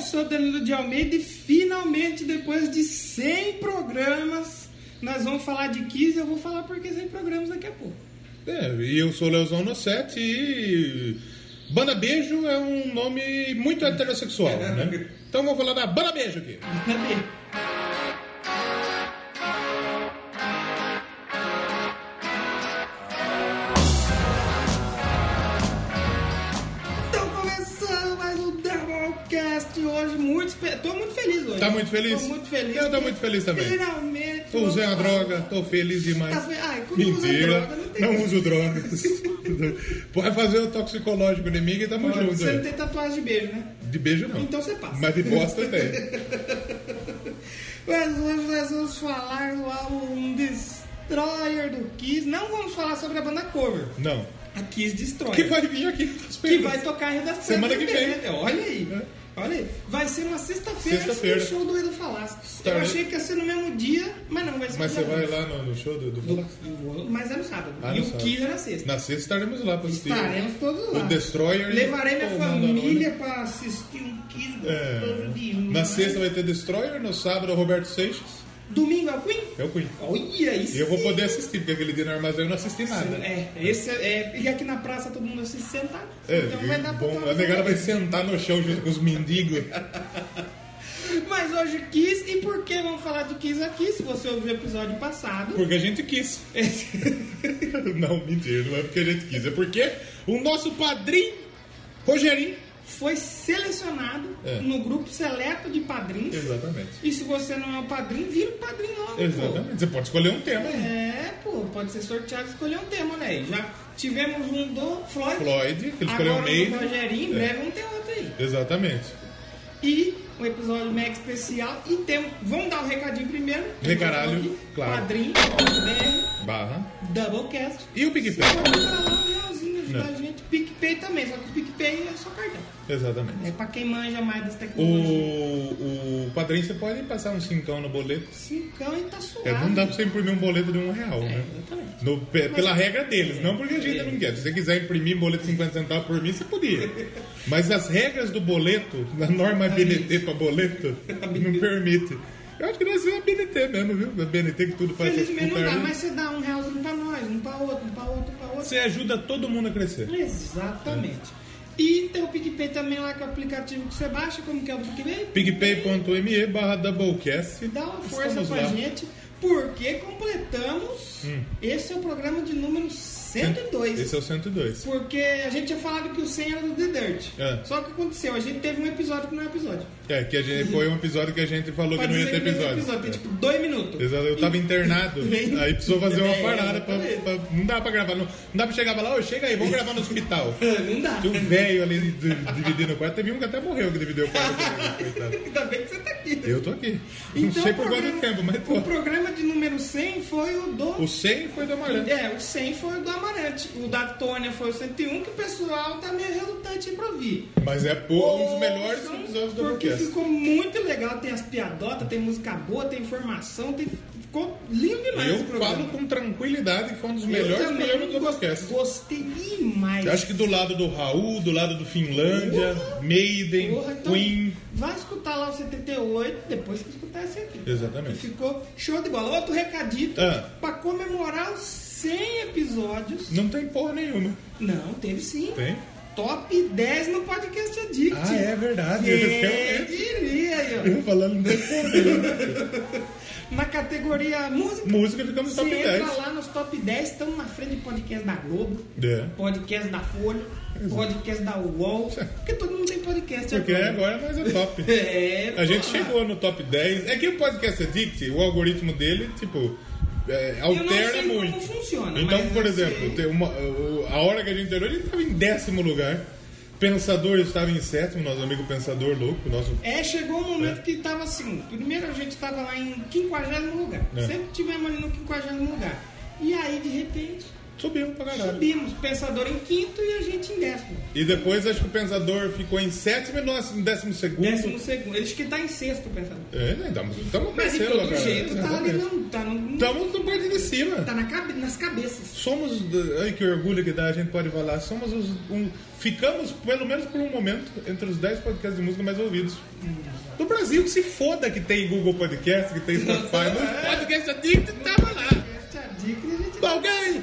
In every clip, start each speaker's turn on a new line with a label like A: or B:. A: sou Danilo de Almeida e finalmente, depois de 100 programas, nós vamos falar de Kiss. Eu vou falar porque 100 programas daqui a pouco.
B: É, e eu sou o Leozão Nocete e. Banda Beijo é um nome muito heterossexual,
A: É,
B: né? Então vou falar da Banda Beijo aqui.
A: Então começando mais um Dermalcast hoje. Muito espe- Tô muito feliz hoje.
B: Tá muito feliz?
A: Tô muito feliz.
B: Eu tô muito feliz também.
A: Finalmente.
B: Tô usando a
A: vamos
B: droga, tô feliz demais.
A: Tá fe- Ai, como usa
B: Mentira,
A: droga, não tem
B: não,
A: como.
B: uso drogas. Vai fazer o toxicológico de mim e tamo
A: falar.
B: junto. é.
A: Você não tem tatuagem de beijo, né?
B: De beijo não.
A: Então você passa.
B: Mas de bosta eu tenho.
A: Mas hoje nós vamos falar do álbum Destroyer do Kiss. Não vamos falar sobre a banda cover.
B: Não.
A: A Kiss Destroyer.
B: Que vai vir aqui nas
A: que vai tocar a redação.
B: Semana que vem.
A: Olha aí.
B: É.
A: Olha aí. Vai ser uma sexta-feira antes
B: Sexta-feira.
A: do show do Edu Falasco. Eu
B: Tá.
A: achei que ia ser no mesmo dia, mas não, vai ser
B: Mas
A: no
B: você
A: sábado.
B: vai lá no, no show do, do
A: Eu vou, Mas é no sábado.
B: Ah,
A: e
B: no
A: o
B: sábado.
A: Kiss é na sexta.
B: Na sexta estaremos lá pra assistir.
A: Estaremos todos lá.
B: O Destroyer.
A: Levarei minha
B: Pô,
A: família pra assistir um Kiss
B: É.
A: gostoso demais.
B: Na sexta vai ter Destroyer, no sábado é o Roberto Seixas.
A: Domingo é o Queen?
B: É o Queen.
A: Olha
B: E
A: isso.
B: eu vou poder assistir, porque aquele dia no armazém eu não assisti nada.
A: É, esse é, é- E aqui na praça todo mundo se senta.
B: É,
A: então vai dar pra
B: bom,
A: tomar
B: a negada vai
A: cerveja.
B: sentar no chão junto com os mendigos.
A: Mas hoje Kiss, e por que vamos falar de Kiss aqui? Se você ouviu o episódio passado.
B: Porque a gente quis. não, mentira, não é porque a gente quis. É porque o nosso padrinho, Rogerinho.
A: foi selecionado
B: É.
A: no grupo seleto de padrinhos.
B: Exatamente.
A: E se você não é o padrinho, vira o padrinho logo. pô.
B: Exatamente. Você pode escolher um tema. né?
A: É, pô, pode ser sorteado e escolher um tema, né? E Já tivemos um do Floyd.
B: Floyd, que ele
A: Agora
B: escolheu o
A: um
B: meio.
A: do Rogerinho, em
B: É.
A: breve vamos ter outro aí.
B: Exatamente.
A: E um episódio mega especial. E temos. Vamos dar um recadinho primeiro. um
B: Recaralho, claro.
A: Padrinho,
B: Barra.
A: Doublecast.
B: E o
A: Você
B: PicPay.
A: pode entrar lá, um realzinho, ajudar
B: Não.
A: a gente. PicPay também, só que o PicPay é só cartão.
B: Exatamente.
A: É pra quem manja mais das tecnologias.
B: O, o padrinho, você pode passar um cincão no boleto.
A: Cincão e tá suave.
B: É, não dá pra você imprimir um boleto de um real, né?
A: exatamente.
B: No- pe- pela regra deles, não porque a gente não quer. Se você quiser imprimir boleto de 50 centavos por mim, você podia. Mas as regras do boleto, da norma BNT pra boleto, não permite. Eu acho que nós é a BNT mesmo, viu? A BNT que tudo faz essas
A: Felizmente não dá,
B: putaria.
A: mas você dá um realzinho pra nós, um pra outro, um pra outro, um pra outro.
B: Você ajuda todo mundo a crescer.
A: Exatamente. E tem o PicPay também lá, que é o aplicativo que você baixa, como que é o PicPay?
B: picpay.me barra doublecast.
A: Dá uma força
B: Estamos
A: pra
B: lá.
A: gente, porque completamos. Esse é o programa de número 102.
B: Hum. Esse é o 102.
A: Porque a gente tinha falado que o 100 era do The Dirt.
B: É.
A: Só que aconteceu, a gente teve um episódio que não é episódio.
B: É, que a gente, foi um episódio que a gente falou que
A: Pode
B: não ia
A: dizer
B: ter
A: que não é
B: episódio.
A: Tem tipo dois minutos.
B: Exato, eu tava internado,
A: Bem-
B: aí precisou fazer uma
A: É,
B: parada pra, pra- Não dá pra gravar, não, não dá pra chegar pra lá, ô, chega aí, vamos gravar no hospital.
A: ah, Não dá.
B: Tinha um velho ali d- dividindo o quarto, teve um que até morreu que dividiu o quarto. comigo, coitado.
A: Ainda bem que você tá aqui.
B: Eu tô aqui.
A: Então,
B: não sei
A: o
B: por quanto
A: programa-
B: tempo, mas
A: O
B: tô.
A: programa de número 100 foi o do.
B: O né? 100 foi do Amarante.
A: É, o 100 foi o do Amarante. O da Tônia foi o 101, que o pessoal tá meio relutante pra ouvir.
B: Mas é pô, um dos melhores
A: Ouçam,
B: episódios do
A: Porque
B: podcast.
A: ficou muito legal. Tem as piadotas, tem música boa, tem informação, tem... ficou lindo demais esse
B: Eu
A: programa.
B: falo com tranquilidade que foi um dos
A: Eu
B: melhores
A: também
B: programas do
A: gos-
B: podcast.
A: Gostei demais.
B: Eu acho que do lado do Raul, do lado do Finlândia, Maiden,
A: Porra, então,
B: Queen.
A: Vai escutar lá o 78 depois que escutar esse aqui.
B: Exatamente.
A: Ficou show de bola. Outro recadito
B: Ah.
A: pra comemorar os 100 episódios.
B: Não tem porra nenhuma.
A: Não, teve sim.
B: Tem?
A: Top 10 no podcast Addict.
B: Ah, é verdade.
A: Quem diria aí, ó.
B: Eu falando de
A: Na categoria música,
B: música, ficamos no
A: você
B: top
A: entra
B: 10.
A: lá nos top 10, estamos na frente de podcast da Globo,
B: É.
A: podcast da Folha, podcast da UOL, porque todo mundo tem podcast
B: Porque
A: agora.
B: agora nós é top.
A: É,
B: A gente
A: porra.
B: chegou no top 10. É que o podcast Addict, o algoritmo dele, tipo, é, alterna
A: Eu não sei
B: muito.
A: como funciona,
B: então,
A: mas assim,
B: por
A: eu
B: exemplo,
A: sei.
B: tem uma- o- a hora que a gente entrou, ele estava em décimo lugar. Pensador estava em sétimo, nosso amigo Pensador Louco, nosso
A: É, chegou um momento que tava assim. Primeiro a gente tava lá em 50 lugar.
B: É.
A: Sempre tivemos ali no 50 lugar. E aí, de repente,
B: Subimos pra caralho.
A: Subimos, pensador em quinto e a gente em décimo.
B: E depois acho que o pensador ficou em sétimo e nós em décimo segundo.
A: Décimo segundo. Acho que tá em sexto, o pensador.
B: É, né? Estamos
A: Mas de
B: crescendo,
A: todo jeito,
B: né?
A: tá ali, não, tá, no,
B: Estamos no parte de cima.
A: tá na cabe- nas cabeças.
B: Somos, ai que orgulho que dá, a gente pode falar, somos os, um, ficamos, pelo menos por um momento, entre os 10 podcasts de música mais ouvidos. Do Brasil, que se foda que tem Google Podcast, que tem Spotify, mas É, podcast adicto tava lá.
A: Essa é a dica que a gente-
B: Alguém!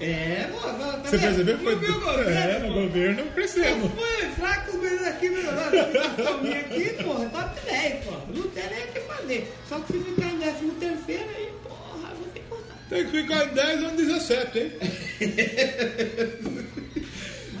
A: É, pô, tá
B: Você
A: vendo?
B: percebeu que
A: E
B: foi...
A: o meu
B: é,
A: governo,
B: no
A: pô?
B: governo crescemos.
A: Foi fraco os meninos aqui, meu tá irmão. aqui, porra, top 10, porra. Não tem nem o que fazer. Só que se ficar em décimo terceiro aí, porra, eu vou ter que cortar.
B: Tem que ficar em 10 ou 17, hein?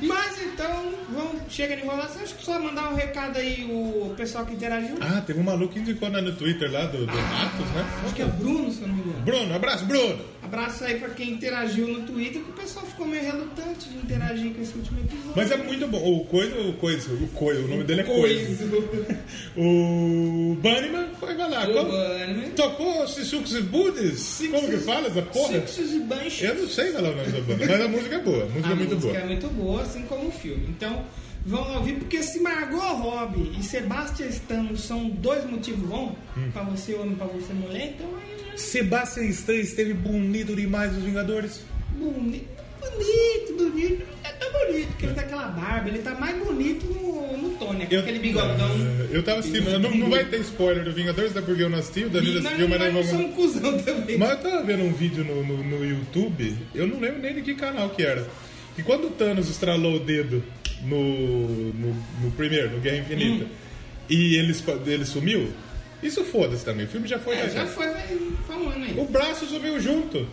A: Mas então, vamos, chega de enrolação. Acho que só mandar um recado aí o pessoal que interagiu.
B: Ah, teve um maluco que indicou né, no Twitter lá do, do Matos,
A: Acho
B: né?
A: que é o Bruno, se eu não me engano.
B: Bruno, abraço, Bruno!
A: Abraço aí pra quem interagiu no Twitter, que o pessoal ficou meio relutante de interagir com esse último episódio.
B: Mas é muito bom. O Coisa, o Coisa, o Coisa, o nome dele é Coisa.
A: Coisa.
B: O Banniman foi vai lá.
A: O
B: Como-
A: Banniman.
B: Tocou Sissucos e Budes? Como que fala essa porra?
A: Sixos e Bunch.
B: Eu não sei falar o nome da banda, mas a música é boa. A música
A: A
B: é muito
A: música
B: boa.
A: é muito boa, assim como o filme. Então, vão ouvir, porque se Margot Robbie e Sebastian Stan são dois motivos bons,
B: Hum.
A: pra você homem, pra você mulher, então aí é
B: Sebastian Stan esteve bonito demais nos Vingadores.
A: bonito, é bonito, bonito, não tá tão bonito, porque ele tá aquela barba, ele tá mais bonito no, no Tony, com aquele bigodão.
B: Ah, Eu tava assistindo, não, não vai ter spoiler do Vingadores, até porque eu não assisti, o Danilo
A: nós,
B: assistiu, mas nós
A: nós não somos um
B: vamos.
A: cuzão também.
B: Mas eu tava vendo um vídeo no, no, no YouTube, eu não lembro nem de que canal que era. E quando o Thanos estralou o dedo no, no, no primeiro, no Guerra Infinita,
A: Hum.
B: e ele, espa- ele sumiu, isso foda-se também. O filme já foi.
A: É,
B: já
A: já foi, foi um ano aí.
B: O braço sumiu junto.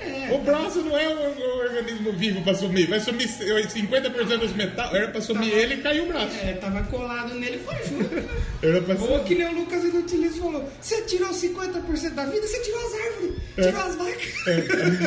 A: É.
B: O braço não é um, um organismo vivo pra sumir. Vai sumir 50% dos metal. Era pra sumir
A: Tá.
B: ele e caiu o braço.
A: É, tava colado nele, foi junto. né?
B: Era pra
A: Ou
B: sumir.
A: que nem o Lucas Inutilis falou: você tirou 50% da vida, você tirou as árvores,
B: É.
A: tirou as vacas.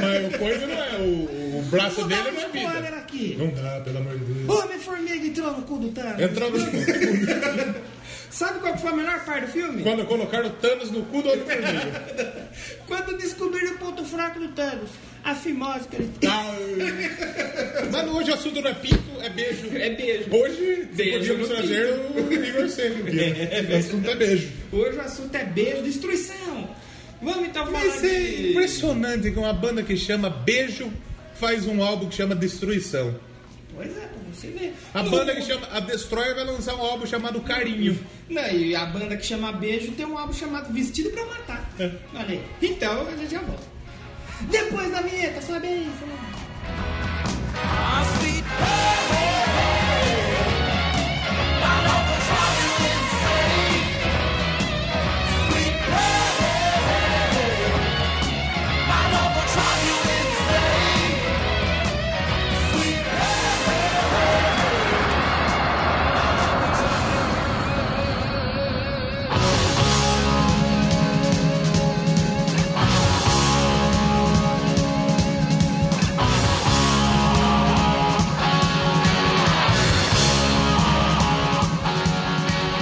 B: Mas o coisa não é. O, o braço
A: Vou dar
B: dele
A: um
B: não é
A: spoiler
B: vida.
A: aqui.
B: Não dá, pelo amor de Deus.
A: Homem-Formiga entrou no cu do Thanos.
B: Entrou no.
A: Sabe qual que foi a melhor parte do filme?
B: Quando colocaram o Thanos no cu do outro formiga.
A: Quando descobriram o ponto fraco do Thanos. A fimose que ele tem.
B: Ai. Mano, hoje o assunto não é pinto, é beijo.
A: É beijo.
B: Hoje
A: Beijo
B: podíamos
A: no
B: trazer o Igor Seco. O assunto é beijo.
A: Hoje o assunto é beijo, destruição. Vamos então falar
B: Mas é
A: de...
B: impressionante que uma banda que chama Beijo faz um álbum que chama Destruição.
A: Pois é, pra você ver.
B: A
A: O-
B: banda que chama a Destroyer vai lançar um álbum chamado Carinho.
A: Não, e a banda que chama Beijo tem um álbum chamado Vestido pra Matar.
B: É.
A: Olha aí. Então a gente já volta. Depois da vinheta, sua bênção.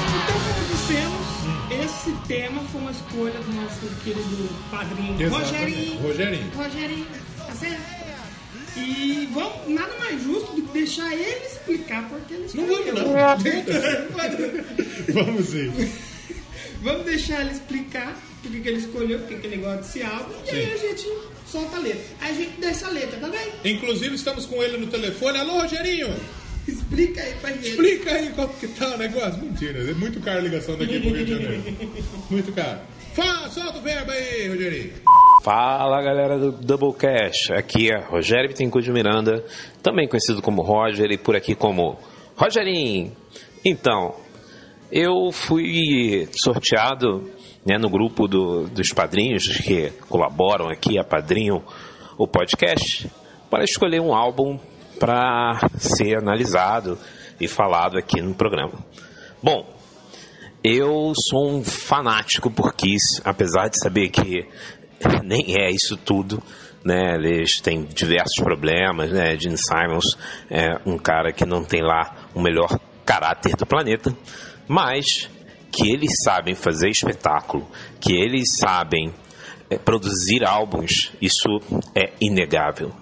A: Então, como dissemos, esse tema foi uma escolha do nosso querido padrinho
B: Exatamente.
A: Rogerinho.
B: Rogerinho.
A: Rogerinho, tá certo? E vamos, nada mais justo do que deixar ele explicar porque ele
B: Não
A: escolheu.
B: vamos não. vamos sim.
A: Vamos deixar ele explicar porque que ele escolheu, porque que ele gosta desse álbum. E aí
B: Sim.
A: a gente solta a letra. Aí a gente deixa a letra, tá bem?
B: Inclusive estamos com ele no telefone. Alô, Rogerinho!
A: Explica aí pra gente.
B: Explica aí qual que tá o negócio. Mentira, é muito caro a ligação daqui pro Rio de Janeiro. Muito caro. Fala, solta o verbo aí, Rogerinho.
C: Fala galera do Double Cash, aqui é Rogério Bittencourt de Miranda, também conhecido como Roger e por aqui como Rogerinho. Então, eu fui sorteado né, no grupo do- dos padrinhos que colaboram aqui, apadrinham o podcast, para escolher um álbum para ser analisado e falado aqui no programa. Bom, eu sou um fanático por Kiss, apesar de saber que nem é isso tudo, né? Eles têm diversos problemas, né? Gene Simons é um cara que não tem lá o melhor caráter do planeta, mas que eles sabem fazer espetáculo, que eles sabem é, produzir álbuns, isso é inegável.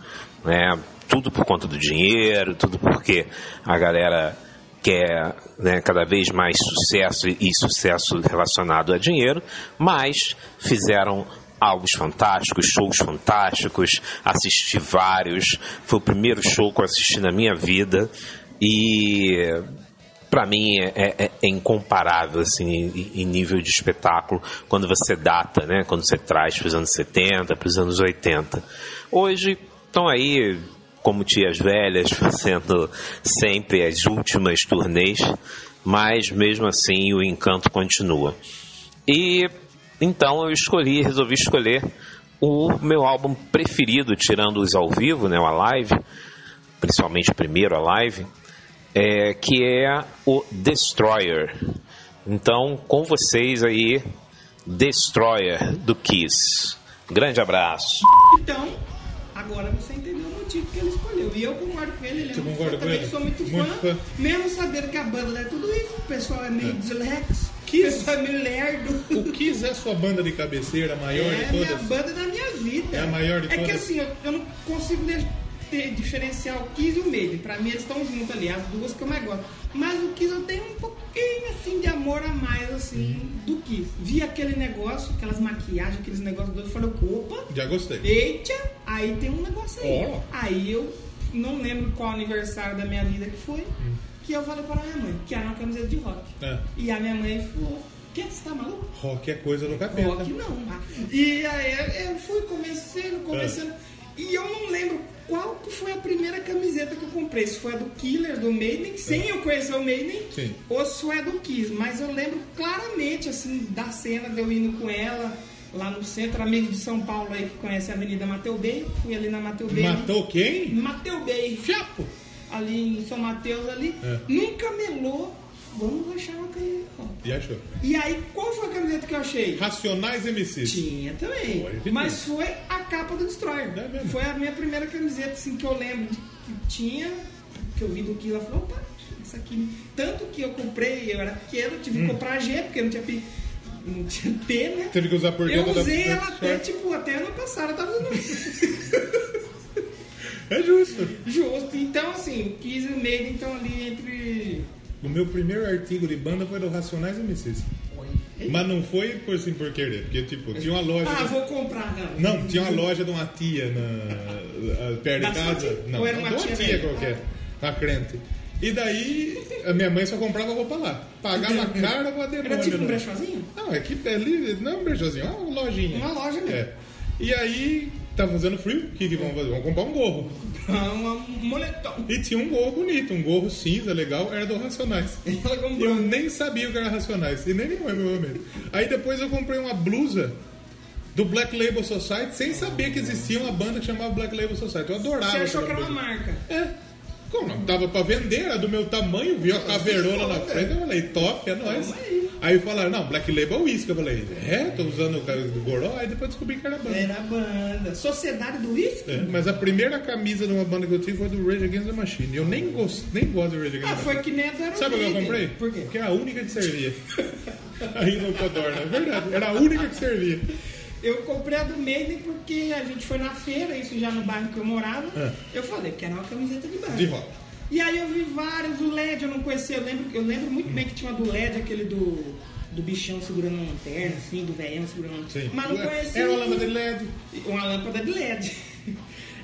C: né? Tudo por conta do dinheiro, tudo porque a galera quer né, cada vez mais sucesso e sucesso relacionado a dinheiro, mas fizeram álbuns fantásticos, shows fantásticos, assisti vários, foi o primeiro show que eu assisti na minha vida e para mim é, é- é incomparável assim em- em nível de espetáculo quando você data, né? Quando você traz para os anos 70, para os anos 80. Hoje estão aí como tias velhas fazendo sempre as últimas turnês, mas mesmo assim o encanto continua. E então eu escolhi, resolvi escolher o meu álbum preferido, tirando os ao vivo, né, o a live, principalmente o primeiro a live, é, que é o Destroyer. Então, com vocês aí, Destroyer do Kiss. Grande abraço.
A: Então, agora você entendeu o motivo que ele escolheu. E eu concordo com ele, ele é
B: Você
A: muito fã,
B: concorda com
A: também
B: ele?
A: sou muito,
B: Muito
A: fã,
B: fã.
A: Mesmo sabendo que a banda é tudo isso, o pessoal é meio dislexo, o pessoal é meio lerdo.
B: O Kiss é a sua banda de cabeceira, a maior
A: É
B: de
A: a minha
B: todas.
A: banda da minha vida.
B: É a maior de
A: É que
B: todas.
A: assim, eu, eu não consigo de- ter- diferenciar o Kiss e o Maiden. Pra mim eles estão juntos ali, as duas que eu mais gosto. Mas o Kiss eu tenho um pouquinho assim de amor a mais assim do Kiss. Vi aquele negócio, aquelas maquiagens, aqueles negócios doidos, eu falei, opa,
B: Já gostei.
A: eita, aí tem um negócio aí.
B: Ó.
A: Aí eu não lembro qual aniversário da minha vida que foi, que eu falei pra minha mãe, que era uma camiseta de rock.
B: Hum. É.
A: E a minha mãe falou, que você tá maluco?
B: Rock é coisa do capeta.
A: Rock não. né? E aí eu fui começando, começando. E eu não lembro qual que foi a primeira camiseta que eu comprei. Se foi a do Killer, do Maiden, sem eu conhecer o Maiden,
B: Sim.
A: ou se foi a do Kiss. Mas eu lembro claramente, assim, da cena de eu indo com ela lá no centro. Amigos de São Paulo aí que conhece a Avenida Mateu Bey. Fui ali na Mateu Bey.
B: Matou quem?
A: Mateu Bey.
B: Fiapo.
A: Ali em São Mateus, ali.
B: É.
A: Nunca melou. Vamos achar uma camiseta.
B: E achou?
A: E aí, qual foi a camiseta que eu achei?
B: Racionais MCs.
A: Tinha também.
B: Olha que
A: Mas foi a capa do Destroyer.
B: É mesmo?
A: Foi a minha primeira camiseta assim, que eu lembro de- que tinha, que eu vi do Kila e falei, opa, essa aqui. Tanto que eu comprei, eu era pequeno, tive que comprar a G, porque não tinha, pi- não tinha T, né?
B: Hum. Teve que usar por
A: Eu
B: dentro da-
A: usei
B: da-
A: ela até,
B: da-
A: tipo, até ano passado, eu tava usando
B: É justo.
A: justo. Então, assim, quis e o Maiden, então ali entre.
B: O meu primeiro artigo de banda foi do Racionais MCs. Mas não foi por, assim, por querer, porque tipo, tinha uma loja.
A: Ah, vou comprar, não.
B: Não, tinha uma loja de uma tia na, a- perto
A: Da
B: de
A: sua
B: casa.
A: tia?
B: Não,
A: Ou era uma
B: de uma
A: tia Ah.
B: tia,
A: velha?
B: qualquer, na crente. E daí a minha mãe só comprava roupa lá. Pagava cara pra demônio.
A: Era tipo um
B: né?
A: brechozinho?
B: Não, é que ali não é um brechozinho, é uma lojinha.
A: Uma loja mesmo.
B: É. E aí, tá fazendo frio, o que, que vamos fazer? Vamos comprar um gorro.
A: Ah, um um moletom.
B: E tinha um gorro bonito, um gorro cinza, legal, era do Racionais.
A: Ela
B: E
A: comprou.
B: eu nem sabia o que era Racionais, e nem minha mãe, provavelmente. Aí depois eu comprei uma blusa do Black Label Society, sem saber que existia uma banda que chamava Black Label Society. Eu adorava.
A: Você achou que
B: aquela
A: era uma
B: blusa.
A: marca?
B: É. Como não dava pra vender, era do meu tamanho, viu a caveirona na frente, eu falei, top, é nóis. Aí falaram, não, Black Label é uísque. Eu falei, é, tô usando o cara do Goró, aí depois descobri que era banda.
A: Era a banda. Sociedade do Whisky?
B: É, mas a primeira camisa de uma banda que eu tive foi do Rage Against the Machine. Eu nem gosto, nem gosto do Rage Against
A: Ah,
B: the
A: foi
B: Machine.
A: que nem a do Iron
B: Sabe o que eu
A: Maiden.
B: comprei?
A: Por quê?
B: Porque era a única que servia. Aí no Codorna, é verdade. Era a única que servia.
A: Eu comprei a do Maiden porque a gente foi na feira, isso já no bairro que eu morava.
B: Ah.
A: Eu falei, quero uma camiseta de banda.
B: De rock.
A: E aí eu vi vários, o LED eu não conhecia, eu lembro, eu lembro muito bem que tinha uma do LED, aquele do, do bichão segurando uma lanterna, assim, do velhão segurando uma lanterna.
B: Sim. É,
A: Mas não conhecia.
B: Era uma lâmpada de LED.
A: uma lâmpada de LED.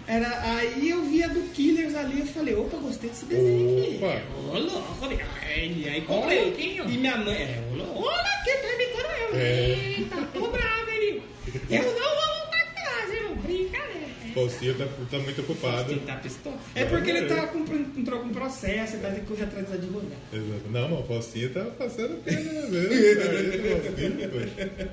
A: Era, aí eu via do Killers ali, eu falei, opa, gostei desse desenho
B: Opa.
A: aqui. Ô, louco, falei, ai, e aí comprei.
B: louquinho.
A: e minha mãe, é, ô, louco, olha que tá imitando eu.
B: É.
A: Eita, tô brava, hein? Eu não vou voltar atrás, viu? Brincadeira.
B: Faustinho tá, tá muito ocupado.
A: Ele tá pistola. É porque ele tá com, entrou com processo, ele tá tendo que correr atrás dos advogados.
B: Exato. Não, mas o Faustinho tá passando pena mesmo.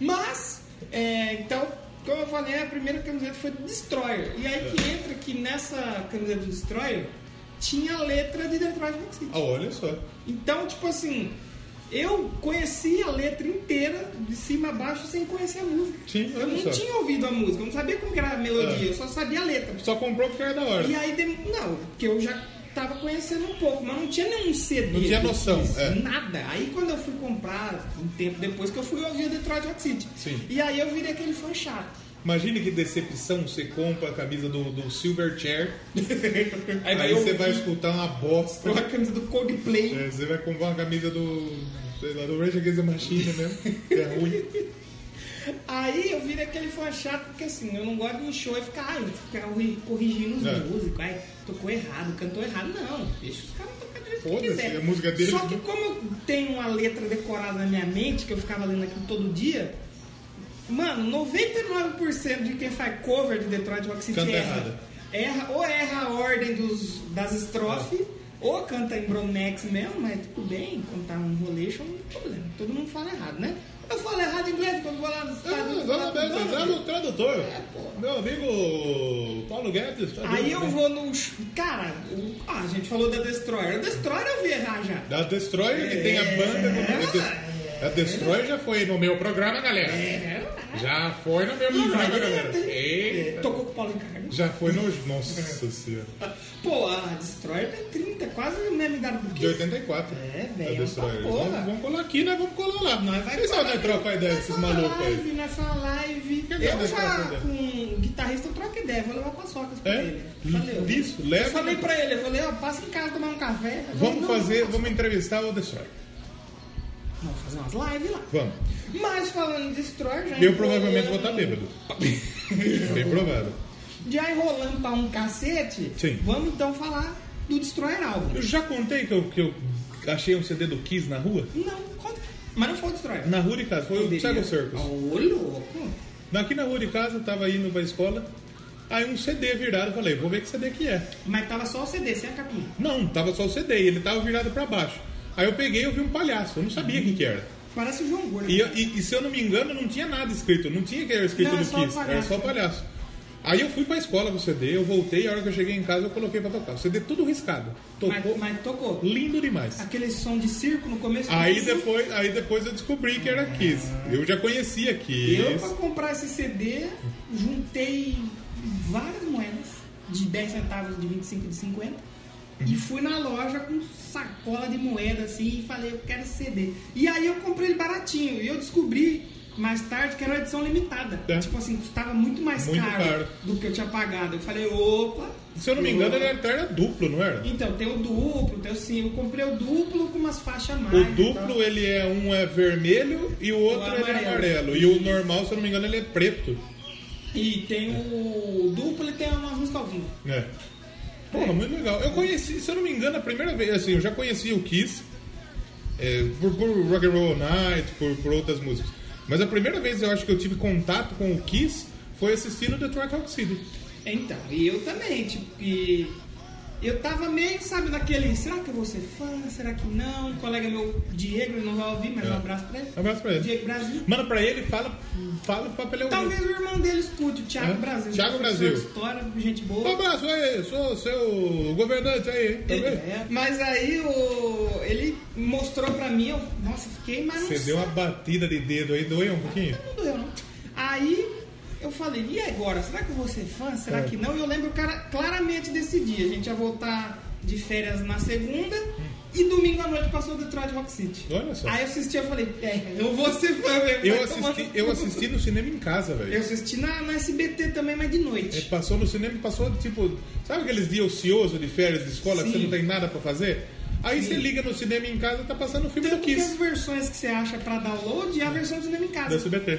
A: Mas, é, então, como eu falei, a primeira camiseta foi do Destroyer. E aí
B: É.
A: que entra que nessa camiseta do Destroyer tinha a letra de Detroit Rock City.
B: ah, olha só.
A: Então, tipo assim, eu conhecia a letra inteira, de cima a baixo, sem conhecer a música.
B: Sim, olha
A: eu não
B: só.
A: tinha ouvido a música, eu não sabia como que era a melodia,
B: Ah.
A: eu só sabia a letra.
B: Só comprou porque era da hora.
A: E aí, dem- não, porque eu já tava conhecendo um pouco, mas não tinha nenhum CD.
B: Não tinha
A: do
B: noção,
A: Kiss,
B: é.
A: Nada. Aí quando eu fui comprar, um tempo depois que eu fui ouvir o Detroit Rock City.
B: Sim.
A: E aí eu virei aquele fã chato.
B: Imagine que decepção, você compra a camisa do, do Silverchair,
A: Aí, um
B: aí você vai escutar uma bosta.
A: com a camisa do Coldplay.
B: É, você vai comprar uma camisa do. sei lá, do Rage Against the Machine mesmo, que é ruim.
A: Aí eu virei aquele fã chato, porque assim, eu não gosto de um show e ficar, ai, ficar ri- corrigindo os
B: É.
A: músicos, ai, tocou errado, cantou errado. Não, deixa os caras tocar direito que
B: Foda-se,
A: quiser.
B: a música deles-
A: Só que como eu tenho uma letra decorada na minha mente, que eu ficava lendo aquilo todo dia, mano, 99% de quem faz cover de Detroit Rock City
B: Canta
A: erra.
B: errado.
A: Erra- Ou erra a ordem dos, das
B: É.
A: estrofes, ou canta em Bromex mesmo, mas tudo bem, contar um rolation, não tem problema. Todo mundo fala errado, né? Eu falo errado em inglês quando vou lá nos
B: Ah,
A: Estados Unidos.
B: Vamos
A: falar com
B: bem,
A: o
B: entrar
A: Donald.
B: no tradutor.
A: É, pô.
B: Meu amigo Paulo Guedes. tá
A: Aí
B: bem,
A: eu
B: né?
A: vou no. sh- Cara, o- ah, a gente falou da Destroyer. A Destroyer eu vi errar já.
B: Da Destroyer, que tem a banda.
A: É.
B: com- a Des- A Destroyer já foi no meu programa, galera. Já foi no meu
A: É. né? Não vai
B: programa, galera.
A: direto, hein?
B: Eita.
A: Tocou com o Paulo Ricardo.
B: Já foi no. Nossa senhora.
A: Pô, a Destroyer tem 30, quase a mesma idade do
B: De
A: que.
B: 84.
A: É,
B: da
A: velho,
B: Destroyer.
A: é uma porra.
B: Vamos, vamos colar aqui, nós vamos colar lá.
A: Nós vai
B: Vocês
A: colar.
B: vão trocar ideia desses
A: Nessa
B: malucos aí.
A: live, nessa live.
B: Quem vai
A: Eu já
B: trocar
A: com o guitarrista eu troco ideia, vou levar paçocas pra
B: É?
A: ele. Valeu.
B: Isso, leva.
A: Eu falei pra ele, eu falei, ó, passa em casa tomar um café. Ele,
B: Vamos
A: não,
B: fazer, vamos entrevistar o Destroyer.
A: Vamos fazer umas lives lá.
B: Vamos.
A: Mas falando de Destroyer, já
B: Eu
A: enrolando-
B: provavelmente vou estar bêbado. Bem provável.
A: Já enrolando pra um cacete,
B: Sim.
A: vamos então falar do Destroyer álbum.
B: Eu já contei que eu, que eu achei um CD do Kiss na rua?
A: Não, conta. Mas não foi o Destroyer.
B: Na rua de casa, foi o Psycho Circus.
A: Ô, louco.
B: Aqui na rua de casa, eu tava indo pra escola, aí um CD virado, eu falei, vou ver que CD que é.
A: Mas tava só o CD, sem a capinha.
B: Não, tava só o CD, e ele tava virado pra baixo. Aí eu peguei e eu vi um palhaço, eu não sabia quem que era.
A: Parece o João Gordo.
B: E, e- e se eu não me engano, não tinha nada escrito, não tinha que era escrito
A: Não,
B: do
A: é só o
B: Kiss, era
A: palhaço.
B: só o palhaço. Aí eu fui pra escola com o CD, eu voltei, a hora que eu cheguei em casa eu coloquei pra tocar. O CD tudo riscado. Tocou
A: Mas, mas tocou.
B: lindo demais.
A: Aquele som de circo no começo.
B: Aí
A: do-
B: depois, aí depois eu descobri que era Kiss. Eu já conhecia
A: Eu,
B: Kiss.
A: pra comprar esse CD, juntei várias moedas, de 10 centavos, de 25 e de 50,
B: Uhum.
A: e fui na loja com sacola de moeda, assim, e falei, eu quero esse CD. E aí eu comprei ele baratinho, e eu descobri mais tarde que era uma edição limitada.
B: É.
A: Tipo assim, custava muito mais
B: Muito
A: caro,
B: caro.
A: do que eu tinha pagado. Eu falei, opa...
B: Se eu não me engano, ele até era duplo, não era?
A: Então, tem o duplo, tem o sim. Eu comprei o duplo com umas faixas a mais.
B: O
A: e tal.
B: duplo ele é um é vermelho e o outro ele é
A: amarelo.
B: amarelo. E o normal, se eu não me engano, ele é preto.
A: E tem o duplo e tem umas músicas ao vivo.
B: É. Porra, muito legal. Eu conheci, se eu não me engano, a primeira vez, assim, eu já conhecia o Kiss é, por, por Rock and Roll Night, por, por outras músicas. Mas a primeira vez eu acho que eu tive contato com o Kiss foi assistindo Detroit Rock City.
A: Então, e eu também, tipo, e eu tava meio, sabe, naquele, será que eu vou ser fã? Será que não? Um colega meu, Diego, ele não vai ouvir, mas
B: É.
A: um abraço pra ele.
B: Um abraço pra ele.
A: Diego Brasil.
B: Mano, pra ele, fala, fala é pra ele ouvir.
A: Talvez o irmão dele escute, o Thiago
B: É.
A: Brasil.
B: Thiago
A: professor de
B: Brasil.
A: História, gente
B: Um
A: boa.
B: abraço aí, sou seu governante aí, hein? Tá
A: Ele-
B: vendo?
A: é. Mas aí o, ele mostrou pra mim, eu, nossa, fiquei, mas não
B: Você deu uma batida de dedo aí, doeu um pouquinho?
A: Não doeu, não. Aí eu falei, e agora? Será que eu vou ser fã? Será
B: É.
A: que não? E eu lembro cara, claramente desse dia. A gente ia voltar de férias na segunda e domingo à noite passou o Detroit Rock City.
B: Olha só.
A: Aí eu assisti eu falei, é, eu vou ser fã mesmo.
B: Eu
A: vai tomar
B: assisti,
A: no
B: eu
A: cu.
B: assisti no cinema em casa,
A: Eu
B: velho.
A: assisti na, na SBT também, mas de
B: É,
A: noite.
B: Passou no cinema, passou tipo. Sabe aqueles dias ociosos de férias de escola que
A: Sim.
B: você não tem nada pra fazer? Aí você liga no cinema em casa tá passando o filme
A: Tanto
B: do
A: Então, que as
B: Kiss
A: versões que você acha pra download e a versão do cinema em
B: da
A: casa.
B: SBT.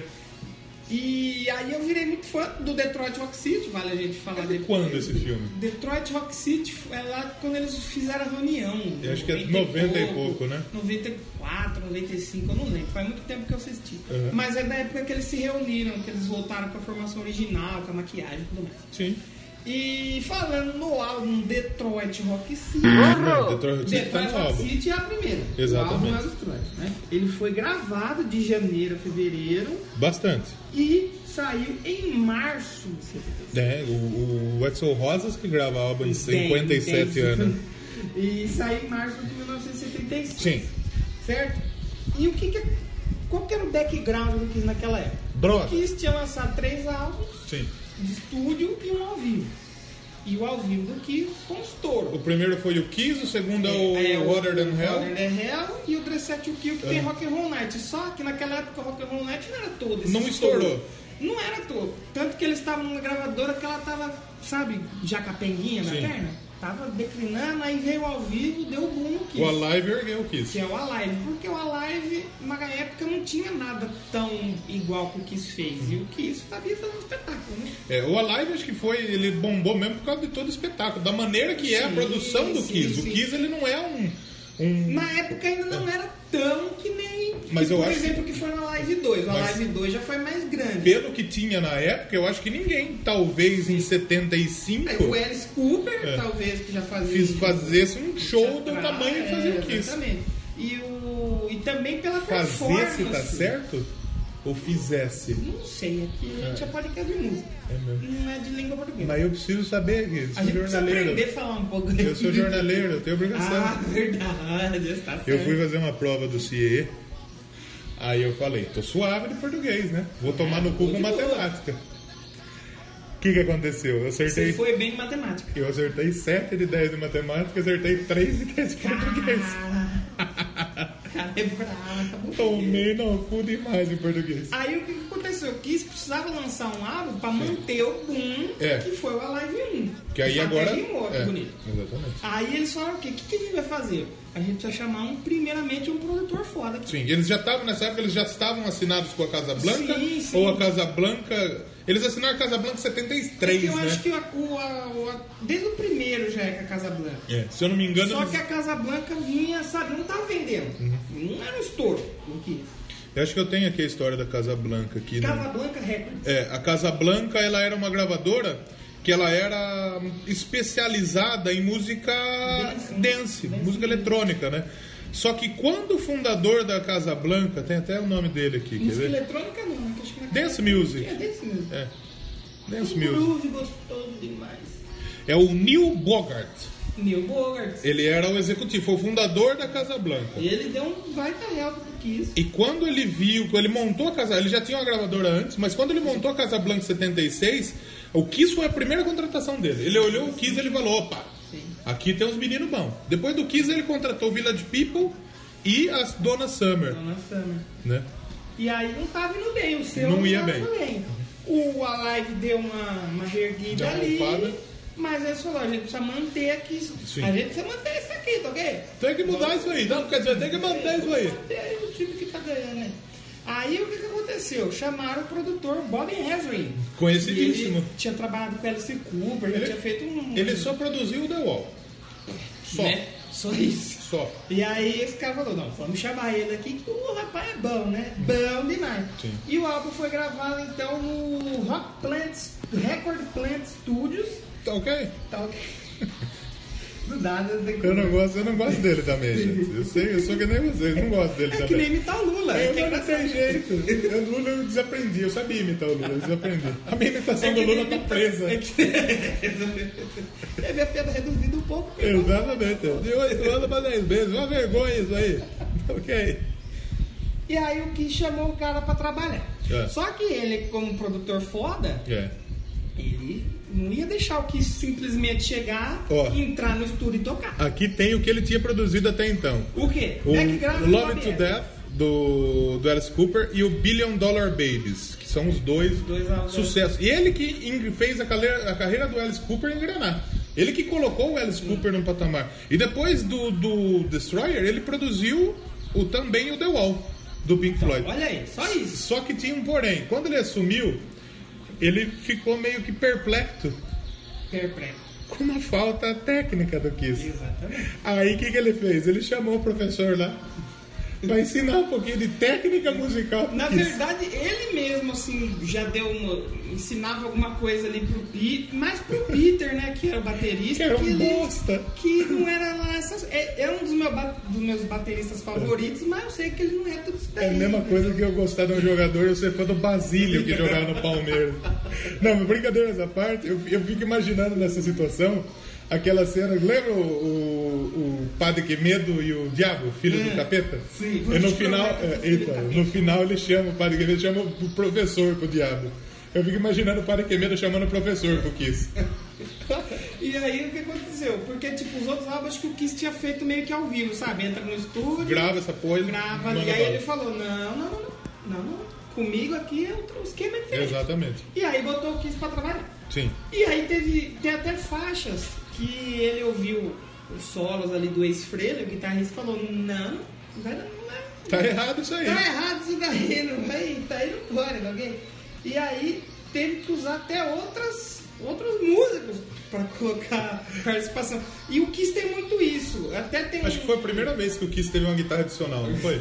A: E aí eu virei muito fã do Detroit Rock City, vale a gente falar depois.
B: é Quando esse filme?
A: Detroit Rock City é lá quando eles fizeram a reunião.
B: Eu acho que é 90 e pouco, né?
A: 94, 95, eu não lembro. Faz muito tempo que eu assisti.
B: Uhum.
A: Mas é da época que eles se reuniram, que eles voltaram com a formação original, com a maquiagem e tudo mais.
B: Sim.
A: E falando no álbum Detroit Rock City.
B: Não, Detroit City tá
A: Detroit
B: no
A: Rock
B: álbum.
A: City é a primeira.
B: Exatamente.
A: O álbum é do Detroit, né? Ele foi gravado de janeiro a fevereiro
B: Bastante.
A: e saiu em março de 73.
B: É, o, o Edson Rosas que grava a álbum em 57
A: Tem, tem.
B: anos.
A: E saiu em março de 1975.
B: Sim.
A: Certo? E o que que. Qual que era o background do Kiss naquela época?
B: Droga.
A: O Kiss tinha lançado três álbuns
B: Sim.
A: de estúdio e um ao vivo. e o ao vivo do Kiss foi um
B: O
A: estouro.
B: primeiro foi o Kiss, o segundo é o
A: É,
B: Water Than
A: Water
B: Hell.
A: Than Hell e o Dresset You Kill, que tem
B: É.
A: Rock and Roll Night. Só que naquela época o Rock and Roll Night não era todo esse
B: Não
A: estouro.
B: estourou.
A: Não era todo. Tanto que eles estavam numa gravadora que ela tava, sabe, já capenguinha na
B: Sim.
A: perna. Tava declinando, aí veio ao vivo, deu boom no Kiss.
B: O Alive ergueu o Kiss.
A: Que é o Alive, porque o Alive, na época, não tinha nada tão igual que o Kiss fez. E o Kiss sabia fazer um espetáculo, né?
B: É, o Alive acho que foi, ele bombou mesmo por causa de todo o espetáculo, da maneira que é a
A: Sim,
B: produção do
A: sim,
B: Kiss.
A: sim.
B: O Kiss ele não é um. um-
A: Na época ainda não era tão que nem,
B: Mas eu
A: por
B: acho
A: exemplo, que foi no Alive 2. O
B: Mas-
A: Alive 2 já foi mais grande.
B: pelo que tinha na época, eu acho que ninguém, talvez em 75,
A: Aí o Alice Cooper,
B: É.
A: talvez, que já fazia...
B: fiz fazesse um show do
A: Pra-
B: tamanho que
A: é,
B: fazia o Kiss.
A: Exatamente. E, o, e também pela
B: Fazesse,
A: performance.
B: tá certo? Ou fizesse?
A: Não sei, aqui a gente é podcast de música.
B: É mesmo.
A: Não é de língua portuguesa.
B: Mas eu preciso saber,
A: a
B: Gui, sou
A: gente precisa aprender
B: jornaleiro.
A: a falar um pouco.
B: Eu sou jornaleiro, eu tenho obrigação.
A: Ah, verdade, está certo.
B: Eu fui fazer uma prova do CIE, aí eu falei, tô suave de português, né? Vou tomar no cu
A: tô
B: com
A: de boa.
B: matemática. O que que aconteceu? Eu
A: Você
B: acertei,
A: foi bem em matemática.
B: eu acertei 7 de 10 de matemática, acertei 3 de 10 de português.
A: Cara, Ah, cara é brabo.
B: Tomei no cu demais em português.
A: Aí o que que aconteceu? Quis precisava lançar um álbum pra manter o boom
B: É.
A: que foi o Alive 1.
B: Que aí
A: Ah, tá Até
B: agora...
A: rimou, que
B: é,
A: bonito.
B: Exatamente.
A: Aí eles falaram o quê? O que, que a gente vai fazer? A gente precisa chamar um, primeiramente, um produtor foda.
B: Sim, eles já estavam nessa época, eles já estavam assinados com a Casa Blanca,
A: Sim, sim.
B: ou a Casa Blanca... Eles assinaram a Casa Blanca em 73,
A: Porque eu
B: né?
A: acho É que o, o- a- o- a- desde o primeiro já é com a Casa Blanca.
B: É, se eu não me engano...
A: Só
B: eles-
A: que a Casa Blanca vinha, sabe, não tava vendendo.
B: Uhum.
A: Não era um estouro. o que
B: Eu acho que eu tenho aqui a história da Casa Blanca aqui. né?
A: Casa Blanca Records.
B: É, a Casa Blanca ela era uma gravadora que ela era especializada em música
A: Dance.
B: dance, música eletrônica, né? Só que quando o fundador da Casa Blanca, tem até o nome dele aqui, quer
A: Música
B: ver?
A: eletrônica não, né? que acho que era-
B: Dance Music.
A: É, Dance Music.
B: É. Dance
A: Um
B: Music.
A: groove gostoso demais.
B: É o Neil Bogart.
A: Neil Bogart.
B: Ele era o executivo, foi o fundador da Casa Blanca.
A: Ele deu um baita help pro Kiss.
B: E quando ele viu, quando ele montou a casa, ele já tinha uma gravadora antes, mas quando ele montou a Casa Blanca em 76, o Kiss foi a primeira contratação dele. Ele olhou o Kiss e ele falou: opa,
A: Sim.
B: aqui tem uns meninos bons. Depois do Kiss, ele contratou Village People e a Dona Summer,
A: Dona Summer.
B: né?
A: E aí não tava indo bem, o seu
B: Não
A: não,
B: ia
A: tava
B: bem.
A: indo bem. O Alive deu uma, uma
B: Deu
A: erguida
B: uma
A: ali,
B: limpada.
A: mas eles falaram, a gente precisa manter aqui. isso.
B: Sim.
A: A gente precisa manter isso aqui, tá ok?
B: Tem que mudar isso aí, não, quer dizer, tem que manter isso aí.
A: Manter aí o time que tá ganhando, né? Aí o que, que aconteceu? Chamaram o produtor Bob Ezrin.
B: Conhecidíssimo.
A: Ele tinha trabalhado com Alice Cooper, ele,
B: Ele-
A: tinha feito um...
B: Ele só produziu o The Wall. Só.
A: Né? Só isso.
B: Só.
A: E aí esse cara falou, não, vamos chamar ele aqui, que o rapaz é bom, né? Bom demais.
B: Sim.
A: E o álbum foi gravado então no Rock Plant, Record Plant Studios.
B: Tá ok?
A: Tá ok? Do nada, de-
B: Eu não gosto, eu não gosto dele também, gente. Eu sei, eu sou que nem vocês, não gosto dele
A: É
B: também.
A: que nem imitar o Lula. É,
B: Eu
A: que é
B: não tem
A: engraçado.
B: jeito. Eu, Lula eu desaprendi, eu sabia imitar o Lula, eu desaprendi. A minha imitação
A: É
B: do
A: que nem
B: Lula tá
A: imitar-
B: presa.
A: É que... Deve a pena reduzida um pouco. porque
B: Exatamente. De 8 anos pra 10 meses, uma vergonha isso aí. Ok.
A: E aí o que chamou o cara pra trabalhar.
B: É.
A: Só que ele, como produtor foda,
B: É.
A: ele não ia deixar o que simplesmente chegar,
B: Ó.
A: entrar no estúdio e tocar.
B: Aqui tem o que ele tinha produzido até então.
A: O quê?
B: O
A: Background
B: Love
A: do
B: It to
A: Bob
B: Death, do, do Alice Cooper, e o Billion Dollar Babies, que são os dois,
A: Dois um. álbuns.
B: sucessos. E ele que en- fez a carreira, a carreira do Alice Cooper engrenar. Ele que colocou o Alice Cooper no patamar. E depois do, do Destroyer, ele produziu o, também o The Wall, do Pink Floyd.
A: Então, Olha aí, só isso.
B: Só que tinha um porém. Quando ele assumiu, ele ficou meio que perplexo
A: Interpreta.
B: com uma falta técnica do Kiss.
A: Exatamente.
B: Aí o que, que ele fez? Ele chamou o professor lá pra ensinar um pouquinho de técnica musical. pro
A: Na
B: Kiss.
A: verdade, ele mesmo, assim, já deu uma... Ensinava alguma coisa ali pro Peter, mais pro Peter, né, que era o
B: que
A: baterista.
B: era
A: que
B: um
A: ele-
B: bosta.
A: que não era lá essas... É, é um dos, meu ba- dos meus bateristas favoritos, mas eu sei que ele não é tudo isso
B: É
A: daí.
B: a mesma coisa que eu gostar de um jogador e eu ser fã do Basílio que jogava no Palmeiras. Não, mas brincadeiras à parte, eu, eu fico imaginando nessa situação aquela cena. Lembra o, o, o Padre Quemedo e o Diabo, filho do capeta?
A: É. sim.
B: E no final, é,
A: Filho do
B: então,
A: capeta.
B: no final ele chama o Padre Quemedo, chama o professor pro Diabo. Eu fico imaginando o Padre Quemedo chamando o professor pro Kiss.
A: E aí o que aconteceu? Porque, tipo, os outros álbuns acho que o Kiss tinha feito meio que ao vivo, sabe? Entra no estúdio,
B: Grava essa porra e
A: grava,
B: manda
A: e aí
B: bala.
A: ele falou, não, não, não, não, não, não. Comigo aqui é outro esquema diferente.
B: Exatamente.
A: E aí botou o Kiss pra trabalhar.
B: Sim.
A: E aí teve, tem até faixas que ele ouviu os solos ali do ex-freio, o guitarrista falou, não, não vai dar, não vai.
B: Tá errado isso aí.
A: Tá errado isso daí, não vai, tá aí não pode, alguém. E aí teve que usar até outras, outros músicos pra colocar participação. E o Kiss tem muito isso. Até tem
B: Acho
A: um-
B: que foi a primeira vez que o Kiss teve uma guitarra adicional, não foi?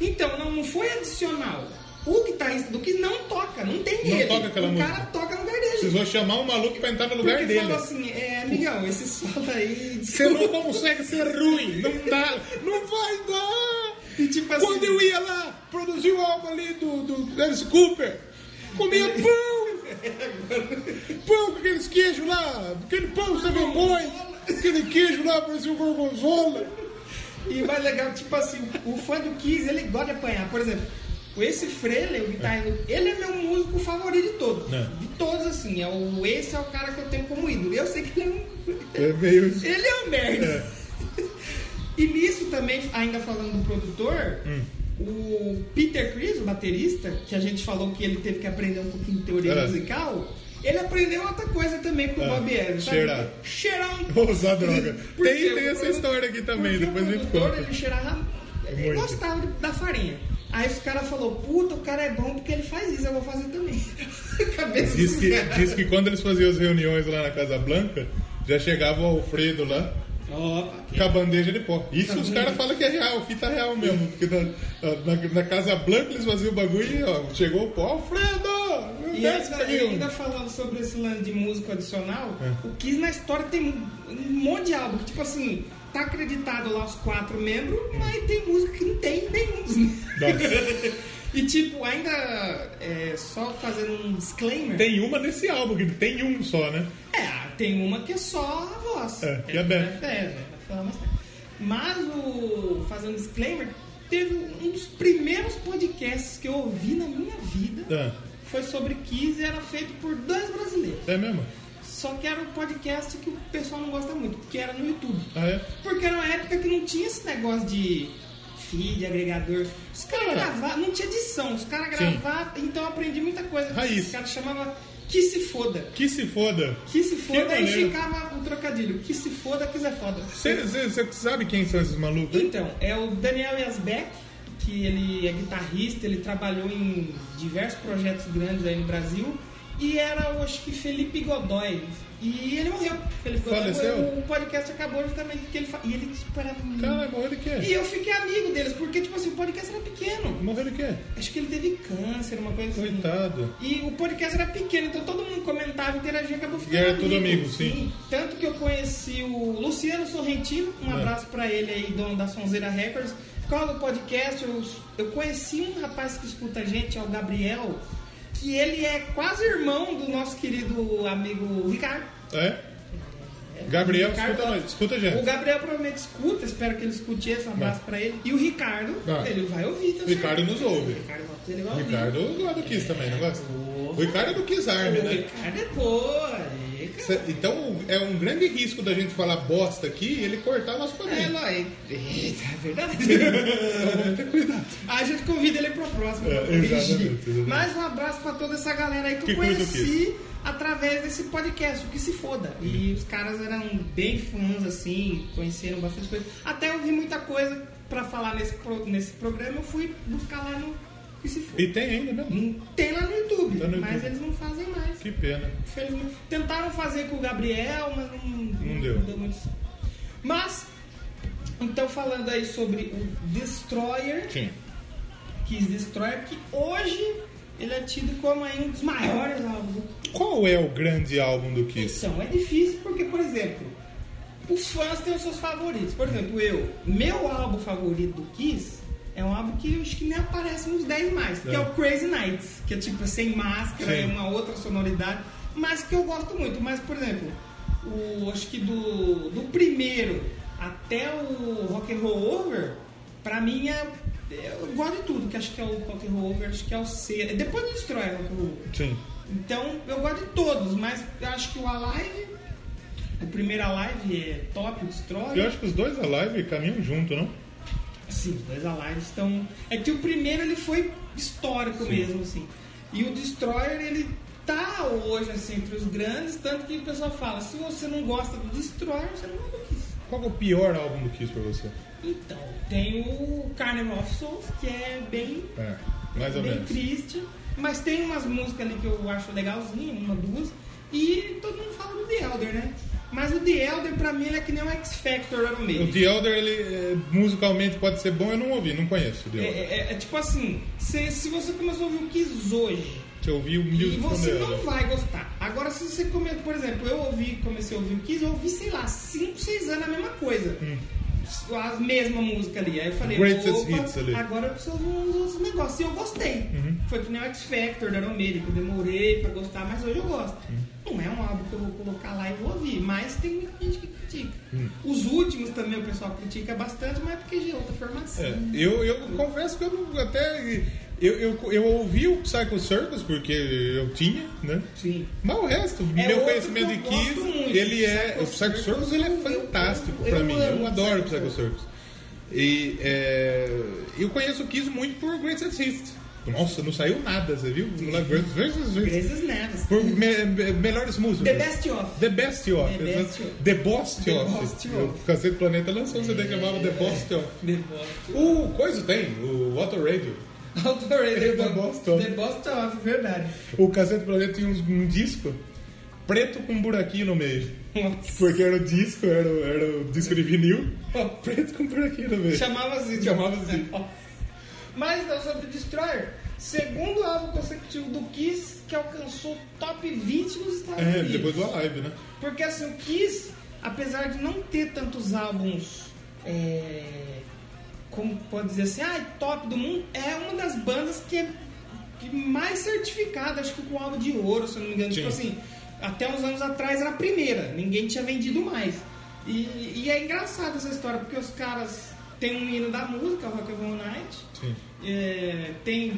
A: Então, não, não foi adicional. O guitarrista do Kiss não toca, não tem
B: Não
A: ele.
B: toca aquela
A: o
B: música.
A: cara toca no lugar dele.
B: Precisou chamar um maluco pra entrar no lugar
A: Porque
B: dele.
A: falou assim, é, amigão, esse solo aí...
B: Você não consegue ser ruim, não dá, não vai dar.
A: E tipo assim-
B: Quando eu ia lá produzir o álbum ali do, do Alice Cooper, comia pão, pão com aqueles queijos lá, aquele pão sabe aquele queijo lá parecia um gorgonzola.
A: E mais legal, tipo assim, o fã do Kiss, ele gosta de apanhar. Por exemplo, esse Frehley, o guitarrista, ele é meu músico favorito de todos.
B: É.
A: De todos, assim. É o, esse é o cara que eu tenho como ídolo. Eu sei que ele é um...
B: É meio...
A: Ele é um merda.
B: É.
A: E nisso também, ainda falando do produtor,
B: Hum.
A: o Peter Chris, o baterista, que a gente falou que ele teve que aprender um pouquinho de teoria
B: É.
A: musical, ele aprendeu outra coisa também com o
B: É.
A: Bob Evans. sabe?
B: Cheirar.
A: Cheirar um
B: Vou usar droga.
A: Porque
B: Tem, tem
A: o
B: essa
A: produ-
B: história aqui também,
A: porque
B: depois
A: o
B: a gente
A: produtor,
B: conta.
A: Ele cheirava, ele
B: Muito.
A: gostava da farinha. Aí os caras falaram, puta, o cara é bom porque ele faz isso, eu vou fazer também. Cabeça assim.
B: Diz
A: dos
B: que, é.
A: caras.
B: diz que quando eles faziam as reuniões lá na Casa Blanca, já chegava o Alfredo lá
A: Ó,
B: com a bandeja de pó. Isso os caras falam que é real, fita real mesmo. Porque na, na, na Casa Blanca eles faziam o bagulho e ó, chegou o pó, Alfredo!
A: Então, E
B: desce
A: ainda,
B: aí,
A: ainda
B: ó."
A: falando sobre esse lance de músico adicional,
B: É.
A: o Kiss na história tem um um monte de álbum que, tipo assim, tá acreditado lá os quatro membros,
B: É.
A: mas tem música que não tem nenhum. dos membros. e tipo, ainda é, só fazendo um disclaimer,
B: Tem uma nesse álbum, que tem um só, né?
A: é, tem uma que é só a voz.
B: É, que é Beth.
A: É, é, vai falar mais tarde. Mas o. Fazendo disclaimer, teve um dos primeiros podcasts que eu ouvi na minha vida.
B: É.
A: Foi sobre Kiss e era feito por dois brasileiros.
B: É mesmo?
A: Só que era um podcast que o pessoal não gosta muito, que era no YouTube.
B: Ah, é?
A: Porque era uma época que não tinha esse negócio de feed, agregador. Os caras
B: É.
A: gravavam, não tinha edição, os caras
B: Sim.
A: gravavam, então eu aprendi muita coisa.
B: Raiz.
A: Os caras chamavam Que Se Foda.
B: Que se foda.
A: Que se foda,
B: Que
A: aí
B: maneiro.
A: ficava o trocadilho. Que se foda, quiser foda.
B: Você sabe quem são esses malucos?
A: Então, é o Daniel Yazbek, que ele é guitarrista, ele trabalhou em diversos projetos grandes aí no Brasil. E era, eu acho que, Felipe Godoy. E ele morreu. Felipe Godoy
B: Faleceu?
A: morreu. O podcast acabou justamente porque ele... fa- E ele, tipo, era... muito-
B: Caralho, morreu de
A: E
B: quê?
A: eu fiquei amigo deles, porque, tipo assim, o podcast era pequeno.
B: Morreu de quê?
A: Acho que ele teve câncer, uma coisa assim.
B: Coitado.
A: E o podcast era pequeno, então todo mundo comentava, interagia, acabou ficando.
B: E era tudo amigo, sim.
A: Tanto que eu conheci o Luciano Sorrentino, um
B: É.
A: abraço pra ele aí, dono da Sonzeira Records. Qual o podcast? Eu, eu conheci um rapaz que escuta a gente, é o Gabriel, que ele é quase irmão do nosso querido amigo Ricardo.
B: É? Gabriel,
A: Ricardo,
B: escuta, nós, escuta a
A: O
B: gente.
A: Gabriel provavelmente escuta, espero que ele escute esse um abraço pra ele. E o Ricardo,
B: É.
A: ele vai ouvir, tá
B: O Ricardo nos ouve.
A: Ricardo, ele vai
B: O
A: ouvir.
B: Ricardo gosta do Kiss também, não gosta? O Ricardo é do Kiss Army,
A: O
B: né?
A: Ricardo é boa, é, cara.
B: Cê- Então é um grande risco da gente falar bosta aqui e ele cortar o nosso
A: É,
B: caminho.
A: lá, é, eita, é verdade. a gente convida ele pro próximo. pra
B: É,
A: corrigir.
B: exatamente, exatamente.
A: Mais um abraço pra toda essa galera aí que,
B: Que é
A: eu
B: cuida do
A: conheci através desse podcast, o que se foda.
B: Uhum.
A: E os caras eram bem fãs, assim, conheceram bastante coisa. Até eu vi muita coisa pra falar nesse, pro- nesse programa, eu fui buscar lá no que se foda.
B: E tem ainda mesmo.
A: Não Tem lá no YouTube,
B: Tá no
A: mas
B: YouTube.
A: eles não fazem mais.
B: Que pena.
A: Infelizmente. um- Tentaram fazer com o Gabriel, mas não, não
B: deu.
A: muito certo. Mas, então falando aí sobre o Destroyer,
B: Sim.
A: Kiss Destroyer, que hoje ele é tido como aí um dos maiores álbuns.
B: Qual é o grande álbum do Kiss?
A: Então, é difícil porque, por exemplo, os fãs têm os seus favoritos. Por exemplo, eu, meu álbum favorito do Kiss é um álbum que eu acho que nem aparece nos 10 mais, que é,
B: É.
A: o Crazy Nights, que é tipo sem máscara,
B: Sim.
A: é uma outra sonoridade, mas que eu gosto muito. Mas, por exemplo, o, acho que do, do primeiro até o Rock and Roll Over, pra mim é. Eu gosto de tudo, que acho que é o Rock and Roll Over, acho que é o C. Depois do Destroy Rock and Roll Over.
B: Sim.
A: Então eu gosto de todos, mas eu acho que o Alive A primeira live é Top Destroy.
B: Eu acho que os dois a live caminham junto, não?
A: Sim, os dois lives estão. É que o primeiro ele foi histórico mesmo, assim. E o Destroyer, ele tá hoje assim, entre os grandes, tanto que o pessoal fala, se você não gosta do Destroyer, você não gosta do Kiss.
B: Qual que é o pior álbum do Kiss pra você?
A: Então, tem o Carnival of Souls, que é bem,
B: É, mais ou
A: bem
B: menos.
A: triste, mas tem umas músicas ali que eu acho legalzinha, uma, duas, e todo mundo fala do The Elder, né? Mas o The Elder, pra mim, ele é que nem um X Factor no meio.
B: O The Elder, ele é, musicalmente pode ser bom, eu não ouvi, não conheço o The
A: É,
B: Elder.
A: é- é- é tipo assim, se, se você começou a ouvir o Kiss hoje,
B: Você ouviu o
A: E
B: Music from
A: você
B: The
A: não
B: Elder.
A: vai gostar. Agora, se você comer, por exemplo, eu ouvi, comecei a ouvir o Kiss, eu ouvi, sei lá, 5, 6 anos a mesma coisa. A mesma música ali. Aí eu falei,
B: Hum. Greatest
A: opa,
B: hits ali. Uhum.
A: agora eu preciso ouvir uns outros negócios. E eu gostei. Foi que nem o X Factor, da Iron Maiden, que eu demorei pra gostar, mas hoje eu gosto.
B: Uhum.
A: Não é um álbum que eu vou colocar lá e vou ouvir, mas tem muita gente que critica.
B: Hum.
A: Os últimos também o pessoal critica bastante, mas é porque já é outra formação.
B: É, eu, eu confesso que eu não- até. Eu, eu, eu ouvi o Psycho Circus, porque eu tinha, né?
A: Sim.
B: Mas o resto,
A: É
B: meu
A: outro
B: conhecimento
A: que eu
B: de Kiss,
A: gosto muito.
B: ele é. O Psycho Circus ele é
A: eu-
B: fantástico
A: eu
B: pra mim.
A: amo
B: Eu adoro o
A: Psycho
B: Psycho Circus. E é, eu conheço o Kiss muito por Greatest Hits. Nossa, não saiu nada, você viu? Lá, Greatest Hits, Greatest
A: Graças
B: Hits.
A: Neves.
B: Por me- me- melhores músicas.
A: The Best Of.
B: The Best Of.
A: The Best Of.
B: The Best
A: The
B: Of.
A: Best Of.
B: O Cacete Planeta lançou um CD que chamava The Best Of.
A: Devolve.
B: O Coisa tem, o Auto Radio.
A: Autorated
B: The é Boston.
A: The Boston, é verdade.
B: O Cacete Planeta tinha uns- um disco preto com um buraquinho no meio. Porque era o disco, era, o- era o disco de vinil, preto com um buraquinho no meio.
A: Chamava-se.
B: Chamava-se.
A: Mas não, sobre o Destroyer, segundo álbum consecutivo do Kiss que alcançou top 20 nos Estados
B: É,
A: Unidos.
B: depois do Alive, né?
A: Porque assim, o Kiss, apesar de não ter tantos álbuns, é, como pode dizer assim, ah, top do mundo, é uma das bandas que é que mais certificada, acho que com álbum de ouro, se eu não me engano.
B: Sim.
A: Tipo assim, até uns anos atrás era a primeira, ninguém tinha vendido mais. E, e é engraçado essa história, porque os caras têm um hino da música, o Rock and Roll Night,
B: Sim.
A: é, tem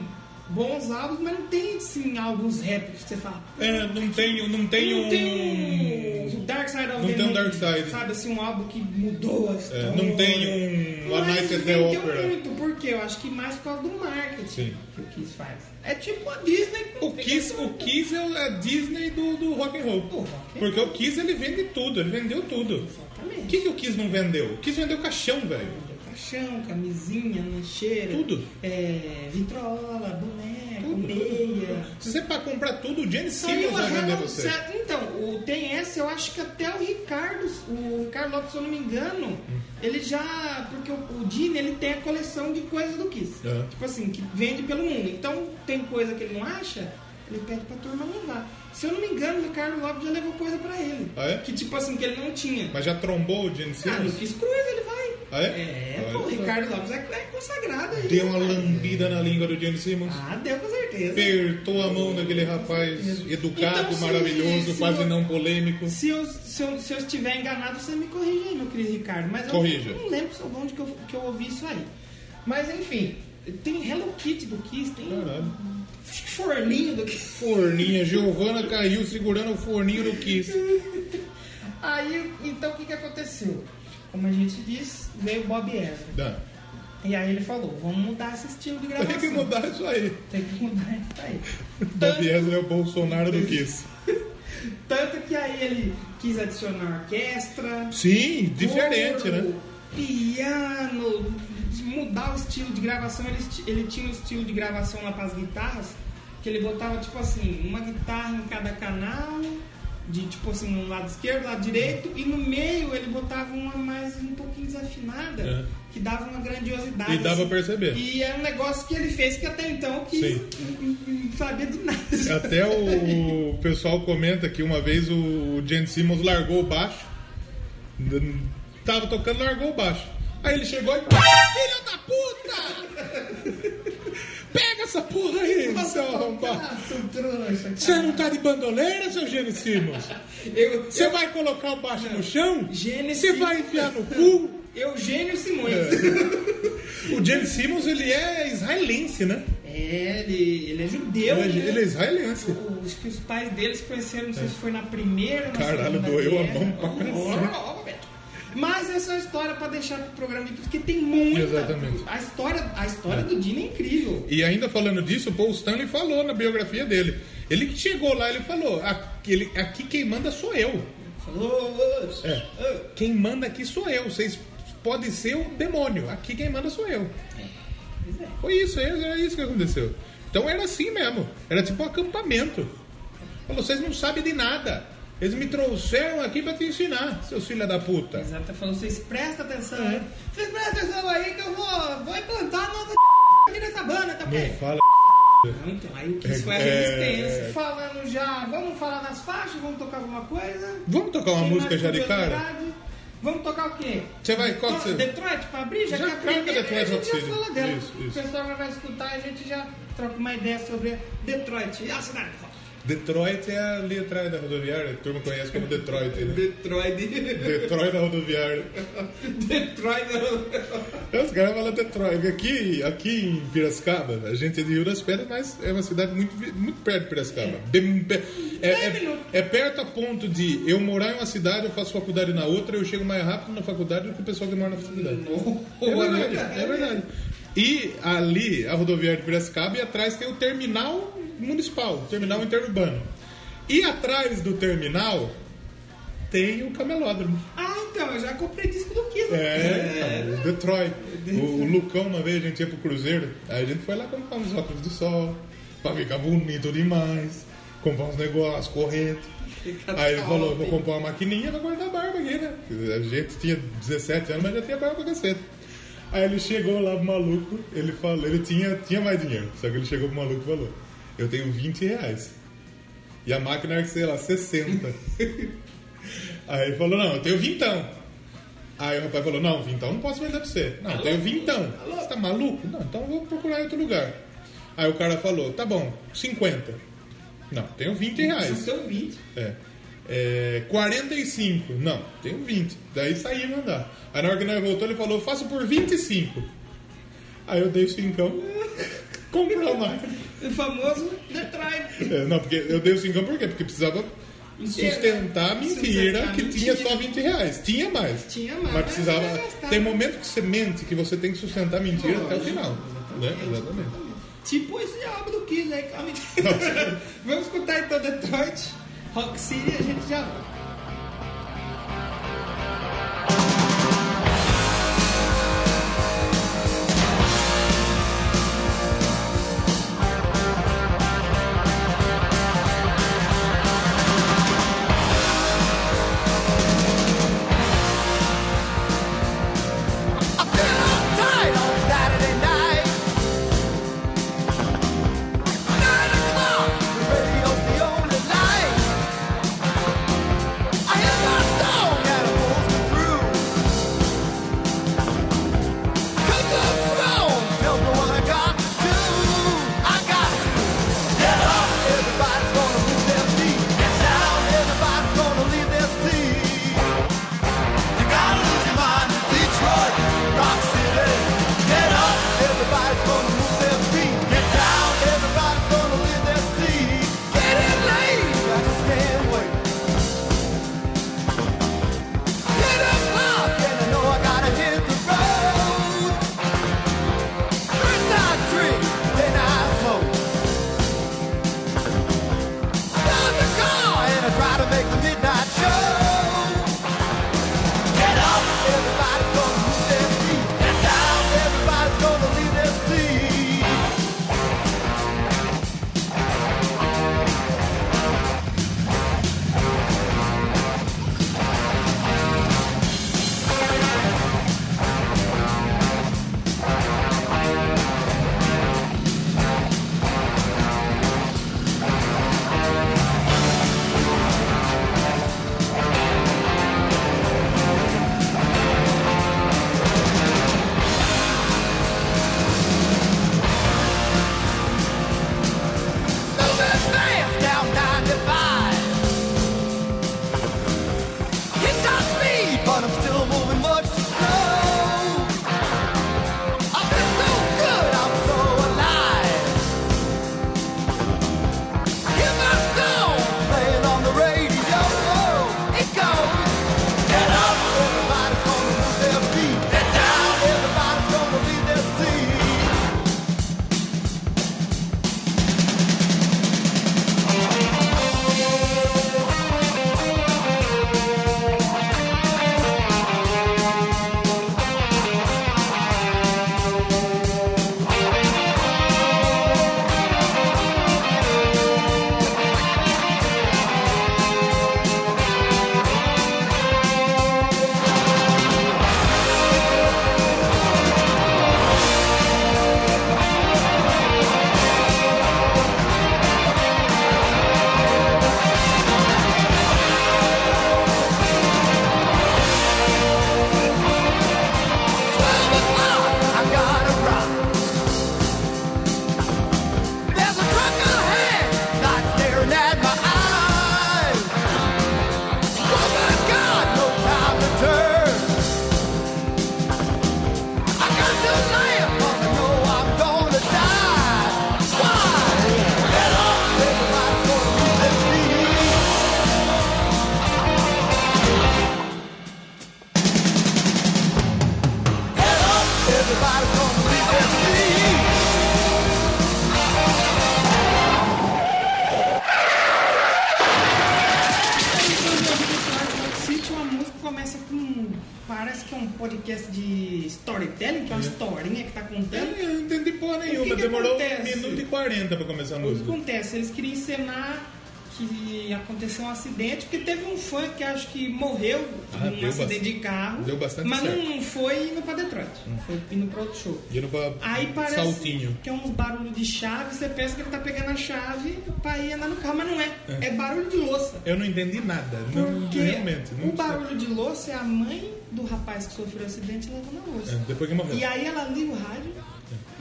A: bons álbuns, mas não tem assim, álbuns rap que você fala,
B: É, não tem, não tem
A: não
B: um...
A: tem um Dark Side of
B: Não
A: the
B: tem um
A: Moon,
B: Dark Side.
A: Sabe assim, um álbum que mudou a história.
B: É, não tem um A
A: Mas
B: Night at the
A: vendeu
B: Opera.
A: muito, porque eu acho que mais por causa do marketing
B: Sim.
A: que o Kiss faz. É tipo a Disney. com-
B: O Kiss, o Kiss é a Disney do, do rock and roll.
A: Do rock and
B: Porque o Kiss ele vende tudo, ele vendeu tudo. O
A: Exatamente.
B: que, que o Kiss não vendeu? O Kiss vendeu caixão, velho.
A: Caixão, camisinha, lancheira.
B: Tudo.
A: É, vitrola, boneco,
B: Tudo,
A: meia.
B: Se você pra comprar tudo, o Jenny
A: Saiu
B: Simmons vai
A: a
B: vender
A: Hannah-
B: você.
A: sa- Então, o, tem essa, eu acho que até o Ricardo, o Ricardo Lopes, se eu não me engano, ele já. Porque o, o Dini ele tem a coleção de coisas do Kiss.
B: É.
A: Tipo assim, que vende pelo mundo. Então tem coisa que ele não acha, ele pede pra turma levar. Se eu não me engano, o Ricardo Lopes já levou coisa pra ele.
B: Ah, é?
A: Que tipo assim, que ele não tinha.
B: Mas já trombou o Jenny
A: ah, no
B: Simmons?
A: Kiss Cruz ele vai.
B: Ah, é?
A: É, pô, o
B: Olha só.
A: Ricardo Lopes é, é consagrado aí.
B: Deu uma
A: né?
B: lambida na língua do Jenny Simmons.
A: Ah, deu com certeza.
B: Apertou a mão daquele rapaz educado,
A: Então, se-
B: maravilhoso,
A: se
B: quase
A: eu-
B: não polêmico.
A: Se eu, se, eu, se eu estiver enganado, você me corrige aí, meu querido Ricardo. Mas eu
B: Corrija.
A: não lembro se- onde que eu, que eu ouvi isso aí. Mas enfim, tem Hello Kitty do Kiss, tem
B: Caralho.
A: acho que forninho do Kiss.
B: Forninha, Giovana caiu segurando o forninho do Kiss.
A: Aí, então o que, que aconteceu? Como a gente diz, veio o Bob Ezra.
B: Dá.
A: E aí ele falou, vamos mudar esse estilo de gravação.
B: Tem que mudar isso aí.
A: Tem que mudar isso aí.
B: Bob Ezra é o Bolsonaro do Kiss.
A: Tanto que aí ele quis adicionar orquestra,
B: Sim, diferente,
A: coro,
B: né?
A: Piano, de mudar o estilo de gravação. Ele, esti- ele tinha um estilo de gravação lá para as guitarras, que ele botava tipo assim, uma guitarra em cada canal, de tipo assim, um lado esquerdo, lado direito, e no meio ele botava uma mais um pouquinho desafinada,
B: É.
A: que dava uma grandiosidade.
B: E dava
A: assim.
B: pra perceber.
A: E era um negócio que ele fez que até então eu quis,
B: Sim. É.
A: não sabia de nada.
B: Até o pessoal comenta que uma vez o Jen Simmons largou o baixo. Tava tocando, largou o baixo. Aí ele chegou e. Filha da puta! Pega essa porra aí, seu é um arrombado!
A: Nossa, Ah, trouxa, cara.
B: Você não tá de bandoleira, seu Gene Simmons?
A: Eu-
B: Você vai colocar o baixo no chão?
A: Gene
B: Você vai enfiar no cu?
A: Eugênio Simões.
B: É. O James Simmons, ele é israelense, né?
A: É, ele, ele é judeu.
B: ele,
A: né?
B: é, ele é israelense.
A: O- Acho que os pais deles conheceram, não sei se foi na primeira ou na
B: Caralho,
A: segunda
B: doeu a
A: guerra.
B: mão pra
A: Ó,
B: cacete.
A: ó, ó, Beto. Mas essa é uma história pra deixar pro programa de porque tem muita.
B: Exatamente.
A: A história, a história do Dino é incrível.
B: E ainda falando disso, o Paul Stanley falou na biografia dele. Ele que chegou lá, ele falou, aqui, ele- aqui quem manda sou eu.
A: Falou. ô,
B: É.
A: ô.
B: Quem manda aqui sou eu. Vocês podem ser o demônio. Aqui quem manda sou eu.
A: Pois é.
B: Foi isso, é- era isso que aconteceu. Então era assim mesmo. Era tipo um acampamento. Falou, vocês não sabem de nada. Eles me trouxeram aqui pra te ensinar, seus filha da puta.
A: Exato, tá falando, vocês prestam atenção
B: É.
A: aí. Vocês prestam atenção aí que eu vou, vou implantar a nossa aqui nessa banda, tá
B: Não
A: bem?
B: fala.
A: Então, aí o que
B: É.
A: isso foi a resistência. Falando já, vamos falar nas faixas, vamos tocar alguma coisa?
B: Vamos tocar uma
A: Tem
B: música
A: mais
B: já de cara?
A: curiosidade? Vamos tocar o quê?
B: Você vai- qual que você-
A: Detroit pra abrir? Já,
B: Já
A: que a
B: canta
A: primeira,
B: Detroit
A: a gente já
B: Rock
A: fala
B: City.
A: dela.
B: Isso, isso.
A: O pessoal já vai escutar e a gente já troca uma ideia sobre Detroit. E a cidade do rock.
B: Detroit é ali atrás da rodoviária. A turma conhece como Detroit, né?
A: Detroit.
B: Detroit da rodoviária.
A: Detroit.
B: Os caras falam Detroit. Aqui, aqui em Piracicaba, a gente é de Rio das Pedras, mas é uma cidade muito, vi- muito perto de Piracicaba. Bem pe- é, é, é perto a ponto de eu morar em uma cidade, eu faço faculdade na outra, eu chego mais rápido na faculdade do que o pessoal que mora na faculdade. É verdade, é verdade. E ali, a rodoviária de Piracicaba, e atrás tem o terminal municipal, o terminal interurbano. E atrás do terminal tem o camelódromo.
A: Ah, então, eu já comprei disco do Kiss.
B: É, Detroit. O, o Lucão, uma vez, a gente ia pro Cruzeiro, aí a gente foi lá comprar uns óculos de sol, pra ficar bonito demais, comprar uns negócios, correntes.
A: Fica
B: Aí ele
A: top.
B: falou, vou comprar uma maquininha pra guardar a barba aqui, né? A gente tinha 17 anos, mas já tinha barba pra cacete. Aí ele chegou lá pro maluco, ele falou, ele tinha, tinha mais dinheiro, só que ele chegou pro maluco e falou, eu tenho 20 reais. E a máquina era, sei lá, 60. Aí ele falou, não, eu tenho vintão. Aí o rapaz falou, não, vintão não posso vender pra você. Não, eu tenho vintão. Você tá maluco? Não, então eu vou procurar em outro lugar. Aí o cara falou, tá bom, 50. Não, tenho 20 reais.
A: São 20.
B: É. É, 45. Não, tenho 20. Daí saí e andar. Aí na hora que nós voltou, ele falou, faço por 25. Aí eu dei o 5. Comprou mais.
A: O famoso Detroit.
B: É, não, porque eu dei o 5 por quê? Porque precisava
A: Mentira. né?
B: sustentar a mentira
A: Sustentar a
B: que tinha
A: mentira.
B: só 20 reais. Tinha mais.
A: Tinha mais,
B: Mas
A: mas
B: precisava.
A: vai gastar.
B: Tem momento que você mente que você tem que sustentar a mentira até o final. Né? Exatamente.
A: Tipo esse álbum do Kiss aí. calma aí. Vamos escutar então Detroit, Rock City e a gente já volta.
D: I feel all tight on Saturday night. Nine o'clock, the radio's the only light.
A: é um podcast de storytelling, que é uma historinha que tá
B: Eu
A: contando.
B: não entendi porra nenhuma,
A: O que que
B: demorou um
A: acontece?
B: minuto e 40 pra começar a
A: O que
B: música.
A: acontece? Eles queriam encenar que aconteceu um acidente, porque teve um fã que acho que morreu
B: Ah,
A: num
B: deu
A: acidente
B: bastante-
A: de carro,
B: deu bastante
A: mas
B: certo. Hum.
A: não foi indo pra Detroit, foi indo pra outro show.
B: E não pra
A: Aí parece
B: saltinho.
A: que é uns barulhos de chave, você pensa que ele tá pegando a chave pra ir andar no carro, mas não é. É, barulho de louça.
B: Eu não entendi nada. Não,
A: Porque
B: realmente. Não
A: o Um barulho de louça é a mãe do rapaz que sofreu o acidente levando a louça.
B: É, depois que morreu.
A: E aí ela liga o rádio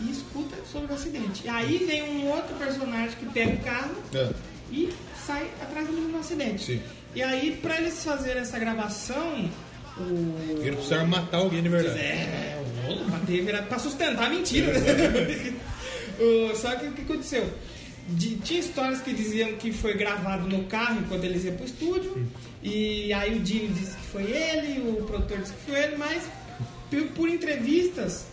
A: e escuta sobre o acidente. E aí vem um outro personagem que pega o carro
B: É.
A: e sai atrás do menino no acidente.
B: Sim.
A: E aí, pra eles fazerem essa gravação, o.
B: Eles precisaram matar alguém de verdade.
A: É, o pra, ter virado- pra sustentar a mentira. né? O- Só que o que aconteceu? De- tinha histórias que diziam que foi gravado no carro enquanto eles iam pro estúdio. E aí o Dino disse que foi ele, o produtor disse que foi ele, mas por, por entrevistas.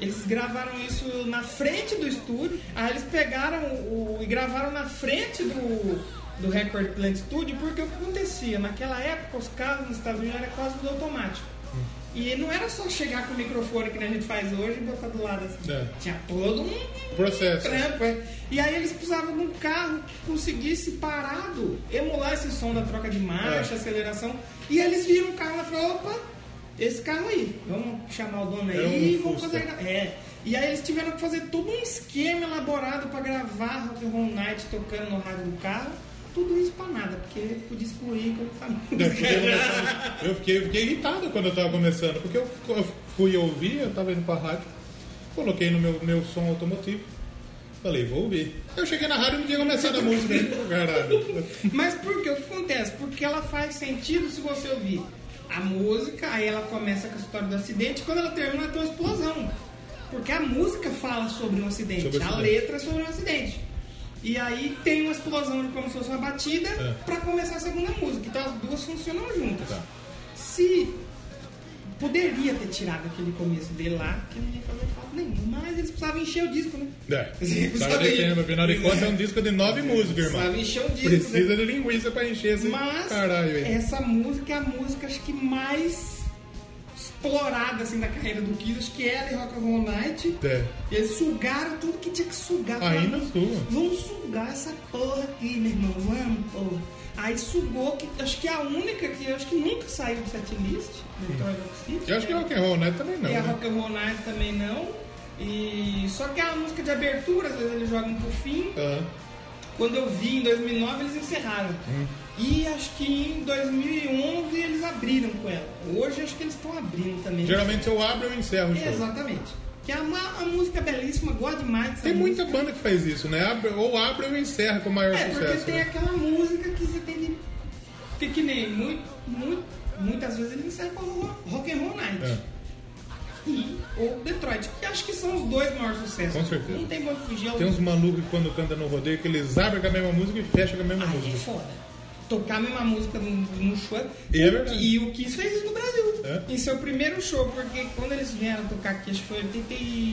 A: Eles gravaram isso na frente do estúdio, aí eles pegaram o, e gravaram na frente do, do Record Plant Studio, porque o que acontecia? Naquela época os carros nos Estados Unidos eram quase tudo automático. E não era só chegar com o microfone que nem a gente faz hoje e botar do lado assim.
B: É.
A: Tinha todo um
B: Processo.
A: trampo. é. E aí eles precisavam de um carro que conseguisse parado emular esse som da troca de marcha,
B: É.
A: aceleração. E eles viram o carro e falaram: opa, esse carro aí, vamos chamar o dono
B: Era um
A: aí e vamos
B: Fusca.
A: fazer. a gra- É. E aí eles tiveram que fazer todo um esquema elaborado pra gravar Rock and Roll Night tocando no rádio do carro. Tudo isso pra nada, porque podia excluir como tá
B: Eu fiquei, eu fiquei- eu fiquei irritado quando eu tava começando, porque eu, eu fui ouvir, eu tava indo pra rádio, coloquei no meu, meu som automotivo, falei, vou ouvir. Eu cheguei na rádio e não tinha começado a música ainda, caralho.
A: Mas por que? O que acontece? Porque ela faz sentido se você ouvir a música, aí ela começa com a história do acidente, e quando ela termina, tem uma explosão. Porque a música fala sobre um acidente,
B: Sobre o
A: a
B: acidente.
A: letra é sobre um acidente. E aí tem uma explosão de como se fosse uma batida
B: É.
A: pra começar a segunda música. Então as duas funcionam juntas.
B: Tá.
A: Se poderia ter tirado aquele começo dele lá, que não ia fazer falta nenhuma, mas eles precisavam encher o disco, né?
B: É,
A: Sim,
B: tava
A: sabe.
B: devendo, afinal de contas é um disco de nove músicas,
A: Precisavam
B: irmão.
A: encher o disco. né?
B: Precisa de linguiça pra encher esse
A: Mas
B: caralho aí.
A: essa música é a música acho que mais explorada assim da carreira do Kiss, acho que ela e Rock and Roll Night.
B: É.
A: Eles sugaram tudo que tinha que sugar.
B: Ainda
A: Falaram,
B: sua.
A: Vamos sugar essa porra aqui, meu irmão. Vamos, porra. Aí sugou, que, acho que é a única que eu acho que nunca saiu do setlist, Então, Detroit Rock City.
B: Eu acho que é rock and roll, né? Também não.
A: E a
B: né?
A: Rock and Roll Night também não. E só que a música de abertura, às vezes eles jogam pro fim.
B: Ah,
A: Quando eu vi em 2009, eles encerraram.
B: Hum.
A: E acho que em 2011 eles abriram com ela. Hoje acho que eles estão abrindo também.
B: geralmente né? eu abro e eu encerro o show.
A: Exatamente. Que é uma, uma música belíssima, gosto demais É, dessa
B: Tem
A: música.
B: muita banda que faz isso, né? Abre- ou abre ou encerra com o maior
A: É, porque
B: sucesso.
A: tem
B: né?
A: aquela música que você tem de. Porque que nem muito, muito, muitas vezes eles encerram com Ro- Rock and Roll Night.
B: É.
A: E, ou Detroit, que acho que são os dois maiores sucessos.
B: Com certeza.
A: Não tem muito fugir. é ao-
B: Tem uns malucos que quando cantam no rodeio que eles abrem com a mesma música e fecham com a mesma
A: Aí é
B: música.
A: foda. Tocar a mesma música no, no show.
B: E é verdade.
A: E o Kiss fez isso no Brasil.
B: É.
A: Em seu primeiro show, porque quando eles vieram tocar aqui, acho que foi em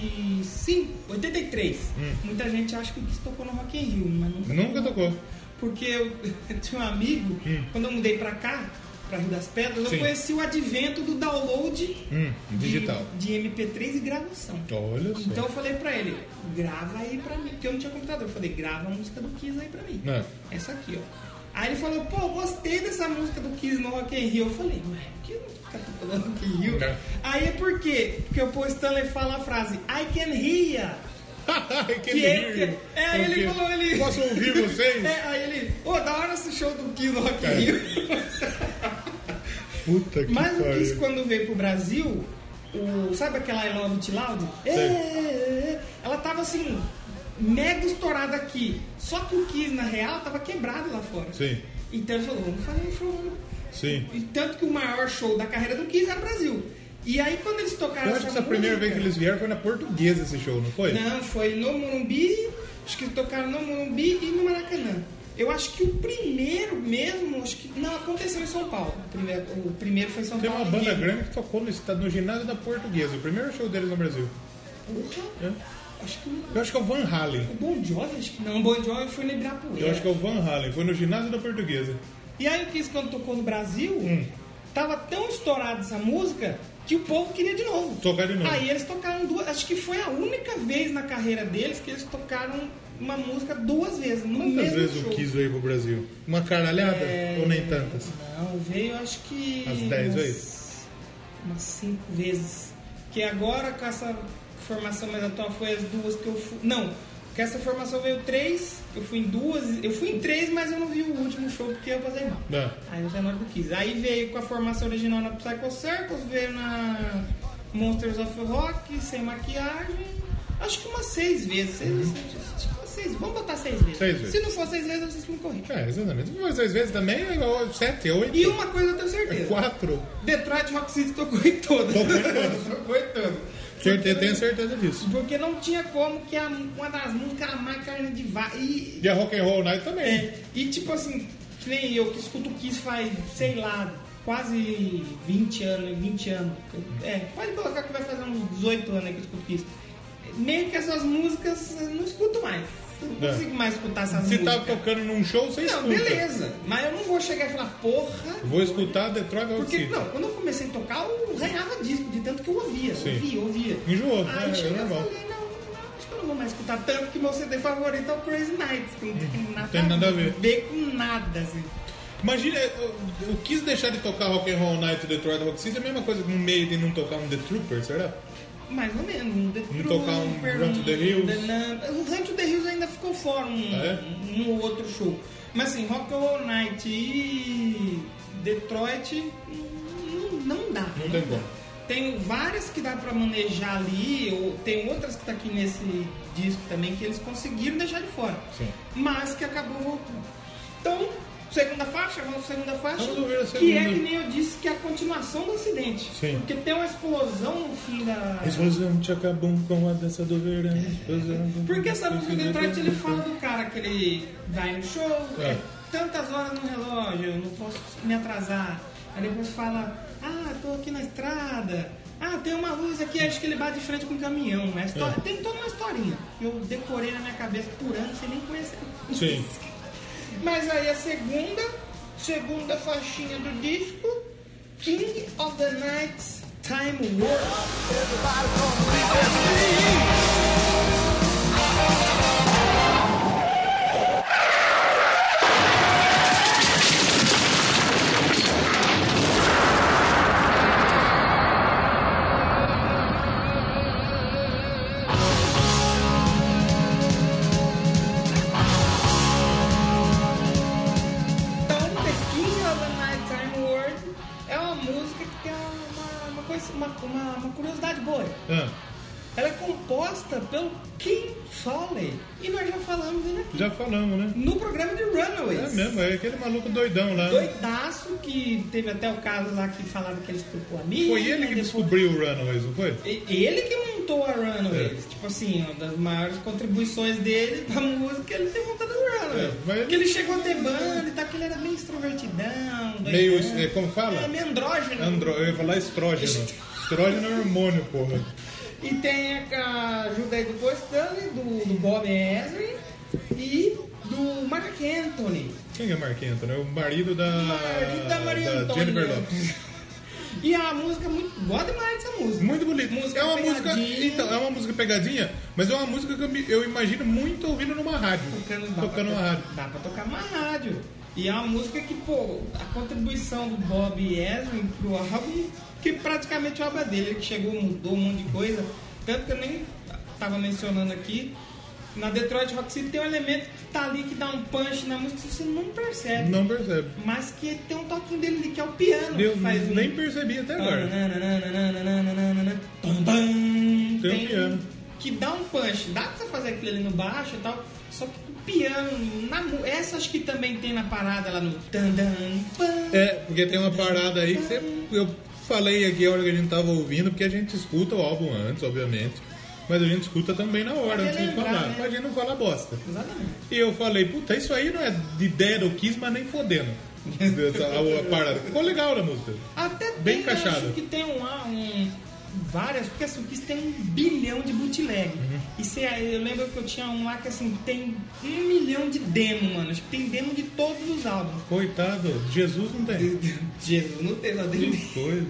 A: 85, 83.
B: Hum.
A: Muita gente acha que o Kiss tocou no Rock in Rio, mas não.
B: Nunca tocou.
A: Porque eu, eu tinha um amigo, quando eu mudei pra cá, pra Rio das Pedras,
B: Hum. Sim.
A: eu conheci o advento do download
B: Hum, digital.
A: De, de MP3 e gravação.
B: Olha só.
A: Então eu falei pra ele, grava aí pra mim, porque eu não tinha computador. Eu falei, grava a música do Kiss aí pra mim.
B: É.
A: Essa aqui, ó. Aí ele falou, pô, gostei dessa música do Kiss no Rock in Rio. Eu falei, ué, por que não tá falando Rock in Rio?
B: É.
A: Aí é por quê? Porque o Paul Stanley fala a frase, I can hear.
B: que
A: Que é-
B: delírio.
A: é, aí ele
B: Porque
A: falou, ele-
B: Então, Posso ouvir vocês?
A: É, aí ele, ô, da hora esse show do Kiss no Rock in
B: É.
A: Rio.
B: Puta que
A: Mas o
B: pariu.
A: Kiss, quando veio pro Brasil, o, sabe aquela I Love It Loud? É, é, é. Ela tava assim, mega estourada aqui. Só que o Kiss, na real, tava quebrado lá fora.
B: Sim,
A: Então ele falou, vamos fazer um show. né?
B: sim.
A: E tanto que o maior show da carreira do Kiss era o Brasil. E aí quando eles tocaram
B: Eu acho que essa é primeira vez que eles vieram foi na portuguesa esse show, não foi?
A: Não, foi no Morumbi, acho que tocaram no Morumbi e no Maracanã. Eu acho que o primeiro mesmo, acho que. Não, aconteceu em São Paulo. O primeiro, o primeiro foi em São
B: Tem
A: Paulo.
B: uma banda
A: e-
B: grande que tocou no, estado- no ginásio da portuguesa, o primeiro show deles no Brasil.
A: Porra,
B: É.
A: acho que o
B: Eu acho que é o Van Halen.
A: Bon Jovi, acho que não. O Bon Jovi foi no Ibirapuera.
B: Eu acho que é o Van Halen, foi no ginásio da portuguesa.
A: E aí o Kiss, quando tocou no Brasil, Tava tão estourada essa música que o povo queria de novo.
B: Tocar de novo.
A: Aí eles tocaram duas. Acho que foi a única vez na carreira deles que eles tocaram uma música duas vezes. No
B: Quantas
A: mesmo
B: vezes
A: show. É.
B: o Kiss veio pro Brasil? Uma caralhada? Ou nem tantas?
A: Não, veio acho que.
B: As dez é
A: umas-
B: vezes?
A: Umas cinco vezes. Que agora com essa formação mais atual foi as duas que eu fui. Não, com essa formação veio três, eu fui em duas. Eu fui em três, mas eu não vi o último show porque eu passei mal.
B: Não.
A: Aí eu saí na hora que eu quis. Aí veio com a formação original na Psycho Circles, veio na Monsters of Rock, sem maquiagem. Acho que umas seis vezes. Seis, seis- acho que umas seis. Vamos botar seis vezes.
B: Uhum. Seis vezes.
A: Se não for seis vezes, vocês me corrigem.
B: É, exatamente. Mas às vezes também, ou sete, oito,
A: E uma coisa eu tenho certeza.
B: quatro.
A: Detroit Rock City tocou em todas.
B: Tocou em todas.
A: Tocou em todas.
B: Certeza, tenho certeza disso.
A: Porque não tinha como que a- uma das músicas amar carne de vaca. E,
B: E a Rock and Roll Night também.
A: é, e tipo assim, que nem eu que escuto Kiss faz, sei lá, quase 20 anos, 20 anos. É, pode colocar que vai fazer uns 18 anos aí que eu escuto Kiss. Meio que essas músicas eu não escuto mais. Eu não
B: É.
A: consigo mais escutar essas
B: Se
A: músicas.
B: tá tocando num show, você
A: não,
B: escuta.
A: beleza. Mas eu não vou chegar e falar, porra,
B: Vou escutar Detroit Rock
A: porque,
B: City.
A: não, quando eu comecei a tocar, eu arranhava disco, de tanto que eu ouvia,
B: Sim.
A: ouvia, ouvia.
B: Enjoou,
A: Aí
B: é,
A: chega,
B: é
A: eu
B: normal.
A: falei, não, não, acho que eu não vou mais escutar tanto que meu CD favorito é o Crazy Nights, que não tem nada,
B: Hum, tem nada a ver.
A: com nada, assim.
B: Imagina, eu, eu quis deixar de tocar Rock and Roll Night e Detroit Rock City, é a mesma coisa que no meio de não tocar um The Trooper, será?
A: Mais ou menos, um The
B: Não tocar um
A: Trooper,
B: Run to the Hills?
A: Nun- o Run to the Hills ainda ficou fora, um,
B: Ah, é?
A: um ou outro show. Mas assim, Rock and Roll Night e Detroit, hum, não, não dá.
B: Não tem como.
A: Tem várias que dá pra manejar ali, ou tem outras que tá aqui nesse disco também que eles conseguiram deixar de fora.
B: Sim.
A: Mas que acabou voltando. Então, segunda faixa, vamos pra segunda faixa.
B: Vamos ouvir a segunda.
A: Que é que nem eu disse que é a continuação do acidente.
B: Sim. é
A: Porque tem uma explosão no fim da.
B: Explosão te acabou um com a dança do verão.
A: Porque essa música do Detroit ele fala do cara que ele vai no show,
B: É.
A: tantas horas no relógio, eu não posso me atrasar. Aí depois fala, ah, tô aqui na estrada, ah, tem uma luz aqui, acho que ele bate de frente com um caminhão. É histó- Tem toda uma historinha. Eu decorei na minha cabeça por ano sem nem conhecer.
B: Sim.
A: Mas aí a segunda, segunda faixinha do disco, King of the Nights Time War. Então, The King of the Nighttime World é uma música que tem uma, uma, coisa- uma- uma- uma curiosidade boa.
B: Ah,
A: Ela é composta pelo Kim Foley. E nós já falamos dele aqui.
B: já falamos, né?
A: No programa de
B: É
A: Runaways.
B: mesmo, é aquele maluco doidão lá. né?
A: Doidaço que teve até o caso lá que falaram que ele estuprou a mina.
B: Foi ele que
A: depois-
B: descobriu o Runaways, não foi?
A: E- Ele que montou a
B: É.
A: Runaways. Tipo assim, uma das maiores contribuições dele pra música ele ter montado a Runaways.
B: É, mas ele-
A: Porque ele chegou a ter banda e tal, que ele era meio extrovertidão. doidão.
B: Meio, é, como fala?
A: É, meio andrógeno.
B: Andro... Eu ia falar estrógeno. Estrógeno é hormônio, porra.
A: E tem a ajuda aí do Paul Stanley, do, do Bob Ezrin e do Mark Anthony.
B: Quem é Mark Anthony? É o marido da,
A: Marido da Maria
B: da
A: Antônia.
B: Jennifer Lopez.
A: E a música é muito. Boa demais essa música.
B: Muito bonito.
A: Música
B: é uma
A: pegadinha.
B: música. Então, é uma música pegadinha, mas é uma música que eu, me- eu imagino muito ouvindo numa rádio.
A: Tocando, dá pra
B: tocando
A: to-
B: numa rádio.
A: Dá pra tocar na rádio. E é uma música que, pô, a contribuição do Bob Ezrin pro álbum, que praticamente é obra dele, ele que chegou, mudou um monte de coisa. Tanto que eu nem tava mencionando aqui. Na Detroit Rock City tem um elemento que tá ali que dá um punch na música que você não percebe.
B: Não percebe.
A: Mas que tem um toquinho dele ali, que é o piano.
B: Eu
A: que faz um-
B: nem percebi até agora.
A: Tanananananananananana, pam, pam.
B: Tem um piano.
A: Que dá um punch. Dá pra você fazer aquilo ali no baixo e tal. Só que o piano, na, mu- essa acho que também tem na parada lá no. tan, dan, pam.
B: É, porque tem uma parada aí que você, eu falei aqui a hora que a gente tava ouvindo, porque a gente escuta o álbum antes, obviamente. Mas a gente escuta também na hora,
A: Pra
B: antes de
A: relembrar,
B: falar.
A: né?
B: Pra gente não falar bosta.
A: Exatamente.
B: E eu falei, puta, isso aí não é de ideia do Kiss, mas nem fodendo. Essa- a, a parada. Ficou legal na música.
A: Até
B: Bem
A: tem, eu
B: encaixado.
A: acho que tem um, um, várias, porque assim, o Kiss tem um bilhão de bootleg.
B: Uhum.
A: E cê, eu lembro que eu tinha um lá que assim, tem um milhão de demo, mano. Acho que tem demo de todos os álbuns.
B: Coitado, Jesus não tem.
A: Jesus, não tem, só tem
B: Que coisa.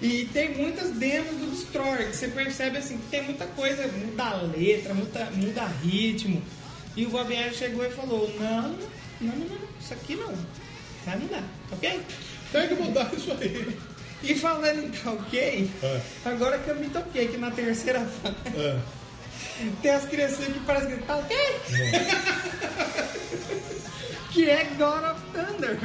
A: E tem muitas demos do Destroyer, que você percebe assim, que tem muita coisa, muda a letra, muda, muda ritmo. E o Bob Ayer chegou e falou, não, não, não, não, não, isso aqui não. Vai mudar, tá ok?
B: Tem que mudar isso aí.
A: E falando em tá ok,
B: É.
A: agora que eu me toquei, que na terceira fase
B: Ah,
A: tem as criancinhas que parecem que tá ok? que é God of Thunder.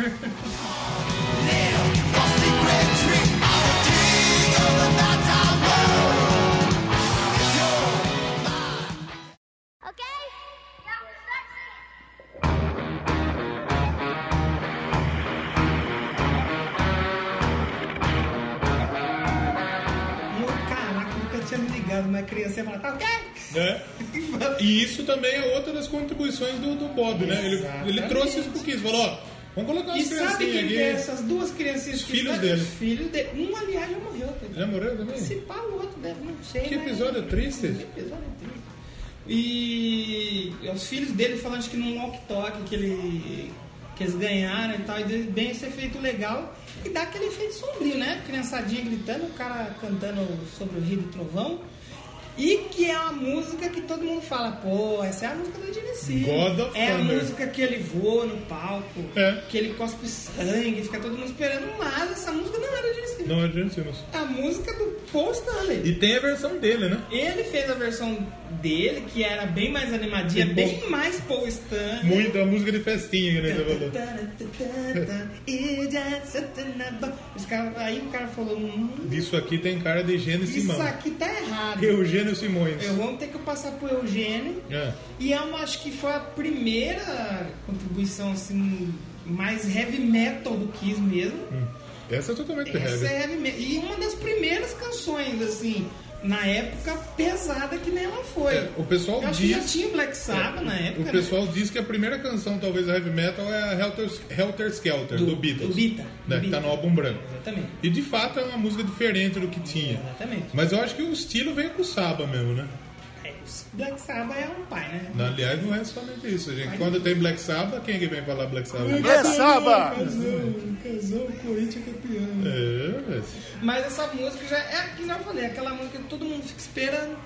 E: Okay? That was sexy.
A: E eu, caraca, nunca tinha me ligado, mas a criança ia falar, tá ok?
B: né? E isso também é outra das contribuições do, do Bob, né? Ele, ele
A: Exatamente.
B: trouxe isso pro Kiss, falou, ó, vamos colocar
A: E
B: umas
A: Então, sabe quem tem
B: criancinhas aqui.
A: essas duas criancinhas que
B: Filhos
A: tá-
B: dele.
A: Filho dele. Um, aliás, já morreu. tá ligado?
B: Já É morreu também?
A: Se pá, o outro deve, não sei.
B: Que
A: mas-
B: episódio triste.
A: Que episódio triste. E é os filhos dele falando acho que num walk-talk que, ele, que eles ganharam e tal. E deu bem esse efeito legal. E dá aquele efeito sombrio, né? Criançadinha gritando, o cara cantando sobre o Rio do Trovão. E que é uma música que todo mundo fala, pô, essa é a música do Direci.
B: God of
A: É a
B: Thunder.
A: música que ele voa no palco,
B: É.
A: que ele cospe sangue, fica todo mundo esperando, mas essa música não era de Direci.
B: Não é James Simmons.
A: É A música do Paul Stanley.
B: E tem a versão dele, né?
A: Ele fez a versão dele, que era bem mais animadinha,
B: Muito
A: bem
B: bom.
A: mais Paul Stanley.
B: Muita música de festinha que nem você falou.
A: Os cara- aí o cara falou, hum,
B: Isso aqui tem cara de Gênio Simão.
A: isso aqui tá errado.
B: Eugênio Simões.
A: Eu vou ter que passar pro Eugênio.
B: É.
A: E é uma, acho que foi a primeira contribuição assim, mais heavy metal do Kiss mesmo.
B: Essa é totalmente
A: Essa
B: heavy.
A: é heavy metal. E uma das primeiras canções, assim, na época pesada que nem ela foi.
B: É, o pessoal
A: Eu acho que
B: diz-
A: já tinha Black Sabbath na época.
B: O
A: né?
B: pessoal diz que a primeira canção, talvez, da heavy metal é a Helter, Helter Skelter, do, Beatles.
A: Do Bita.
B: né,
A: do
B: que tá
A: Bita.
B: no álbum branco.
A: Exatamente.
B: E de fato é uma música diferente do que tinha.
A: Exatamente.
B: Mas eu acho que o estilo veio com o Saba mesmo, né?
A: É, os Black Sabbath é um pai, né?
B: Não, Aliás, não é somente isso, gente. Quando tem Black Saba, quem é que vem falar Black Saba?
F: É Saba!
A: Casou, o Corinthians campeão.
B: É, velho.
A: Mas essa música já é a que já falei, aquela música que todo mundo fica esperando.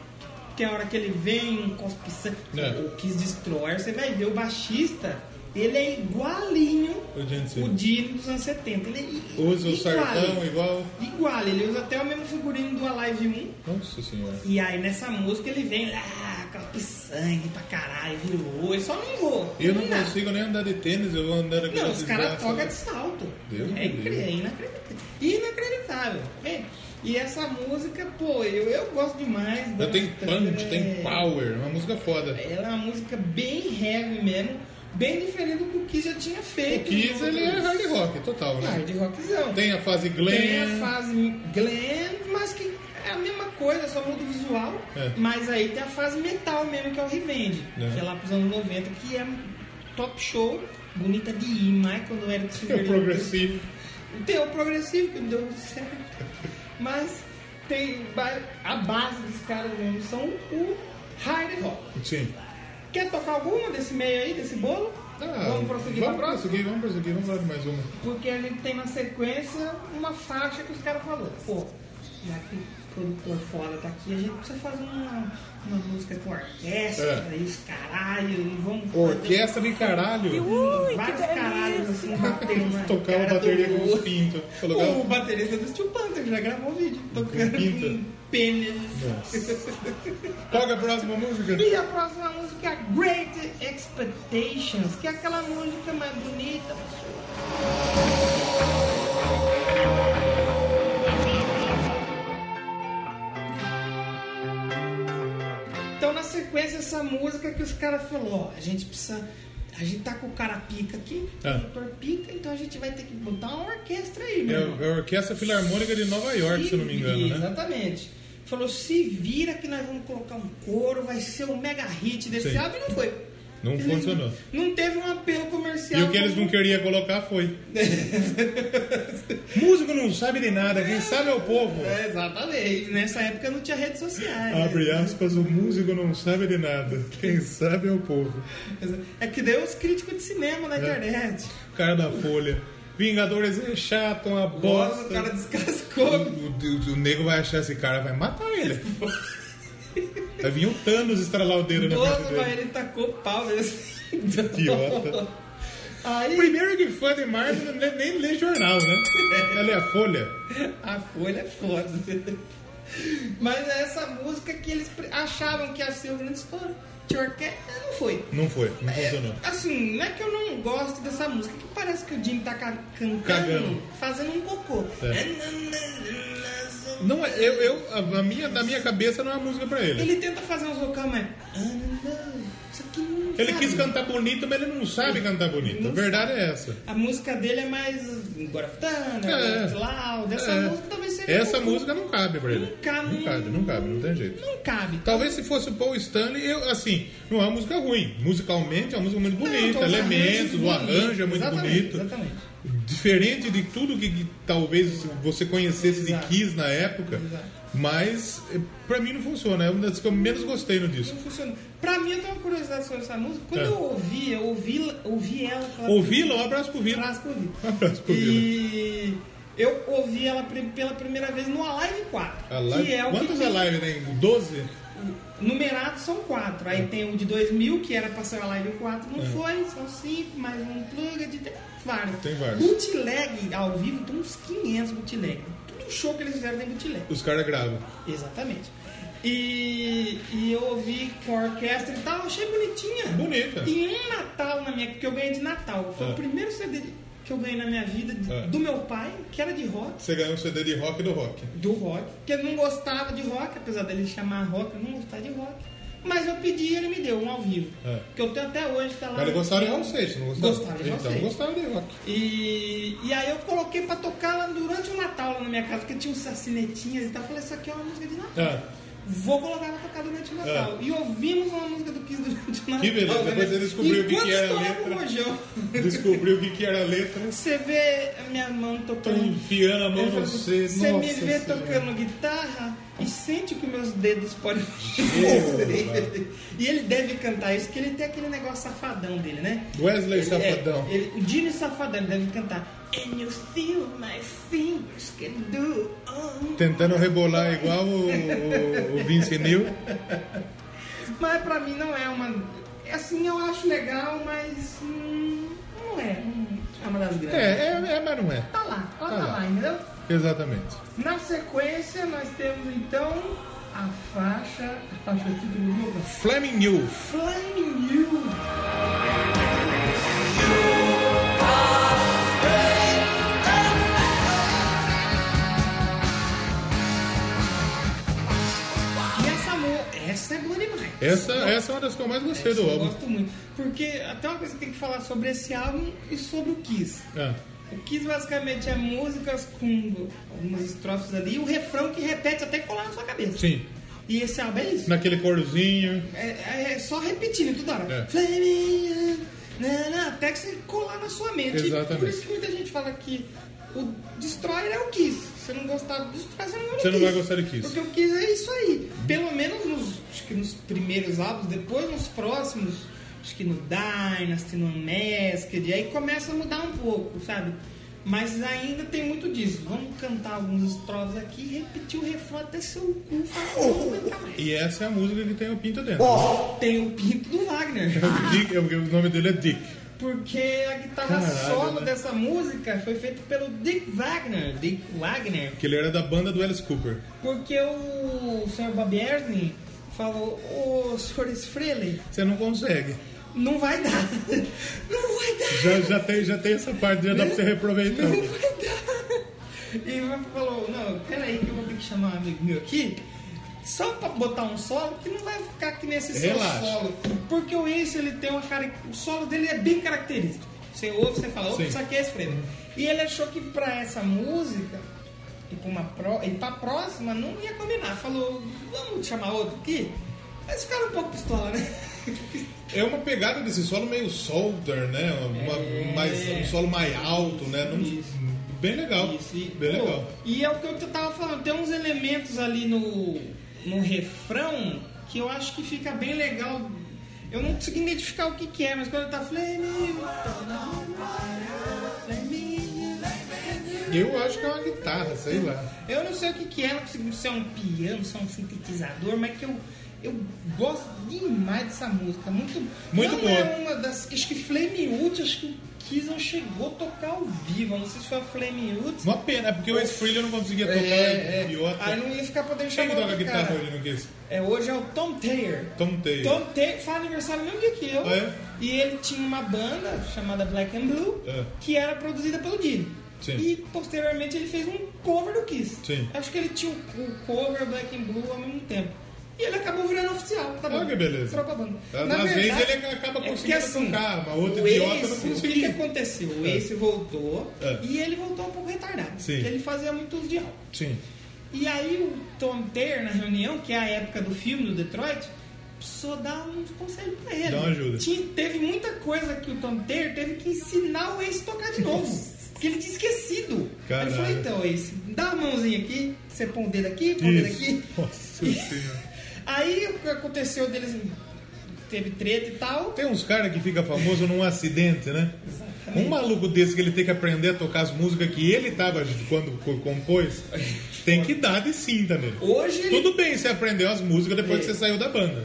A: Que é a hora que ele vem, um cospe sangue,
B: É.
A: o Kiss Destroyer, você vai ver o baixista, ele é igualinho
B: O Gene
A: o
B: Simmons.
A: Dino dos anos 70. Ele é i-
B: Usa o
A: igual.
B: sartão igual.
A: Igual, ele usa até o mesmo figurino do Alive 1.
B: Nossa senhora.
A: E aí nessa música ele vem lá, cospe sangue pra caralho, virou, ele só não voa.
B: Eu não
A: nada.
B: consigo nem andar de tênis, eu vou andar aqui.
A: Não, os caras
B: né?
A: tocam de salto.
B: Deus me
A: é incri-
B: livre.
A: é inacreditável. Inacreditável. É. E essa música, pô, eu, eu gosto demais.
B: Eu tenho punch,
A: É-
B: tem power, uma música foda.
A: Ela é uma música bem heavy mesmo, bem diferente do que o Kiss já tinha
B: O
A: feito.
B: Kiss, ele é hard rock, total, né?
A: Hard rockzão.
B: Tem a fase glam.
A: Tem é a fase glam, mas que é a mesma coisa, só muda o visual.
B: É.
A: Mas aí tem a fase metal mesmo, que é o Revenge,
B: É.
A: que é lá pros anos 90, que é top show, bonita de ir, Michael do Eric
B: Tem o
A: Silverman.
B: progressivo.
A: Tem o progressivo, que não deu certo. Mas tem ba- a base dos caras mesmo são o hard rock.
B: Sim.
A: Quer tocar alguma desse meio aí, desse bolo?
B: Ah,
A: vamos prosseguir
B: vamos
A: pra próxima?
B: prosseguir, vamos prosseguir, vamos falar de mais uma.
A: Porque a gente tem na sequência uma faixa que os caras falaram, pô, já que o produtor foda tá aqui, a gente precisa fazer uma, uma música com orquestra
B: É.
A: e os caralho, e vamos.
B: Orquestra de caralho.
A: fazer vários caralhos assim, batendo. na
B: Tocar uma
A: cara Uh.
B: bateria
A: do-
B: com os tá pintos. Colocava-
A: O baterista do Steel Panther já gravou um vídeo tocando
B: pinta.
A: com pênis.
B: Qual que é a próxima música?
A: E a próxima música é Great Expectations, que é aquela música mais bonita. Então na sequência essa música que os caras falou, ó, a gente precisa. A gente tá com o cara pica aqui,
B: Ah.
A: o cantor pica, então a gente vai ter que botar uma orquestra aí,
B: É
A: meu irmão.
B: a- é a Orquestra Filarmônica de Nova York, se eu não me engano, né?
A: Exatamente. Falou, se vira que nós vamos colocar um couro, vai ser um mega hit desse
B: Sim.
A: álbum e não foi.
B: Não
A: Ele-
B: funcionou.
A: Não teve um apelo comercial comercial.
B: E o que eles não queriam colocar foi. Músico não sabe de nada, quem sabe é o povo.
A: É, exatamente. Nessa época não tinha redes sociais. né?
B: Abre aspas, o músico não sabe de nada, quem sabe é o povo.
A: É que deu os críticos de cinema
B: É.
A: na internet.
B: Cara da Folha. Vingadores é chato, uma bosta.
A: Nossa, o cara descascou.
B: O, o- o nego vai achar esse cara, vai matar ele. Vai vir o Thanos estralar o dedo na
A: Nossa,
B: cara
A: mas
B: dele.
A: ele tacou pau mesmo.
B: Idiota.
A: Aí
B: Primeiro que fã de Marvel não lê- nem lê jornal, né? Ela é a Folha.
A: a folha é foda. Mas é essa música que eles pre- achavam que ia ser o grande estouro. Tinha orquestra, não foi.
B: Não foi, não
A: É,
B: funcionou.
A: assim, não é que eu não gosto dessa música, é que parece que o Jimmy tá ca- cantando,
B: Cagando.
A: fazendo um cocô.
B: É. Não, é- eu, eu, a, a minha, na minha cabeça não é a música pra ele.
A: Ele tenta fazer uns vocal, mas. Ah, não, isso aqui não
B: Ele
A: sabe.
B: quis cantar bonito, mas ele não sabe cantar bonito. A verdade é essa.
A: A música dele é mais Guarafutana,
B: É.
A: é. Loud. Essa
B: É.
A: música talvez seja.
B: Essa
A: um pouco-
B: música não cabe pra ele.
A: Não cabe.
B: Não cabe, não cabe, não tem jeito.
A: Não cabe.
B: Talvez se fosse o Paul Stanley, eu, assim, não é uma música ruim. Musicalmente é uma música muito bonita,
A: Não, então, os
B: elementos,
A: arranjos
B: o arranjo é muito
A: Exatamente,
B: bonito.
A: Exatamente.
B: Diferente de tudo que, que talvez você conhecesse de
A: Exato.
B: Kiss na época,
A: Exato.
B: mas eh, pra mim não funciona. É uma das que eu menos gostei no disco.
A: Não funciona. Pra mim, eu tenho uma curiosidade sobre essa música. Quando
B: É.
A: eu ouvi, eu ouvi, ouvi ela. pela-
B: Ouvi-la, um abraço pro Vila.
A: Abraço pro Vila.
B: Um abraço pro Vila.
A: E eu ouvi ela pri- pela primeira vez no Alive 4.
B: A live-
A: Que é o
B: Quantas
A: que
B: a
A: tem-
B: live né? tem? 12?
A: Numerado são quatro.
B: É.
A: Aí tem o de 2000, que era pra ser o Alive 4, não foi, são cinco, mais um plugged, tem vários.
B: Tem vários.
A: Bootleg ao vivo tem uns 500 bootleg. Todo show que eles fizeram tem bootleg.
B: Os caras gravam.
A: Exatamente. E, e eu ouvi com a orquestra e tal, achei bonitinha.
B: Bonita.
A: E um Natal na minha, que eu ganhei de Natal. Foi
B: É.
A: o primeiro CD que eu ganhei na minha vida de-
B: É.
A: do meu pai, que era de rock.
B: Você ganhou um CD de rock do rock.
A: Do rock. Porque ele não gostava de rock, apesar dele chamar rock, eu não gostava de rock. Mas eu pedi e ele me deu um ao vivo.
B: É.
A: Que eu tenho até hoje, tá lá.
B: Mas ele gostava de Raul Seixas, não gostava?
A: Gostava de Raul
B: Então,
A: Seixas.
B: gostava de rock.
A: E, e aí eu coloquei pra tocar lá durante o Natal lá na minha casa, porque tinha uns sacinetinhas e tal. Eu falei, isso aqui é uma música de Natal.
B: Ah,
A: Vou colocar pra tocar durante o Natal. E ouvimos uma música do Kiss durante o Natal.
B: É. beleza,
A: né?
B: depois ele descobriu o que
A: Enquanto
B: que era a
A: estourava
B: letra.
A: o rojão.
B: descobriu o que, que era a letra.
A: Você vê a minha mão
B: Tô
A: tocando.
B: enfiando a mão
A: Eu
B: no
A: falo,
B: você.
A: Você me
B: Nossa
A: vê
B: Senhora.
A: tocando guitarra e sente o que meus dedos podem
B: Porra.
A: fazer. e ele deve cantar isso, porque ele tem aquele negócio safadão dele, né?
B: Wesley
A: É,
B: Safadão.
A: ele- o Dino Safadão ele deve cantar. And you feel my fingers can do all
B: Tentando rebolar igual o, o, o Vince Neil.
A: Mas pra mim não é uma. Assim, eu acho legal, mas. hum, não é. Hum, É uma das
B: É,
A: grandes.
B: é, é, mas não é.
A: Tá lá, ela tá,
B: Tá lá.
A: lá. entendeu?
B: Exatamente.
A: Na sequência, nós temos então a faixa. A faixa aqui do grupo
B: Flaming New.
A: Flaming You. E essa, mo- essa é boa demais.
B: Essa, essa é uma das que eu mais gostei
A: Essa
B: do
A: eu
B: álbum.
A: gosto muito. Porque até uma coisa que tem que falar sobre esse álbum e sobre o Kiss.
B: Ah,
A: O Kiss basicamente é músicas com algumas estrofes ali e o refrão que repete até colar na sua cabeça.
B: sim.
A: E esse álbum é isso.
B: Naquele corozinho.
A: É, é- é só repetindo toda hora.
B: É.
A: Flaming, na, na, até que você colar na sua mente.
B: Exatamente.
A: Por isso que muita gente fala que o Destroyer é o Kiss. Se você não gostar do Destroyer, você não vai, no
B: Você não
A: Kiss.
B: vai gostar do Kiss.
A: Porque o Kiss é isso aí.
B: Uhum.
A: Pelo menos nos, acho que nos primeiros álbuns, depois nos próximos, acho que no Dynasty, no Unmasked, aí começa a mudar um pouco, sabe? Mas ainda tem muito disso. Vamos cantar alguns estrofes aqui e repetir o refrão até seu cu falar, "Não vou aguentar mais."
B: E essa é a música que tem o Pinto dentro.
A: Tem o pinto do Wagner.
B: Dick, é porque o nome dele é Dick.
A: Porque a guitarra
B: Caralho,
A: solo
B: né?
A: dessa música foi feita pelo Dick Wagner. Dick Wagner.
B: Que ele era da banda do Alice Cooper.
A: Porque o Sr. Bob Ernie falou, ô Sr. Frehley,
B: Você não consegue.
A: não vai dar. Não vai dar.
B: Já, já, tem, já tem essa parte, já dá pra você reaproveitar.
A: Não vai dar. E ele falou, não, peraí que eu vou ter que chamar um amigo meu aqui. Só pra botar um solo que não vai ficar que nesse seu
B: Relaxa.
A: solo. Porque o Ace, ele tem uma cara. O solo dele é bem característico. Você ouve, você fala, opa,
B: Sim.
A: isso aqui é esse Freire. E ele achou que pra essa música e pra, uma pró- e pra próxima não ia combinar. Falou, vamos chamar outro aqui? Mas ficaram um pouco pistola, né?
B: É uma pegada desse solo meio solter, né? Uma- mais- um solo mais alto, né? Não-
A: É. Isso.
B: bem legal.
A: Isso, e,
B: bem
A: pô,
B: legal.
A: E é o que eu tava falando, tem uns elementos ali no, no refrão que eu acho que fica bem legal. Eu não consegui identificar o que, que é, mas quando ele tá Flame.
B: Eu acho que é uma guitarra, sei lá.
A: Eu não sei o que, que é, não consigo se é um piano, se é um sintetizador, mas que eu, eu gosto demais dessa música. Muito,
B: Muito
A: não
B: boa.
A: é uma das. Acho que Flame Woods, acho que o Kiss não chegou a tocar ao vivo. Eu Não sei se foi a Flame Woods.
B: Uma pena, é porque o Ace Frehley eu não conseguia tocar,
A: É, é.
B: idiota.
A: Aí não ia ficar podendo
B: Quem que
A: chamar
B: toca
A: outro
B: guitarra
A: cara.
B: hoje no Kiss?
A: É, hoje é o Tom Taylor.
B: Tom Taylor.
A: Tom Taylor faz aniversário no mesmo dia que eu.
B: Ah, é?
A: E ele tinha uma banda chamada Black and Blue,
B: É.
A: que era produzida pelo Dino.
B: Sim.
A: E posteriormente ele fez um cover do Kiss.
B: Sim.
A: Acho que ele tinha o o cover Black and Blue ao mesmo tempo. E ele acabou virando oficial. Tá
B: Olha
A: bom.
B: Ah, que beleza. Ah,
A: Troca a banda.
B: Às
A: Na
B: vezes
A: verdade,
B: ele acaba
A: é que
B: conseguindo tocar, mas outro
A: o
B: idiota
A: Ace,
B: não
A: O que, que
B: conseguiu.
A: aconteceu? O
B: É.
A: Ace voltou
B: É.
A: e ele voltou um pouco retardado.
B: Sim.
A: Porque ele fazia muito uso de álcool.
B: Sim.
A: E aí o Tom Taylor, na reunião, que é a época do filme do Detroit, precisou dar um conselho pra ele.
B: Dá uma ajuda.
A: Tinha- teve muita coisa que o Tom Taylor teve que ensinar o Ace a tocar de novo. Porque ele tinha esquecido.
B: Caralho.
A: Ele falou, então, Ace, dá a mãozinha aqui, você põe o dedo aqui, põe o dedo aqui.
B: Nossa senhora.
A: Aí o que aconteceu deles teve treta e tal.
B: Tem uns caras que fica famoso num acidente, né? Um maluco desse que ele tem que aprender a tocar as músicas que ele tava quando co- compôs, tem que dar de cinta nele.
A: Hoje ele
B: Tudo bem você aprendeu as músicas depois que
A: É.
B: você saiu da banda.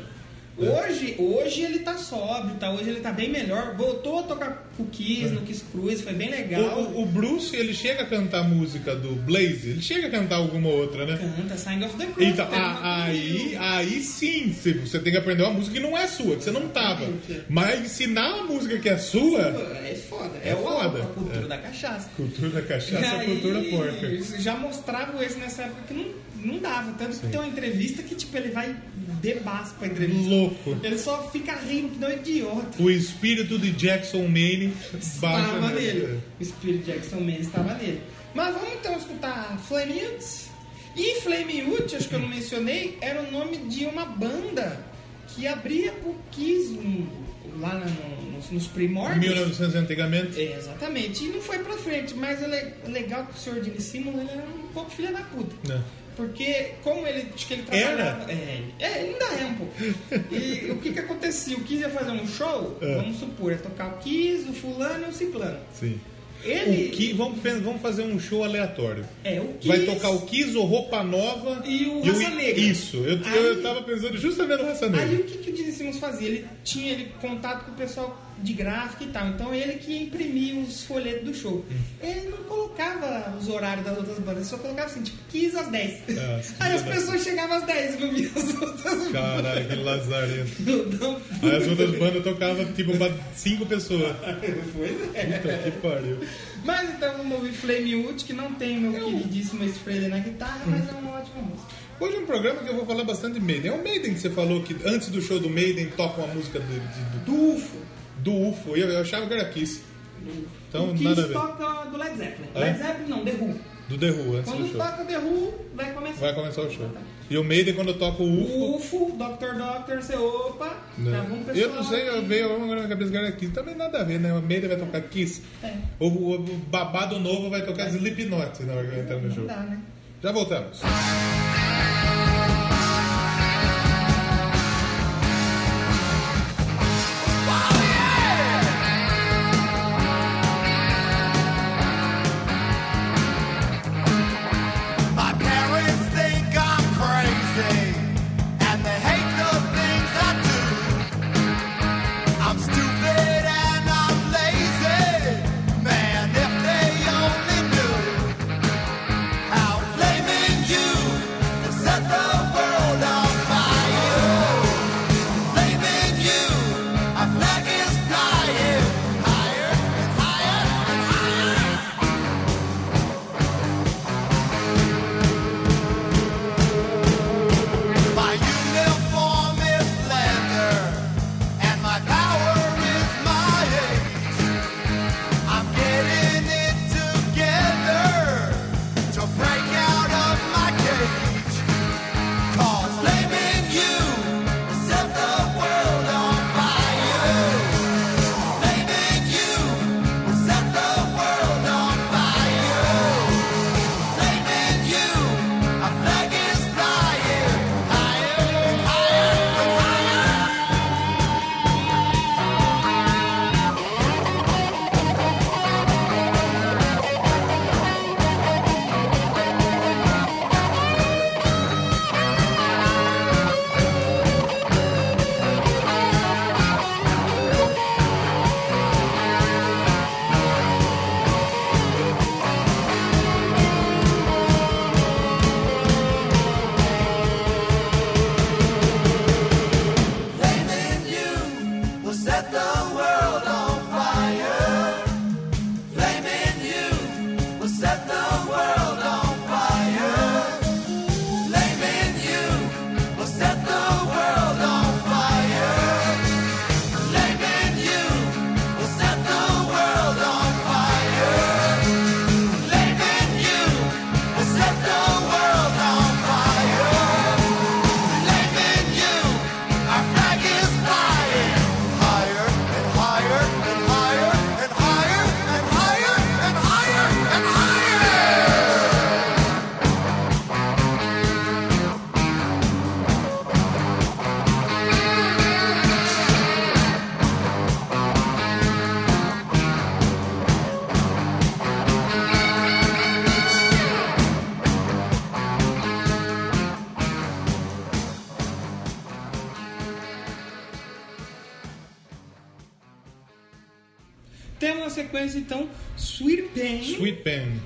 A: Hoje, hoje ele tá sóbrio, tá? Hoje ele tá bem melhor. Voltou a tocar com o Kiss, no Kiss Cruise, foi bem
B: O,
A: legal.
B: É. o- o Bruce, ele chega a cantar a música do Blaze, ele chega a cantar alguma outra, né?
A: Canta, Sign of the Cross.
B: Então,
A: tem
B: a-
A: uma-
B: aí, aí sim, se- você tem que aprender uma música que não é sua, que você não tava. Mas ensinar a música que é sua,
A: É foda. É,
B: É
A: o
B: foda.
A: A cultura
B: É.
A: da cachaça.
B: cultura cachaça, é
A: Aí,
B: cultura porca.
A: isso Já mostrava esse nessa época que não, não dava. Tanto que tem uma entrevista que, tipo, ele vai debaixo pra entrevista.
B: Louco.
A: Ele só fica rindo, que não é idiota.
B: O espírito de Jackson Maine baixa
A: Estava nele. O espírito de Jackson Mendes estava nele. Mas vamos então escutar Flame Youths. E Flame Youth, acho que eu não mencionei, era o nome de uma banda que abria pro Kiss um- lá na- no- nos, nos primórdios.
B: 1900 antigamente.
A: É, exatamente. E não foi pra frente, mas é le- legal que o senhor Dini Simon ele era um pouco filha da puta.
B: Né?
A: Porque como ele acho que ele
B: Era?
A: trabalhava. É, é, ainda é um pouco. E o que que acontecia? O Kiss ia fazer um show,
B: É.
A: vamos supor, ia tocar o Kiss, o fulano e o ciclano.
B: Sim.
A: Ele.
B: O Ki- vamos, pen- vamos fazer um show aleatório.
A: É, o Kiss.
B: Vai tocar o Kiss, o Roupa Nova
A: E o Raça Negra.
B: Isso, eu,
A: Aí-
B: eu tava pensando justamente no Raça
A: Aí
B: Negra.
A: o que, que o Dini Simmons fazia? Ele tinha ele, contato com o pessoal de gráfica e tal. Então ele que imprimia os folhetos do show.
B: Hum.
A: Ele não colocava os horários das outras bandas, ele só colocava assim, tipo, 15 às 10.
B: Ah, sim.
A: Aí as pessoas chegavam às 10 e não viam as outras
B: Caralho, que lazarento.
A: bandas. Não,
B: Aí as outras bandas tocavam tipo pra cinco pessoas.
A: Pois é.
B: Puta que pariu.
A: Mas então vamos ouvir Flame Wood, que não tem meu queridíssimo Ace Frehley na guitarra,
B: Hum.
A: mas é uma ótima música.
B: Hoje é um programa que eu vou falar bastante de Maiden. É o Maiden que você falou que antes do show do Maiden toca uma música do, de- do,
A: Do UFO.
B: do UFO. Eu, eu achava que era Kiss. Então,
A: o Kiss
B: nada a ver.
A: toca do Led Zeppelin.
B: É?
A: Led Zeppelin não, The Who.
B: Do The Who, antes do
A: Quando
B: show.
A: toca The Who, vai começar.
B: Vai começar o show. E o Maiden quando toca o UFO.
A: O UFO, Dr. Doctor, você opa,
B: né?
A: tá bom, pessoal?
B: Eu não sei, eu veio uma na cabeça que era Kiss. Também nada a ver, né? O Maiden vai tocar Kiss.
A: É.
B: O, o- o babado novo vai tocar Slipknot na hora que entrar no
A: Não
B: jogo.
A: dá, né?
B: Já voltamos.
D: My parents think I'm crazy, and they hate the things I do. I'm stupid and I'm lazy, man. If they only knew how flaming you world on fire. Flaming you will set the world on fire. Flaming you will set the world on fire. Flaming you will set the world on fire. Flaming you will set the world on fire. Flaming you, our flag is flying higher and higher and higher and higher and higher and higher and higher.
A: Temos na sequência então Sweet Pain.
B: Sweet Pen.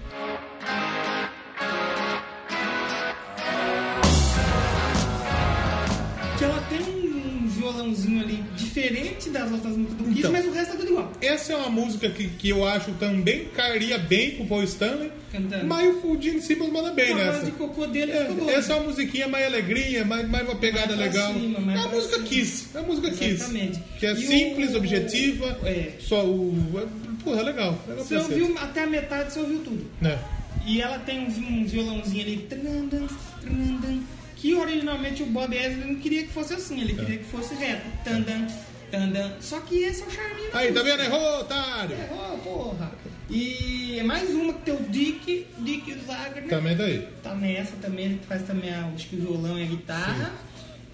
A: Que ela tem um, um violãozinho ali diferente das outras músicas do Kiss,
B: Então.
A: mas o resto é tudo igual.
B: Essa é uma música que, que eu acho também cairia bem com o Paul Stanley.
A: Cantando.
B: Mas o- o Gene Simmons manda bem
A: A base Então,
B: nessa.
A: é de cocô dele ficou boa.
B: É, essa é uma musiquinha mais alegrinha, mais, mais uma pegada
A: Mais pra
B: legal.
A: cima,
B: é
A: mais
B: a
A: pra
B: música
A: cima.
B: Kiss. É a música
A: Exatamente.
B: Kiss. Que é
A: E o-
B: simples, objetiva.
A: É.
B: Só o. é- Porra, é legal. legal
A: Você
B: pra cacete.
A: ouviu até a metade, você ouviu tudo.
B: É.
A: E ela tem um vi- um violãozinho ali, trandam, trandam, que originalmente o Bob Ezra não queria que fosse assim, ele queria que fosse reto. Tandam, tandam. Só que esse é o charminho. da
B: Aí, tá
A: música.
B: vendo? Errou, otário!
A: Errou, porra. E é mais uma que tem o Dick, Dick Wagner.
B: Também daí.
A: Tá nessa também, ele faz também a, acho que o violão e a guitarra.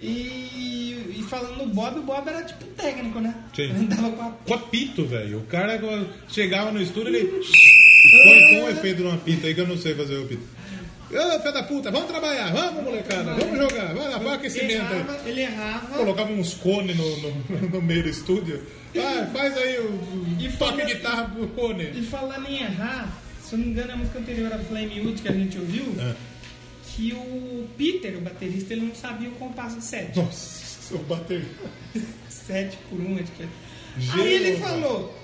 A: E, e falando no Bob, o Bob era tipo técnico, né?
B: Sim.
A: Ele Andava com a
B: Com apito, velho. O cara chegava no estúdio ele. Põe, põe um efeito numa pita aí que eu não sei fazer o apito. Ô, fé da puta, vamos trabalhar, vamos, molecada, vamos jogar, vai na faca e
A: ele
B: cimento aí.
A: errava, ele errava.
B: Colocava uns cones no, no, no meio do estúdio. Ah, faz aí o, o
A: E
B: toque
A: fala-
B: de guitarra pro
A: E
B: cone.
A: falando em errar, se eu não me engano, a música anterior a Flame Wood que a gente ouviu,
B: Ah,
A: que o Peter, o baterista, ele não sabia o compasso de 7.
B: nossa, seu bater.
A: 7 por 1, acho que é.
B: Gelo,
A: Aí ele
B: cara.
A: falou,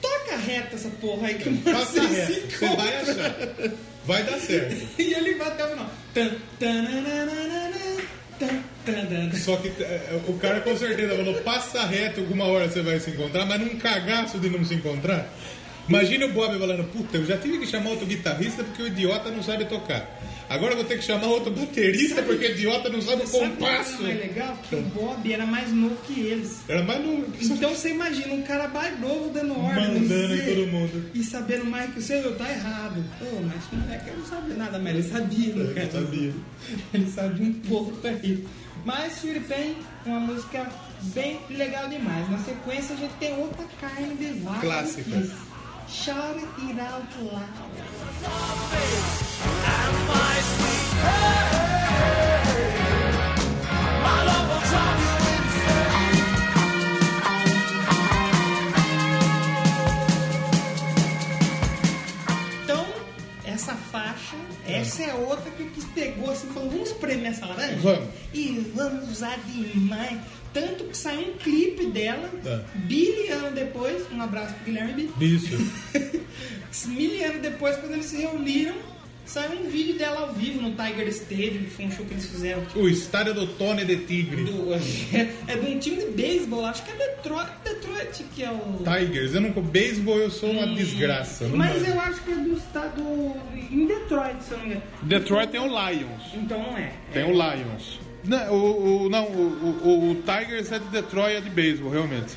A: toca reto essa porra aí que eu
B: Passa
A: vocês Assim se
B: É, reto, você
A: encontram.
B: vai achar. Vai dar certo.
A: E ele vai até o final. Tan, tananana, tan, tan, tan.
B: Só que eh, o cara com certeza falou, passa reto, alguma hora você vai se encontrar, mas num cagaço de não se encontrar. Imagina o Bob falando, puta, eu já tive que chamar outro guitarrista porque o idiota não sabe tocar. Agora eu vou ter que chamar outro baterista porque o idiota não sabe o
A: Sabe o que
B: compasso.
A: era mais legal? Que o Bob era mais novo que eles.
B: Era mais novo.
A: Então você imagina um cara mais novo dando ordem no
B: Mandando em
A: Z
B: todo mundo.
A: E sabendo mais que o seu, tá errado. Pô, mas o moleque não sabe nada, mas ele sabia, né?
B: Ele sabia.
A: Ele sabia um pouco aí. Mas Suripen é uma música bem legal demais. Na sequência a gente tem outra carne de vaca.
B: Clássica.
A: Shout it out loud. Então, essa faixa, essa é outra que o Kiss pegou assim e falou: vamos espremer essa laranja?
B: Vamos.
A: E vamos usar demais. Tanto que saiu um clipe dela,
B: Tá.
A: Billy ano depois, um abraço pro Guilherme
B: Isso.
A: Billy. Mil anos depois, quando eles se reuniram, saiu um vídeo dela ao vivo no Tiger Stadium, que foi um show que eles fizeram. tipo,
B: O estádio do Tony de Tigre.
A: do- é de um time de beisebol, acho que é Detroit, Detroit que é o.
B: Tigers, eu não. Beisebol eu sou uma desgraça. eu não-
A: Hum. Mas eu acho que é do estado. em Detroit, se eu não me engano.
F: Detroit
B: é um
F: tem o Lions.
A: Então não é.
F: Tem o Lions. Não, o, o- não, o, o- o Tigers é de Detroit, é de beisebol, realmente.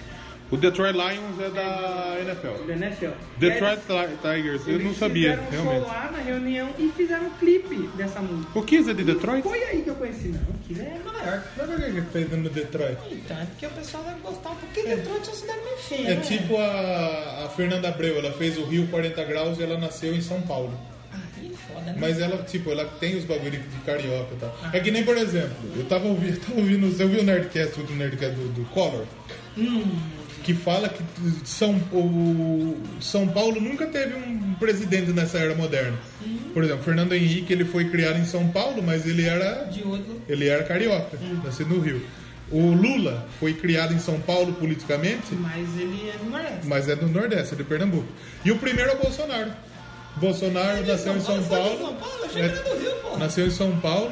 F: O Detroit Lions é da NFL.
A: Da NFL.
F: Detroit Ti- Tigers, eu
A: né, Eles
F: não sabia,
A: fizeram um show
F: realmente.
A: lá na reunião e fizeram um clipe dessa música.
F: O Kiss é de Detroit?
A: Foi aí que eu conheci, não. Que é Nova York.
B: Mas por que que fez no Detroit?
A: Então, é porque o pessoal vai gostar, porque Detroit é uma cidade meio feia. né?
B: É tipo a, a Fernanda Abreu, ela fez o Rio 40 Graus e ela nasceu em São Paulo.
A: Aí é foda, né?
B: Mas ela, tipo, ela tem os bagulhos de carioca e tal. É que nem, por exemplo, eu tava ouvindo, eu tava ouvindo você ouviu o Nerdcast, o último Nerdcast do, do Collor?
A: Hum.
B: Que fala que São, o, São Paulo nunca teve um presidente nessa era moderna.
A: Hum.
B: Por exemplo, Fernando Henrique, ele foi criado em São Paulo, mas ele era
A: De outro. Hum.
B: ele era carioca, nascido no Rio. O Lula foi criado em São Paulo politicamente,
A: Mas ele é do Nordeste.
B: mas é do Nordeste, é de Pernambuco. E o primeiro é o Bolsonaro. Bolsonaro nasceu em São
A: Foi é de São
B: Paulo, É
A: Paulo? Achei que era do Rio, pô.
B: nasceu em São Paulo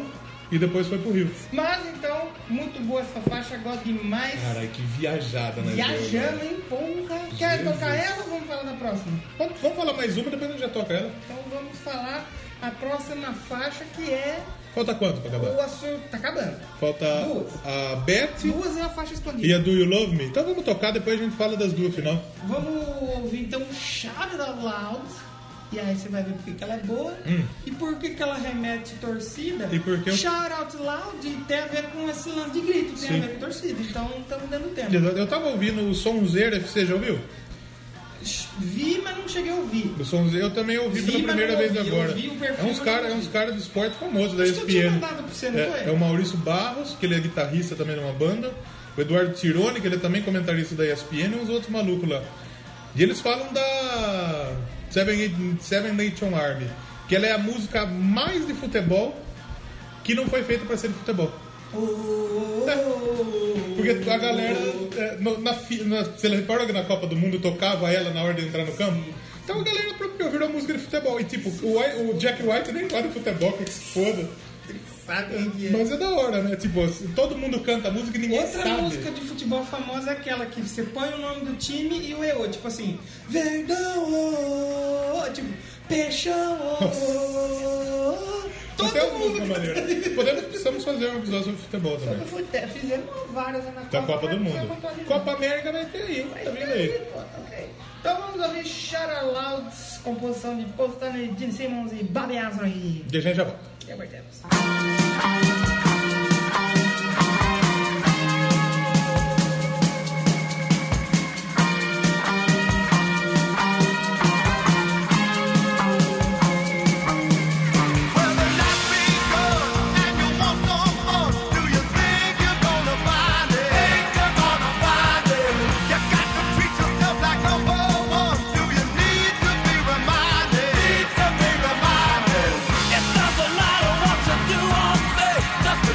B: e depois foi pro Rio.
A: Mas então, muito boa essa faixa, gosto demais.
G: Caralho, que viajada, né?
A: Viajando, hein, porra. Quer tocar ela ou vamos falar da próxima?
B: Vamos, vamos falar mais uma, depois a gente já toca ela.
A: Então vamos falar a próxima faixa que é
B: Falta quanto pra
A: o
B: acabar?
A: assunto. Tá acabando.
B: Falta
A: Duas.
B: a Beth
A: Duas é a faixa
B: e
A: escondida.
B: a Do You Love Me. Então vamos tocar, depois a gente fala das duas final.
A: Vamos ouvir então Shout It Out Loud. E aí você vai ver porque que ela é boa e por que que ela remete torcida.
B: Hum. E por que eu-
A: Shout Out Loud tem a ver com esse lance de grito, tem
B: Sim.
A: a ver com torcida. Então estamos dando tempo.
B: Eu tava ouvindo o Sonzeira, você já ouviu?
A: Vi, mas não cheguei a ouvir.
B: O Sonzeira eu também ouvi
A: Vi,
B: pela
A: mas
B: primeira
A: não
B: vez
A: ouvi, eu
B: agora.
A: ouvi o perfil,
B: É uns
A: mas
B: caras
A: não
B: é uns
A: ouvi.
B: cara do esporte famoso da
A: Acho que eu tinha
B: ESPN.
A: mandado pra você, não
B: É,
A: foi?
B: é o Maurício Barros, que ele é guitarrista também numa banda. O Eduardo Tironi, que ele é também comentarista da ESPN, e uns outros malucos lá. E eles falam da Seven, Seven Nation Army, que ela é a música mais de futebol que não foi feita pra ser de futebol. Porque a galera, é, no- na, fi- na, você repara que na Copa do Mundo tocava ela na hora de entrar no campo? Então a galera própria virou música de futebol. E tipo, o, White- o Jack White nem gosta de futebol, que se foda.
A: Sabe quem que é?
B: Mas é da hora, né? Tipo, assim, todo mundo canta a música e ninguém
A: Outra
B: sabe.
A: música de futebol famosa é aquela que você põe o nome do time e o EO, tipo assim, Verdão, ô, ô, tipo, Peixão, ô, ô, ô. todo
B: Até as
A: mundo
B: músicas maneiras. Podemos, precisamos fazer um episódio sobre futebol também.
A: Fute- é, Fizemos várias na
B: Da Copa do
A: mas
B: Mundo.
A: não foi muito
B: Copa América vai ter aí, tá vindo aí.
A: Ok. Então vamos ouvir Shara Louds, composição de Postane, Gene Simmons e Bobby Azra e
B: E a gente já volta.
A: Gilbert Evans.
D: Well, the life begun, and you want some fun. Do you think you're gonna find it? Think you're gonna find it? You got to treat yourself like number one. Do you need to be reminded? Need to be reminded. It doesn't matter what you do or say. Oh,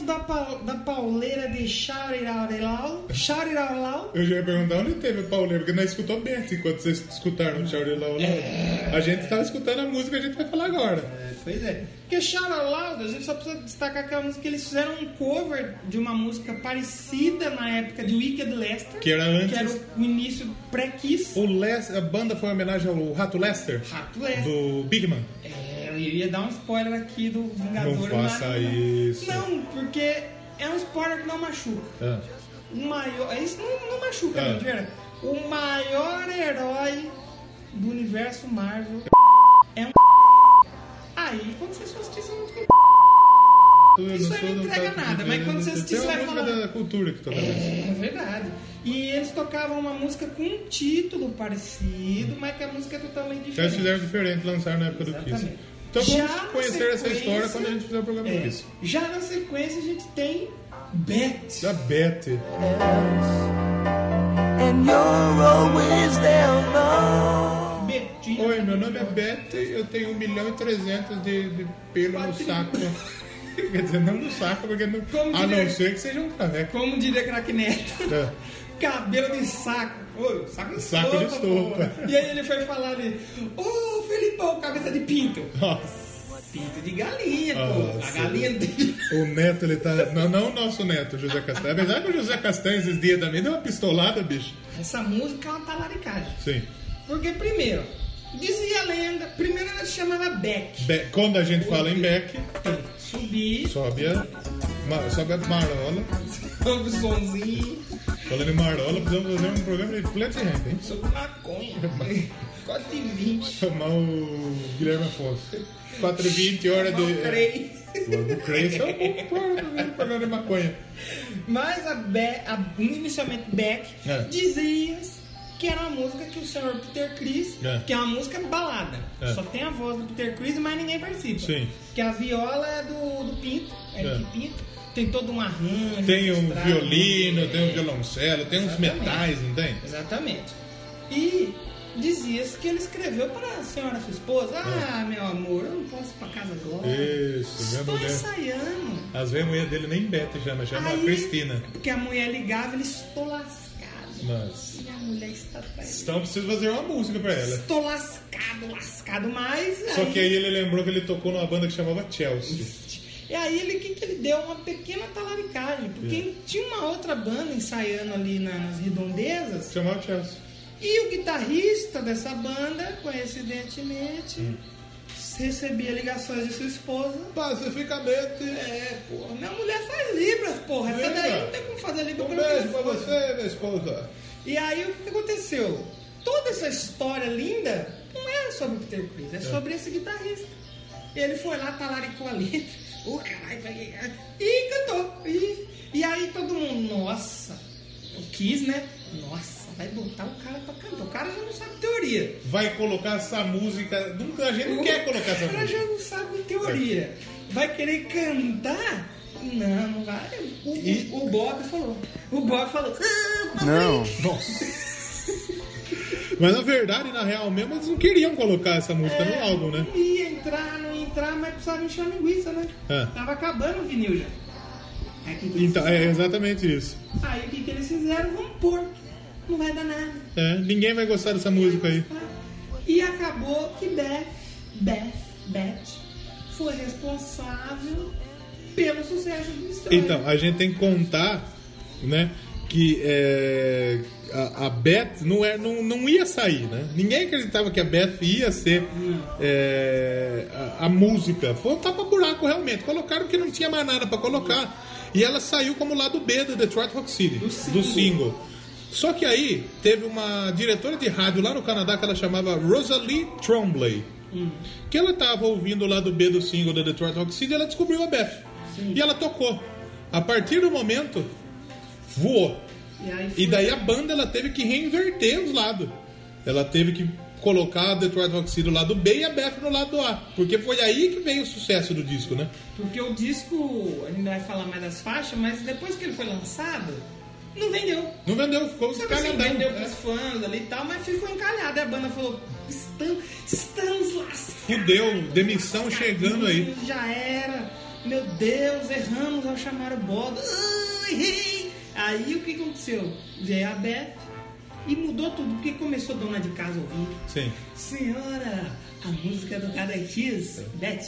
A: Então Paulo.
B: Eu já ia perguntar onde teve pauleira, porque nós escutou Beth enquanto vocês escutaram o Charlie Loud. A gente estava escutando a música que a gente vai falar agora.
A: É, Pois é. Porque Shout Loud, a gente só precisa destacar aquela música que eles fizeram um cover de uma música parecida na época de Wicked Lester.
B: Que era antes.
A: Que era o, o início pré-Kiss.
B: O Les, a banda foi uma homenagem ao Rato Lester,
A: Rato Lester.
B: do Bigman.
A: É, eu iria dar um spoiler aqui do Vingador.
B: Não faça
A: mas-
B: isso.
A: Não, porque é um spoiler que não machuca.
B: Ah.
A: O maior. é Isso não, não machuca,
B: Ah.
A: não, de verdade. O maior herói do universo Marvel é um. Aí, quando você for assistir, você não fica. Isso aí não entrega nada, mas quando você assistir,
B: Tem
A: você
B: uma
A: vai
B: música
A: falar.
B: da cultura que toca nessa.
A: É verdade. E eles tocavam uma música com um título parecido, mas que a música é totalmente
B: Já Então, eles
A: diferente.
B: fizeram diferente, lançaram na época do Kiss.
A: Exatamente.
B: Então
A: Já
B: vamos
A: na
B: conhecer essa
A: sequência-
B: história quando a gente fizer o programa do
A: É.
B: Kiss.
A: Já na sequência a gente tem Beth.
B: Da Beth.
D: And you're always there
A: Betinha.
B: Oi, meu nome é Beth, eu tenho 1 milhão e 300 de, de pelo no
A: Patrícia.
B: saco. Quer dizer, não no saco, porque não.
A: Como é?
B: a não
A: diria-
B: ser que seja um caveco.
A: Como diria craque Neto.
B: É.
A: Cabelo de saco. Ô, saco de
B: Saco de
A: estopa,
B: estopa.
A: pô. E aí ele foi falar ali, ô Felipão, cabeça de pinto.
B: Nossa.
A: Pinto de galinha,
B: Ah,
A: pô.
B: Nossa.
A: A galinha não tem
B: O neto, ele tá. Não, não o nosso neto, o José Castanho. Apesar que o José Castanho esses dias também deu uma pistolada, bicho.
A: Essa música é uma talaricagem.
B: Sim.
A: Porque primeiro, dizia a lenda, primeiro ela se chamava Beck.
B: Be- Quando a gente fala em Beck,
A: Subir,
B: sobe a. ma- Sobe a marola.
A: sobe o somzinho,
B: Falando em marola, precisamos fazer um programa de plant ramp, hein?
A: sobe maconha. Quase de 20.
B: Chamar o Guilherme Afonso. 4h20, hora de.
A: Malcrei.
B: O Crença é um programa de maconha.
A: Mas a Be a, um inicialmente Beck
B: É.
A: dizia que era uma música que o senhor Peter Chris,
B: É.
A: que é uma música balada.
B: É.
A: Só tem a voz do Peter Chris, mas ninguém participa.
B: Sim.
A: Que a viola é do, do Pinto, é,
B: É.
A: de Pinto. Tem todo um arranjo.
B: Tem um
A: orquestrado.
B: violino, tem um violoncelo, tem uns
A: Exatamente.
B: metais, não tem?
A: Exatamente. E dizia-se que ele escreveu para a senhora sua esposa: Ah, meu amor, eu não posso ir para casa agora.
B: É. Isso, minha
A: Estou
B: mulher.
A: ensaiando.
B: Às vezes a mulher dele nem Beta chama, chama
A: Aí,
B: Cristina.
A: Porque a mulher ligava, ele estou lascado.
B: Mas.
A: E a mulher está atrás.
B: Então preciso fazer uma música pra ela.
A: Estou lascado, lascado mais.
B: Só que aí ele lembrou que ele tocou numa banda que chamava Chelsea.
A: E aí ele que, que ele deu uma pequena talaricagem, porque
B: É.
A: tinha uma outra banda ensaiando ali na- nas redondezas,
B: Chamava Chelsea.
A: e o guitarrista dessa banda, coincidentemente,
B: Hum.
A: recebia ligações de sua esposa.
B: Pacificamente.
A: É, porra, minha mulher faz libras, porra. Essa
B: Libra.
A: daí não tem como fazer libra
B: Um
A: pelo
B: beijo pra
A: telefone.
B: você, minha esposa.
A: E aí o que aconteceu? Toda essa história linda não é sobre o Peter Chris, é sobre esse guitarrista. Ele foi lá, talaricou a letra, ô caralho, vai ganhar", e cantou. E, e aí todo mundo, nossa, o Kiss, né? Nossa, vai botar o cara pra cantar. O cara já não sabe teoria.
B: Vai colocar essa música. Nunca, a gente não quer é colocar essa
A: O cara já
B: música.
A: não sabe teoria. Vai querer cantar? Não, não vai. O,
B: E-
A: o Bob falou. O Bob falou. "Ah,
F: Não.
B: Mas na verdade, na real mesmo, eles não queriam colocar essa música no álbum, né?
A: Não ia entrar, não ia entrar, mas precisava encher a linguiça, né?
B: É.
A: Tava acabando o vinil já. Aí o que, que eles
B: Então, é exatamente isso.
A: fizeram? Aí o que, que eles fizeram? Vamos pôr. Não vai dar nada. Tá?
B: É, ninguém vai gostar dessa música aí.
A: E acabou que Beth, Beth, Beth foi responsável pelo sucesso do estranho.
B: Então, a gente tem que contar, né? Que é, a, a Beth não, é, não, não ia sair, né? Ninguém acreditava que a Beth ia ser é, a, a música. Foi um tapa-buraco realmente. Colocaram que não tinha mais nada pra colocar. E ela saiu como lado B do Detroit Rock City, do
A: single.
B: single. Só que aí teve uma diretora de rádio lá no Canadá que ela chamava Rosalie Trombley.
A: Hum.
B: Que ela tava ouvindo o lado B do single da Detroit Rock City e ela descobriu a Beth. E ela tocou. A partir do momento, voou.
A: E, aí
B: E
A: foi-
B: daí a banda ela teve que reinverter os lados. Ela teve que colocar a Detroit Rock City no lado B e a Beth no lado A. Porque foi aí que veio o sucesso do disco, né?
A: Porque o disco, a gente vai falar mais das faixas, mas depois que ele foi lançado, não vendeu.
B: Não vendeu, ficou
A: Sabe assim,
B: escanadão.
A: vendeu pros fãs ali e tal, mas ficou encalhado. E a banda falou: estamos, estamos lascados.
B: Fudeu, demissão chegando aí.
A: Já era. Meu Deus, erramos ao chamar o Bob. Ah, errei. Aí o que aconteceu? Veio a Beth e mudou tudo, porque começou dona de casa ouvindo.
B: Sim.
A: Senhora, a música do cara é X, Beth.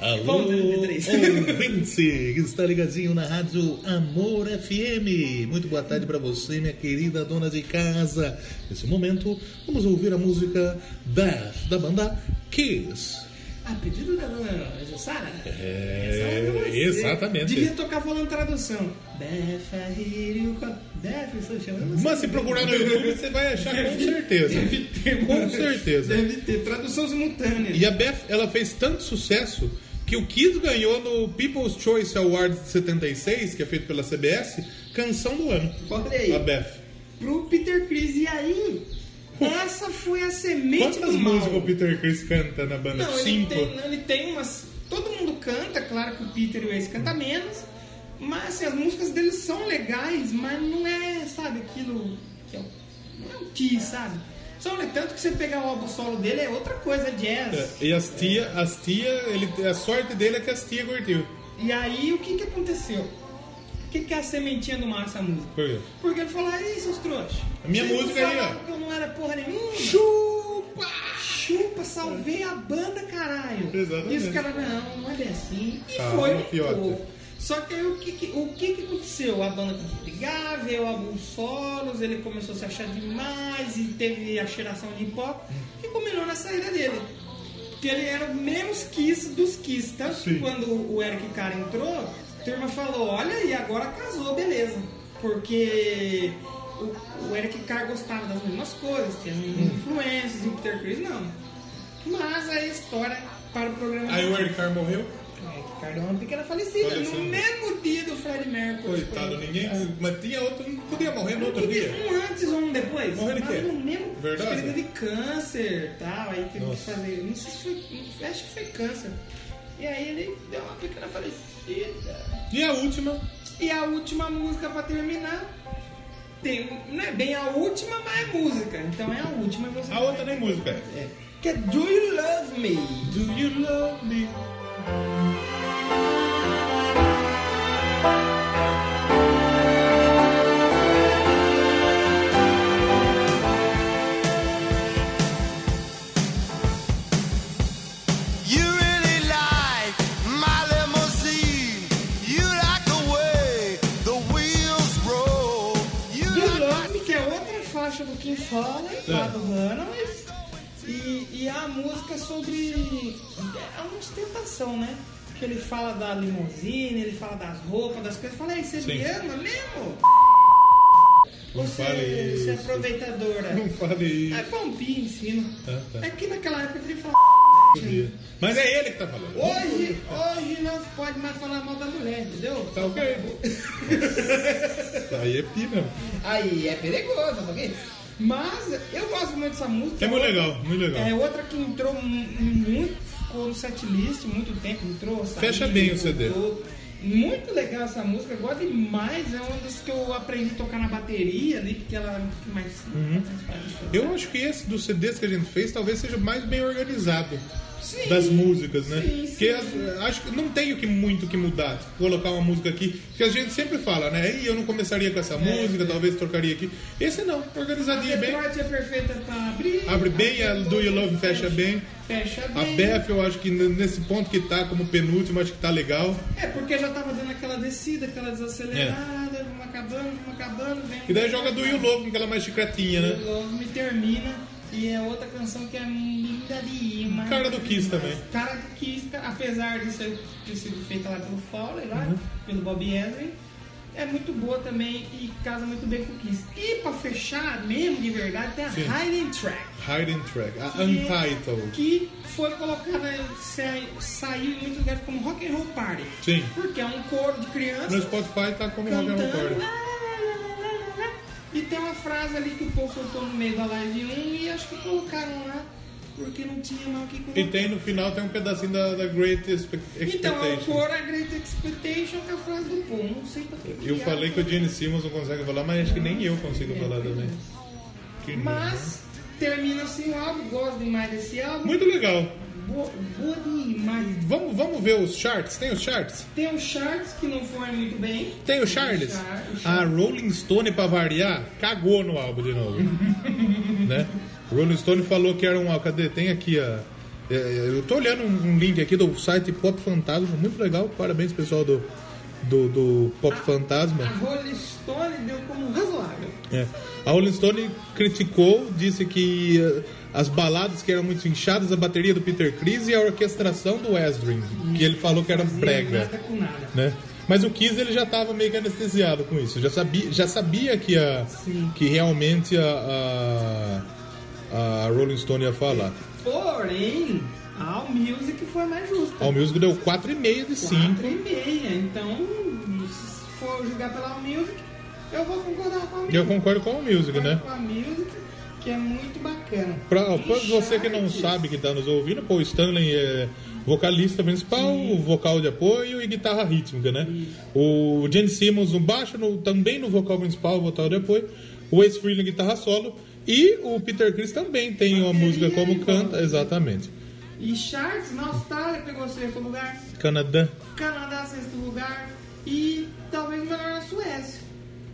B: Alô,
A: Vamos, 33.
B: ouvinte, que está ligadinho na rádio Amor FM. Muito boa tarde para você, minha querida dona de casa. Nesse momento, vamos ouvir a música Death, da banda Kiss.
A: A Ah, pedido da dona Jussara?
B: É,
A: Essa pra você.
B: exatamente.
A: Devia tocar falando tradução. Befa, Hirio, Befa, estou chamando
B: Mas se procurar no YouTube, você vai achar com certeza.
A: Deve ter,
B: Com
A: mano.
B: certeza.
A: Deve ter, tradução simultânea.
B: E a Beth, ela fez tanto sucesso que o Kiss ganhou no People's Choice Awards de 76, que é feito pela CBS, canção do ano.
A: Olha aí.
B: A Beth.
A: Pro Peter Chris, e aí? Essa foi a semente
B: Quantas
A: do mal.
B: músicas o Peter Chris canta na banda?
A: Não, ele
B: Cinco.
A: tem, não, ele tem umas. Todo mundo canta, claro que o Peter e o Ace
B: Hum.
A: cantam menos. Mas assim, as músicas deles são legais, mas não é, sabe, aquilo. Que é, o- não é o Kiss, sabe? Só né, tanto que você pegar o álbum solo dele é outra coisa, é jazz.
B: É, E as tia, as tia, ele, a sorte dele é que as tia curtiu.
A: E aí o que que aconteceu? O que, que é a sementinha do mar essa música?
B: Por quê?
A: Porque ele falou, "Ah, aí seus trouxas.
B: A minha
A: vocês não
B: música aí, ó.
A: falaram Que eu não era porra nenhuma. Chupa! Chupa, salvei a banda, caralho.
B: Exatamente.
A: Isso, cara, não, não é bem assim. E
B: Calma,
A: foi um
B: fiote.
A: pouco. Só que aí o que que, o que que aconteceu? A banda começou a brigar, veio alguns solos, ele começou a se achar demais e teve a cheiração de pó e culminou na saída dele. Porque ele era o menos Kiss dos Kiss, tá?
B: Sim.
A: Quando o Eric Cara entrou, a turma falou, olha, e agora casou, beleza. Porque o, o Eric Carr gostava das mesmas coisas, tinha as mesmas influências, e o Peter Chris não. Mas aí a história para o programa...
B: Aí o Eric Carr morreu.
A: Eric Carr deu é uma pequena falecida,
B: Olha
A: no
B: só.
A: mesmo dia do Freddie Mercury. Tipo,
B: Coitado,
A: Foi.
B: ninguém. Mas tinha outro, não podia morrer no
A: Não
B: outro
A: podia,
B: dia.
A: Um antes ou um depois.
B: Morreu de
A: mas
B: quê?
A: no mesmo.
B: Verdade?
A: Acho que ele teve câncer e tal, aí teve que
B: Nossa.
A: fazer. Não sei se foi. Acho que foi câncer. E aí ele deu uma pequena falecida.
B: E a última,
A: E a última música pra terminar. Tem, não é bem a última, mas é música. Então é a última. Você
B: a outra nem música. é.
A: É. Que é Do You Love Me?
B: Do you love me?
D: You really like my limousine. You like the way the wheels roll. You
A: Do You Love
D: like my
A: Me, que é outra faixa do Kim Foley,
B: É.
A: lá do Runaways. E, e a música é sobre. É uma ostentação, né? Que ele fala da limusine, ele fala das roupas, das coisas. Fala aí, você me ama mesmo? Ou você,
B: fale
A: você é
B: isso.
A: aproveitadora?
B: Não fale isso.
A: É pompinha em cima.
B: Ah, tá.
A: É que naquela época ele fala.
B: Mas é ele que tá falando.
A: Hoje, hoje não se pode mais falar mal da mulher, entendeu?
B: Tá ok. Aí é pi mesmo.
A: Aí é perigoso, sabe? Mas eu gosto muito dessa música.
B: É muito legal, muito legal.
A: É outra que entrou mu- muito, ficou no setlist muito tempo, entrou, saiu,
B: Fecha bem o CD.
A: voltou. Muito legal essa música, eu gosto demais. É uma das que eu aprendi a tocar na bateria ali, porque ela é muito mais.
B: Uhum. Eu acho que esse dos CDs que a gente fez talvez seja mais bem organizado
A: Sim,
B: das músicas, né?
A: sim,
B: Porque
A: sim.
B: as- acho que não tem o que muito que mudar, tipo, colocar uma música aqui, porque a gente sempre fala, né? E eu não começaria com
A: É,
B: essa música, talvez trocaria aqui. Esse não, organizadinha bem.
A: Detroit é perfeita pra abrir.
B: Abre bem, a Do You Love fecha bem.
A: Fecha
B: A
A: bem.
B: Beth, eu acho que n- nesse ponto que tá como penúltimo, acho que tá legal.
A: É, porque já tava dando aquela descida, aquela desacelerada, vamos acabando, vamos acabando, vem.
B: É. E daí joga Do You Love, que ela é mais chicletinha, né?
A: Love Me Termina e é outra canção que é linda demais.
B: Cara do Kiss também.
A: Cara do Kiss, ca- apesar de ser, de ser feita lá pelo Fowler, lá,
B: Uhum.
A: pelo Bob Ezrin, é muito boa também e casa muito bem com o Kiss. E pra fechar mesmo, de verdade, tem a
B: Sim.
A: Hiding Track.
B: Hidden Track, a
A: que-
B: Untitled.
A: Que foi colocada, sa- saiu em muitos lugares como Rock and Roll Party.
B: Sim.
A: Porque é um coro de crianças
B: No Spotify tá como Rock and
A: cantando.
B: Roll Party.
A: "Lá, lá, lá, lá, lá, lá". E tem uma frase ali que o povo soltou no meio da live 1 e acho que colocaram lá porque não tinha mal o que colocar.
B: E tem no final tem um pedacinho da, da Great Expect-
A: então, é o
B: Expectation.
A: coro a Great Expectation com a frase do povo. Não sei pra que
B: eu
A: criaram.
B: falei que o Gene Simmons não consegue falar, mas acho que nem eu consigo falar também. Que-
A: Mas termina assim o álbum, gosto demais desse álbum.
B: Muito legal.
A: boa, boa demais.
B: Vamos, vamos ver os charts? Tem os charts?
A: Tem o Sharks que não foi muito bem.
B: Tem o Charles? Ah.
A: Char- o
B: A
A: Char-
B: Rolling Stone, pra variar, cagou no álbum de novo. né? Rolling Stone falou que era um. Cadê? Tem aqui a. é, é, eu tô olhando um, um link aqui do site Pop Fantasma, muito legal. Parabéns, pessoal do, do, do Pop
A: A
B: Fantasma.
A: Rolling Stone deu como razoável.
B: É. A Rolling Stone criticou, disse que eh, as baladas que eram muito inchadas, a bateria do Peter Criss e a orquestração do Esdrin, que ele falou que era brega.
A: Nada com nada.
B: né? Mas o Kiss ele já estava meio que anestesiado com isso. Já sabia, já sabia que, a, que realmente a, a, a Rolling Stone ia falar.
A: Porém, a All Music foi mais justa.
B: A Allmusic deu 4,5 de 5.
A: Quatro e meia. Então, se for julgar pela All Music, eu vou concordar com a All Music.
B: Eu concordo com a Allmusic, né?
A: Com a Music, que é muito bacana.
B: Pra,
A: E
B: pra você que não
A: Sharks,
B: sabe que está nos ouvindo, pô, o Stanley é vocalista principal, vocal de apoio e guitarra rítmica, né? O Gene Simmons no baixo, no- também no vocal principal, vocal de apoio. O Ace Frehley na guitarra solo. E o Peter Criss também tem uma
A: Bateria
B: música
A: e
B: como canta,
A: voz.
B: exatamente.
A: E Sharks na Austrália pegou sexto lugar,
B: Canadá.
A: Canadá sexto lugar e talvez o melhor na Suécia,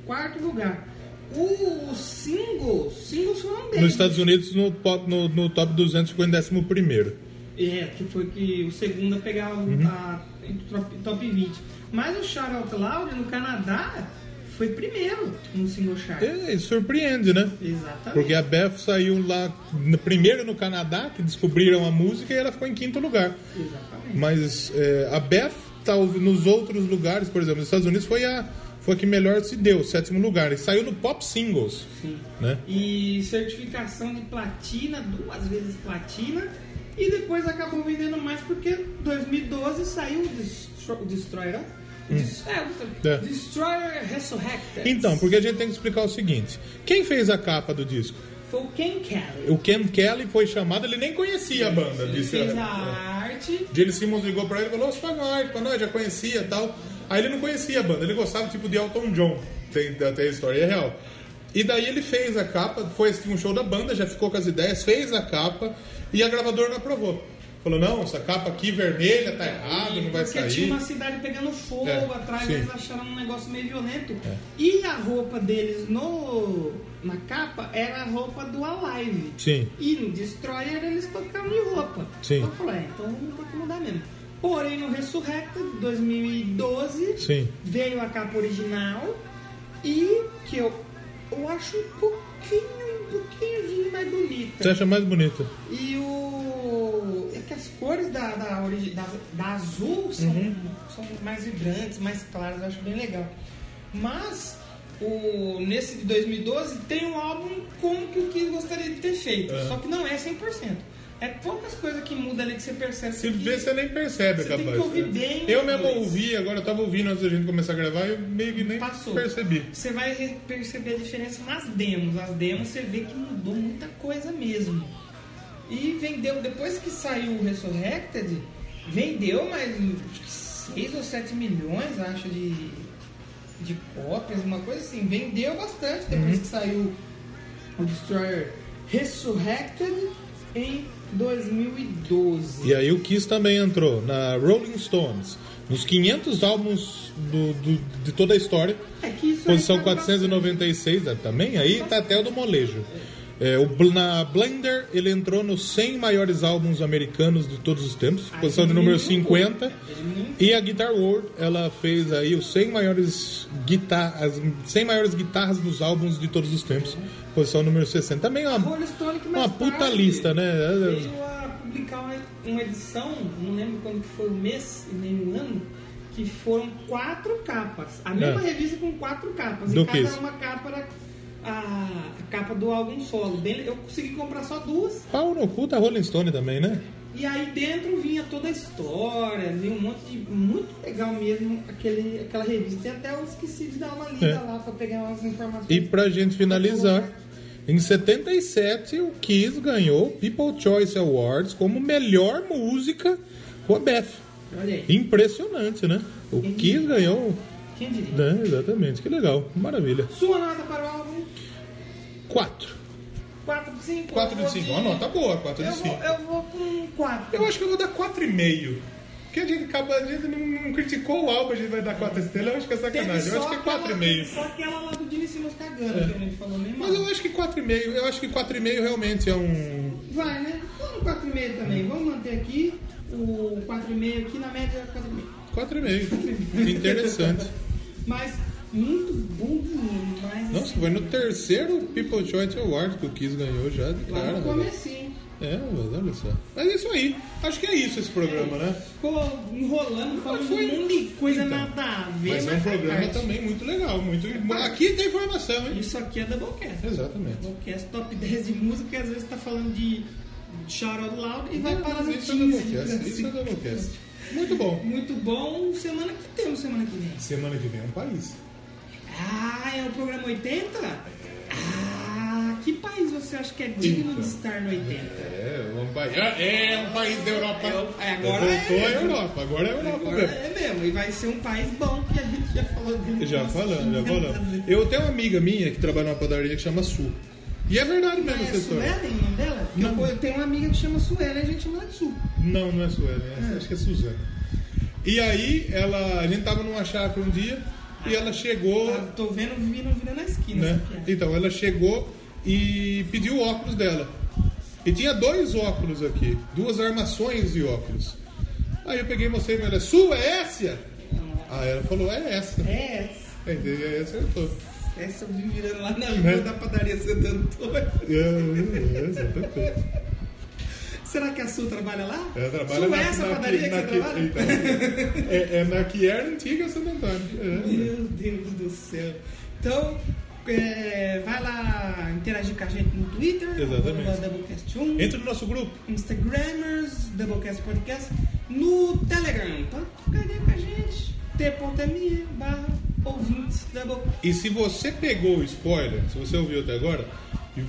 A: quarto lugar. O single, singles foram bem.
B: Nos Estados Unidos, no, po- no, no top 200, ficou em 11.
A: É, que foi que o segundo a pegar o-
B: Uhum.
A: a, entre o top, top 20. Mas o Shout Out Loud no Canadá foi primeiro no single chart.
B: É, e surpreende, né?
A: Exatamente.
B: Porque a Beth saiu lá no- primeiro no Canadá, que descobriram a música, e ela ficou em quinto lugar.
A: Exatamente.
B: Mas é, a Beth, tal, nos outros lugares, por exemplo, nos Estados Unidos, foi a, foi a que melhor se deu, sétimo lugar. E saiu no Pop Singles,
A: Sim.
B: né?
A: E certificação de platina, duas vezes platina. E depois acabou vendendo mais porque 2012 saiu o, Destro- o Destroyer. ó. Des- é, o Destroyer.
B: Hum. É.
A: Destroyer Resurrected.
B: Então, porque a gente tem que explicar o seguinte. Quem fez a capa do disco?
A: Foi o Ken Kelly.
B: O Ken Kelly foi chamado, ele nem conhecia a banda.
A: Ele
B: disse
A: fez
B: a-
A: a arte.
B: Gene Simmons ligou pra ele e falou, tá "Ô, você faz uma arte pra nós, já conhecia e tal. Aí ele não conhecia a banda, ele gostava tipo de Elton John, tem até a história é real. E daí ele fez a capa, foi assistir um show da banda, já ficou com as ideias, fez a capa e a gravadora não aprovou. Falou, não, essa capa aqui vermelha tá errado, não vai
A: Porque tinha
B: sair.
A: uma cidade pegando fogo
B: É,
A: atrás,
B: sim. É.
A: eles acharam um negócio meio violento. E a roupa deles no, na capa era a roupa do Alive.
B: Sim.
A: E no Destroyer eles tocaram de roupa.
B: Sim.
A: Então eu falei, "É, então vamos ter que mudar mesmo. Porém, no Resurrected de 2012,
B: Sim.
A: veio a capa original e que eu, eu acho um pouquinho, um pouquinhozinho mais bonita.
B: Você acha mais bonita?
A: E o. É que as cores da, da, origi- da, da azul são,
B: Uhum.
A: são mais vibrantes, mais claras, eu acho bem legal. Mas o, nesse de 2012 tem um álbum como que o Kiss gostaria de ter feito. Só que não é 100%. É poucas coisas que mudam ali que você percebe.
B: Se
A: que-
B: vê, você nem percebe,
A: Você tem
B: capaz.
A: que ouvir
B: né?
A: bem
B: eu
A: os
B: mesmo
A: dois.
B: ouvi, agora eu tava ouvindo antes da gente começar a gravar e eu meio que nem
A: Passou.
B: percebi.
A: Você vai re- perceber a diferença nas demos. As demos você vê que mudou muita coisa mesmo. E vendeu, depois que saiu o Resurrected, vendeu mais 6 ou 7 milhões, acho, de, de cópias, uma coisa assim. Vendeu bastante depois
B: Uhum.
A: que saiu o Destroyer Resurrected em 2012.
B: E aí o Kiss também entrou na Rolling Stones, nos 500 álbuns do- do- de toda a história,
A: É que isso aí
B: posição
A: tá
B: 496 né, também, aí tá até o do molejo. É, o, Bl- na Blender ele entrou nos 100 maiores álbuns americanos de todos os tempos,
A: Aí
B: posição de número
A: diminuiu um
B: 50.
A: pouco. Diminuiu um
B: E a Guitar World ela fez aí os 100 maiores guitarras, as 100 maiores guitarras dos álbuns de todos os tempos, posição número 60. Também é uma,
A: Rolling Stone que mais
B: uma puta
A: tarde
B: lista, né?
A: Veio a publicar uma, uma edição, não lembro quando que foi o mês e nem o ano, que foram quatro capas. A mesma
B: É.
A: revista com quatro capas.
B: Do
A: e cada
B: Kiss.
A: uma capa era a, a capa do álbum solo. Bem- eu consegui comprar só duas.
B: Pau no cu da Rolling Stone também, né?
A: E aí dentro vinha toda a história, vinha um monte de. Muito legal mesmo aquele, aquela revista. E até eu esqueci de dar uma lida
B: É.
A: lá pra pegar umas informações.
B: E pra gente finalizar, em 77 o Kiss ganhou o People Choice Awards como melhor música com a Beth.
A: Olha aí.
B: Impressionante, né? O Kiss ganhou.
A: Quem diria?
B: Né? Exatamente, que legal, maravilha.
A: Sua nota para o álbum?
B: 4.
A: 4 de 5.
B: 4 de 5. Uma nota tá boa, 4 de
A: Eu
B: 5.
A: vou, eu vou com um 4.
B: Eu acho que eu vou dar 4,5. Porque a gente acaba, a gente não, não criticou o álbum, a gente vai dar 4 estrelas, eu acho que é sacanagem. Eu acho que é 4,5.
A: Só aquela lá do Dini Simas cagando, que a gente falou nem mal.
B: É. Mas eu acho que 4,5, eu acho que 4,5 realmente é um.
A: Vai, né? Vamos no 4,5 também. Vamos manter aqui o 4,5 aqui na média 4,5.
B: 4,5. Interessante.
A: Mas muito bom demais.
B: Nossa, foi no terceiro People Choice Award que o Kiss ganhou já de
A: Lá
B: cara. né?
A: no comecinho.
B: É, mas olha só. Mas é isso aí. Acho que é isso esse programa, né?
A: Ficou enrolando, falando
B: foi-
A: um monte de coisa
B: Então,
A: nada a ver.
B: Mas é um
A: mas faz
B: programa
A: parte.
B: também muito legal. Muito... Aqui tem informação, hein?
A: Isso aqui é Doublecast.
B: Exatamente.
A: Doublecast top 10 de música, que às vezes tá falando de Shout Out Loud e vai
B: Não,
A: parar no
B: isso
A: 15.
B: é
A: de
B: Doublecast. Isso é
A: Brasil.
B: Doublecast. Muito bom.
A: Muito bom. Semana que temos, semana que vem.
B: Semana que vem é um país.
A: Ah, é o programa 80? Ah, que país você acha que é digno de estar no 80?
B: É, um país. É, é um país da Europa.
A: É, agora
B: Voltou
A: é.
B: a Europa. Agora é a Europa.
A: Agora
B: mesmo.
A: é mesmo, e vai ser um país bom que a gente já falou dele.
B: Já
A: umas
B: falando,
A: 500
B: já
A: vezes.
B: falando. Eu tenho uma amiga minha que trabalha numa padaria que chama Sul. E é verdade mesmo,
A: É
B: essa história.
A: Suelen o nome dela? Porque
B: Não.
A: Eu, eu tenho uma amiga que chama Suelen, a gente chama ela de Sul.
B: Não, não é Suelen, é- acho que é Suzana. E aí, ela, a gente tava numa chácara um dia e ela chegou,
A: Eu tô vendo vindo, vindo na esquina.
B: né?
A: essa piada.
B: Então, ela chegou e pediu o óculos dela. E tinha dois óculos aqui, duas armações de óculos. Aí eu peguei e mostrei pra ela, Su, é essa? Aí ela falou, é essa.
A: É essa.
B: Aí "É aí acertou.
A: Essa eu vi virando lá na
B: Né?
A: rua da padaria Santo Antônio.
B: É, é, exatamente.
A: Será que a Sul trabalha lá?
B: Ela trabalha
A: Sul,
B: na,
A: é essa
B: na-
A: padaria que
B: na-
A: você trabalha?
B: então, é, é na que era antiga Santo Antônio. É.
A: Meu Deus do céu. Então, é, vai lá interagir com a gente no Twitter,
B: Exatamente.
A: arroba Doublecast1,
B: Entra no nosso grupo.
A: Instagramers, Doublecast Podcast, no Telegram. Pode interagir com a gente, t.me barra ouvintes Doublecast.
B: E se você pegou o spoiler, se você ouviu até agora,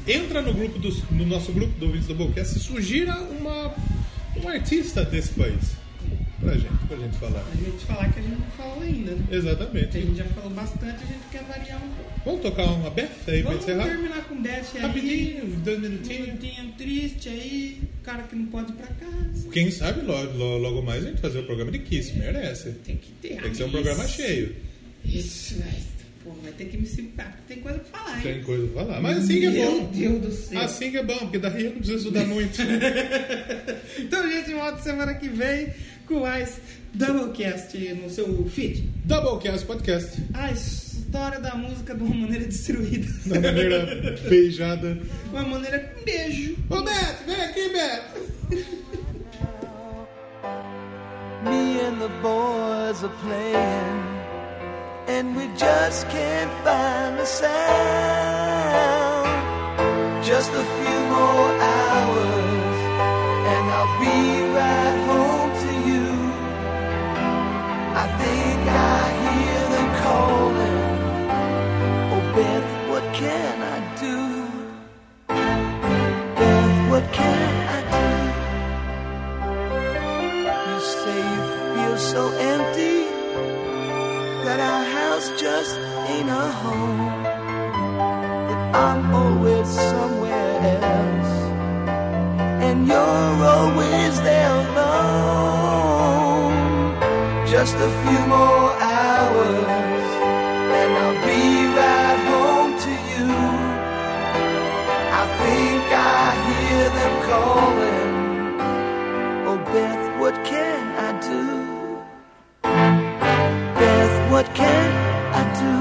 B: entra no grupo dos- no nosso grupo do ouvintes do Bocast e sugira uma, um artista desse país. Pra gente, pra gente falar.
A: A gente falar que a gente não falou ainda, né? A
B: Exatamente.
A: gente já falou bastante, a gente quer variar um pouco.
B: Vamos tocar uma Beth aí pra
A: Vamos
B: encerrar?
A: terminar com Dash aí. um
B: Rapidinho, dois minutinhos.
A: Minutinho triste aí, cara que não pode ir pra casa.
B: Quem sabe logo, lo- logo mais a gente fazer o programa de Kiss, merece.
A: Tem que ter.
B: Tem que ser um programa cheio.
A: Isso, vai, pô, vai ter que me segurar, porque tem coisa pra falar, hein?
B: Tem coisa pra falar. Mas assim que é
A: Meu
B: bom.
A: Deus do céu.
B: Assim que é bom, porque daí eu não preciso estudar muito.
A: Então, gente, volta semana que vem com mais Doublecast no seu feed.
B: Doublecast Podcast.
A: A história da música de uma maneira destruída.
B: Da maneira beijada.
A: uma maneira com beijo.
B: Ô Beto, vem aqui, Beto!
H: Me and the boys are playing, and we just can't find the sound. Just a few more hours, and I'll be right home to you. I think I hear them calling. Oh, Beth, what can I do? Beth, what can I do? You say you feel so empty that our house just ain't a home. That I'm always somewhere else, and you're always there alone. Just a few more hours, and I'll be right home to you. I think I hear them calling. Oh, Beth, what can I do? Beth, what can I do?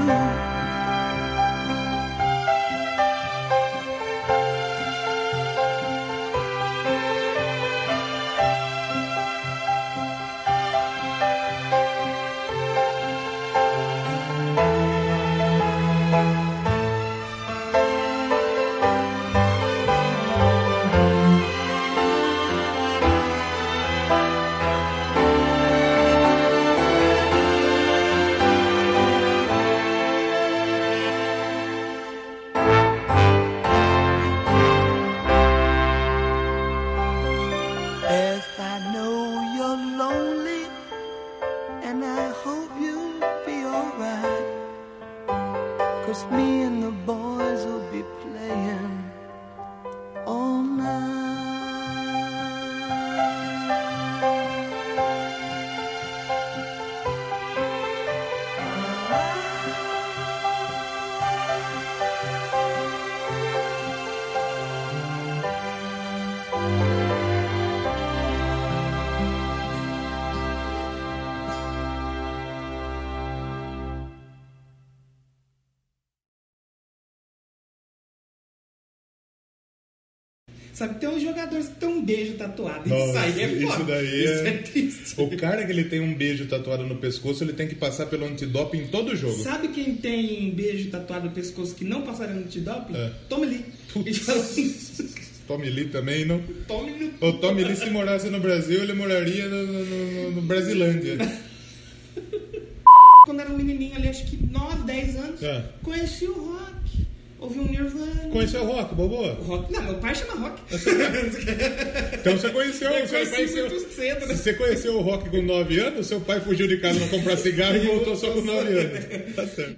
A: Sabe, tem uns jogadores que tem um beijo tatuado. isso
B: Nossa,
A: aí é
B: isso
A: foda.
B: daí
A: isso é
B: é-
A: triste.
B: O cara que ele tem um beijo tatuado no pescoço, ele tem que passar pelo antidoping em todo jogo.
A: Sabe quem tem beijo tatuado no pescoço que não passaria no antidoping?
B: É.
A: Tommy Lee.
B: Putz.
A: Ele fala assim,
B: Tommy Lee também, não?
A: Tommy no
B: O Tommy Lee, se morasse no Brasil, ele moraria no, no- no- no Brasilândia.
A: Quando era um menininho ali, acho que 9, 10 anos,
B: É.
A: conheci o rock. Ouvi um Nirvana.
B: Conheceu o Rock, bobo?
A: Rock. Não, meu pai chama rock.
B: Então você conheceu,
A: Eu
B: seu
A: conheci
B: pai
A: muito cedo, né?
B: Se você conheceu o Rock com 9 anos, seu pai fugiu de casa pra comprar cigarro e voltou só com 9 anos. Tá certo.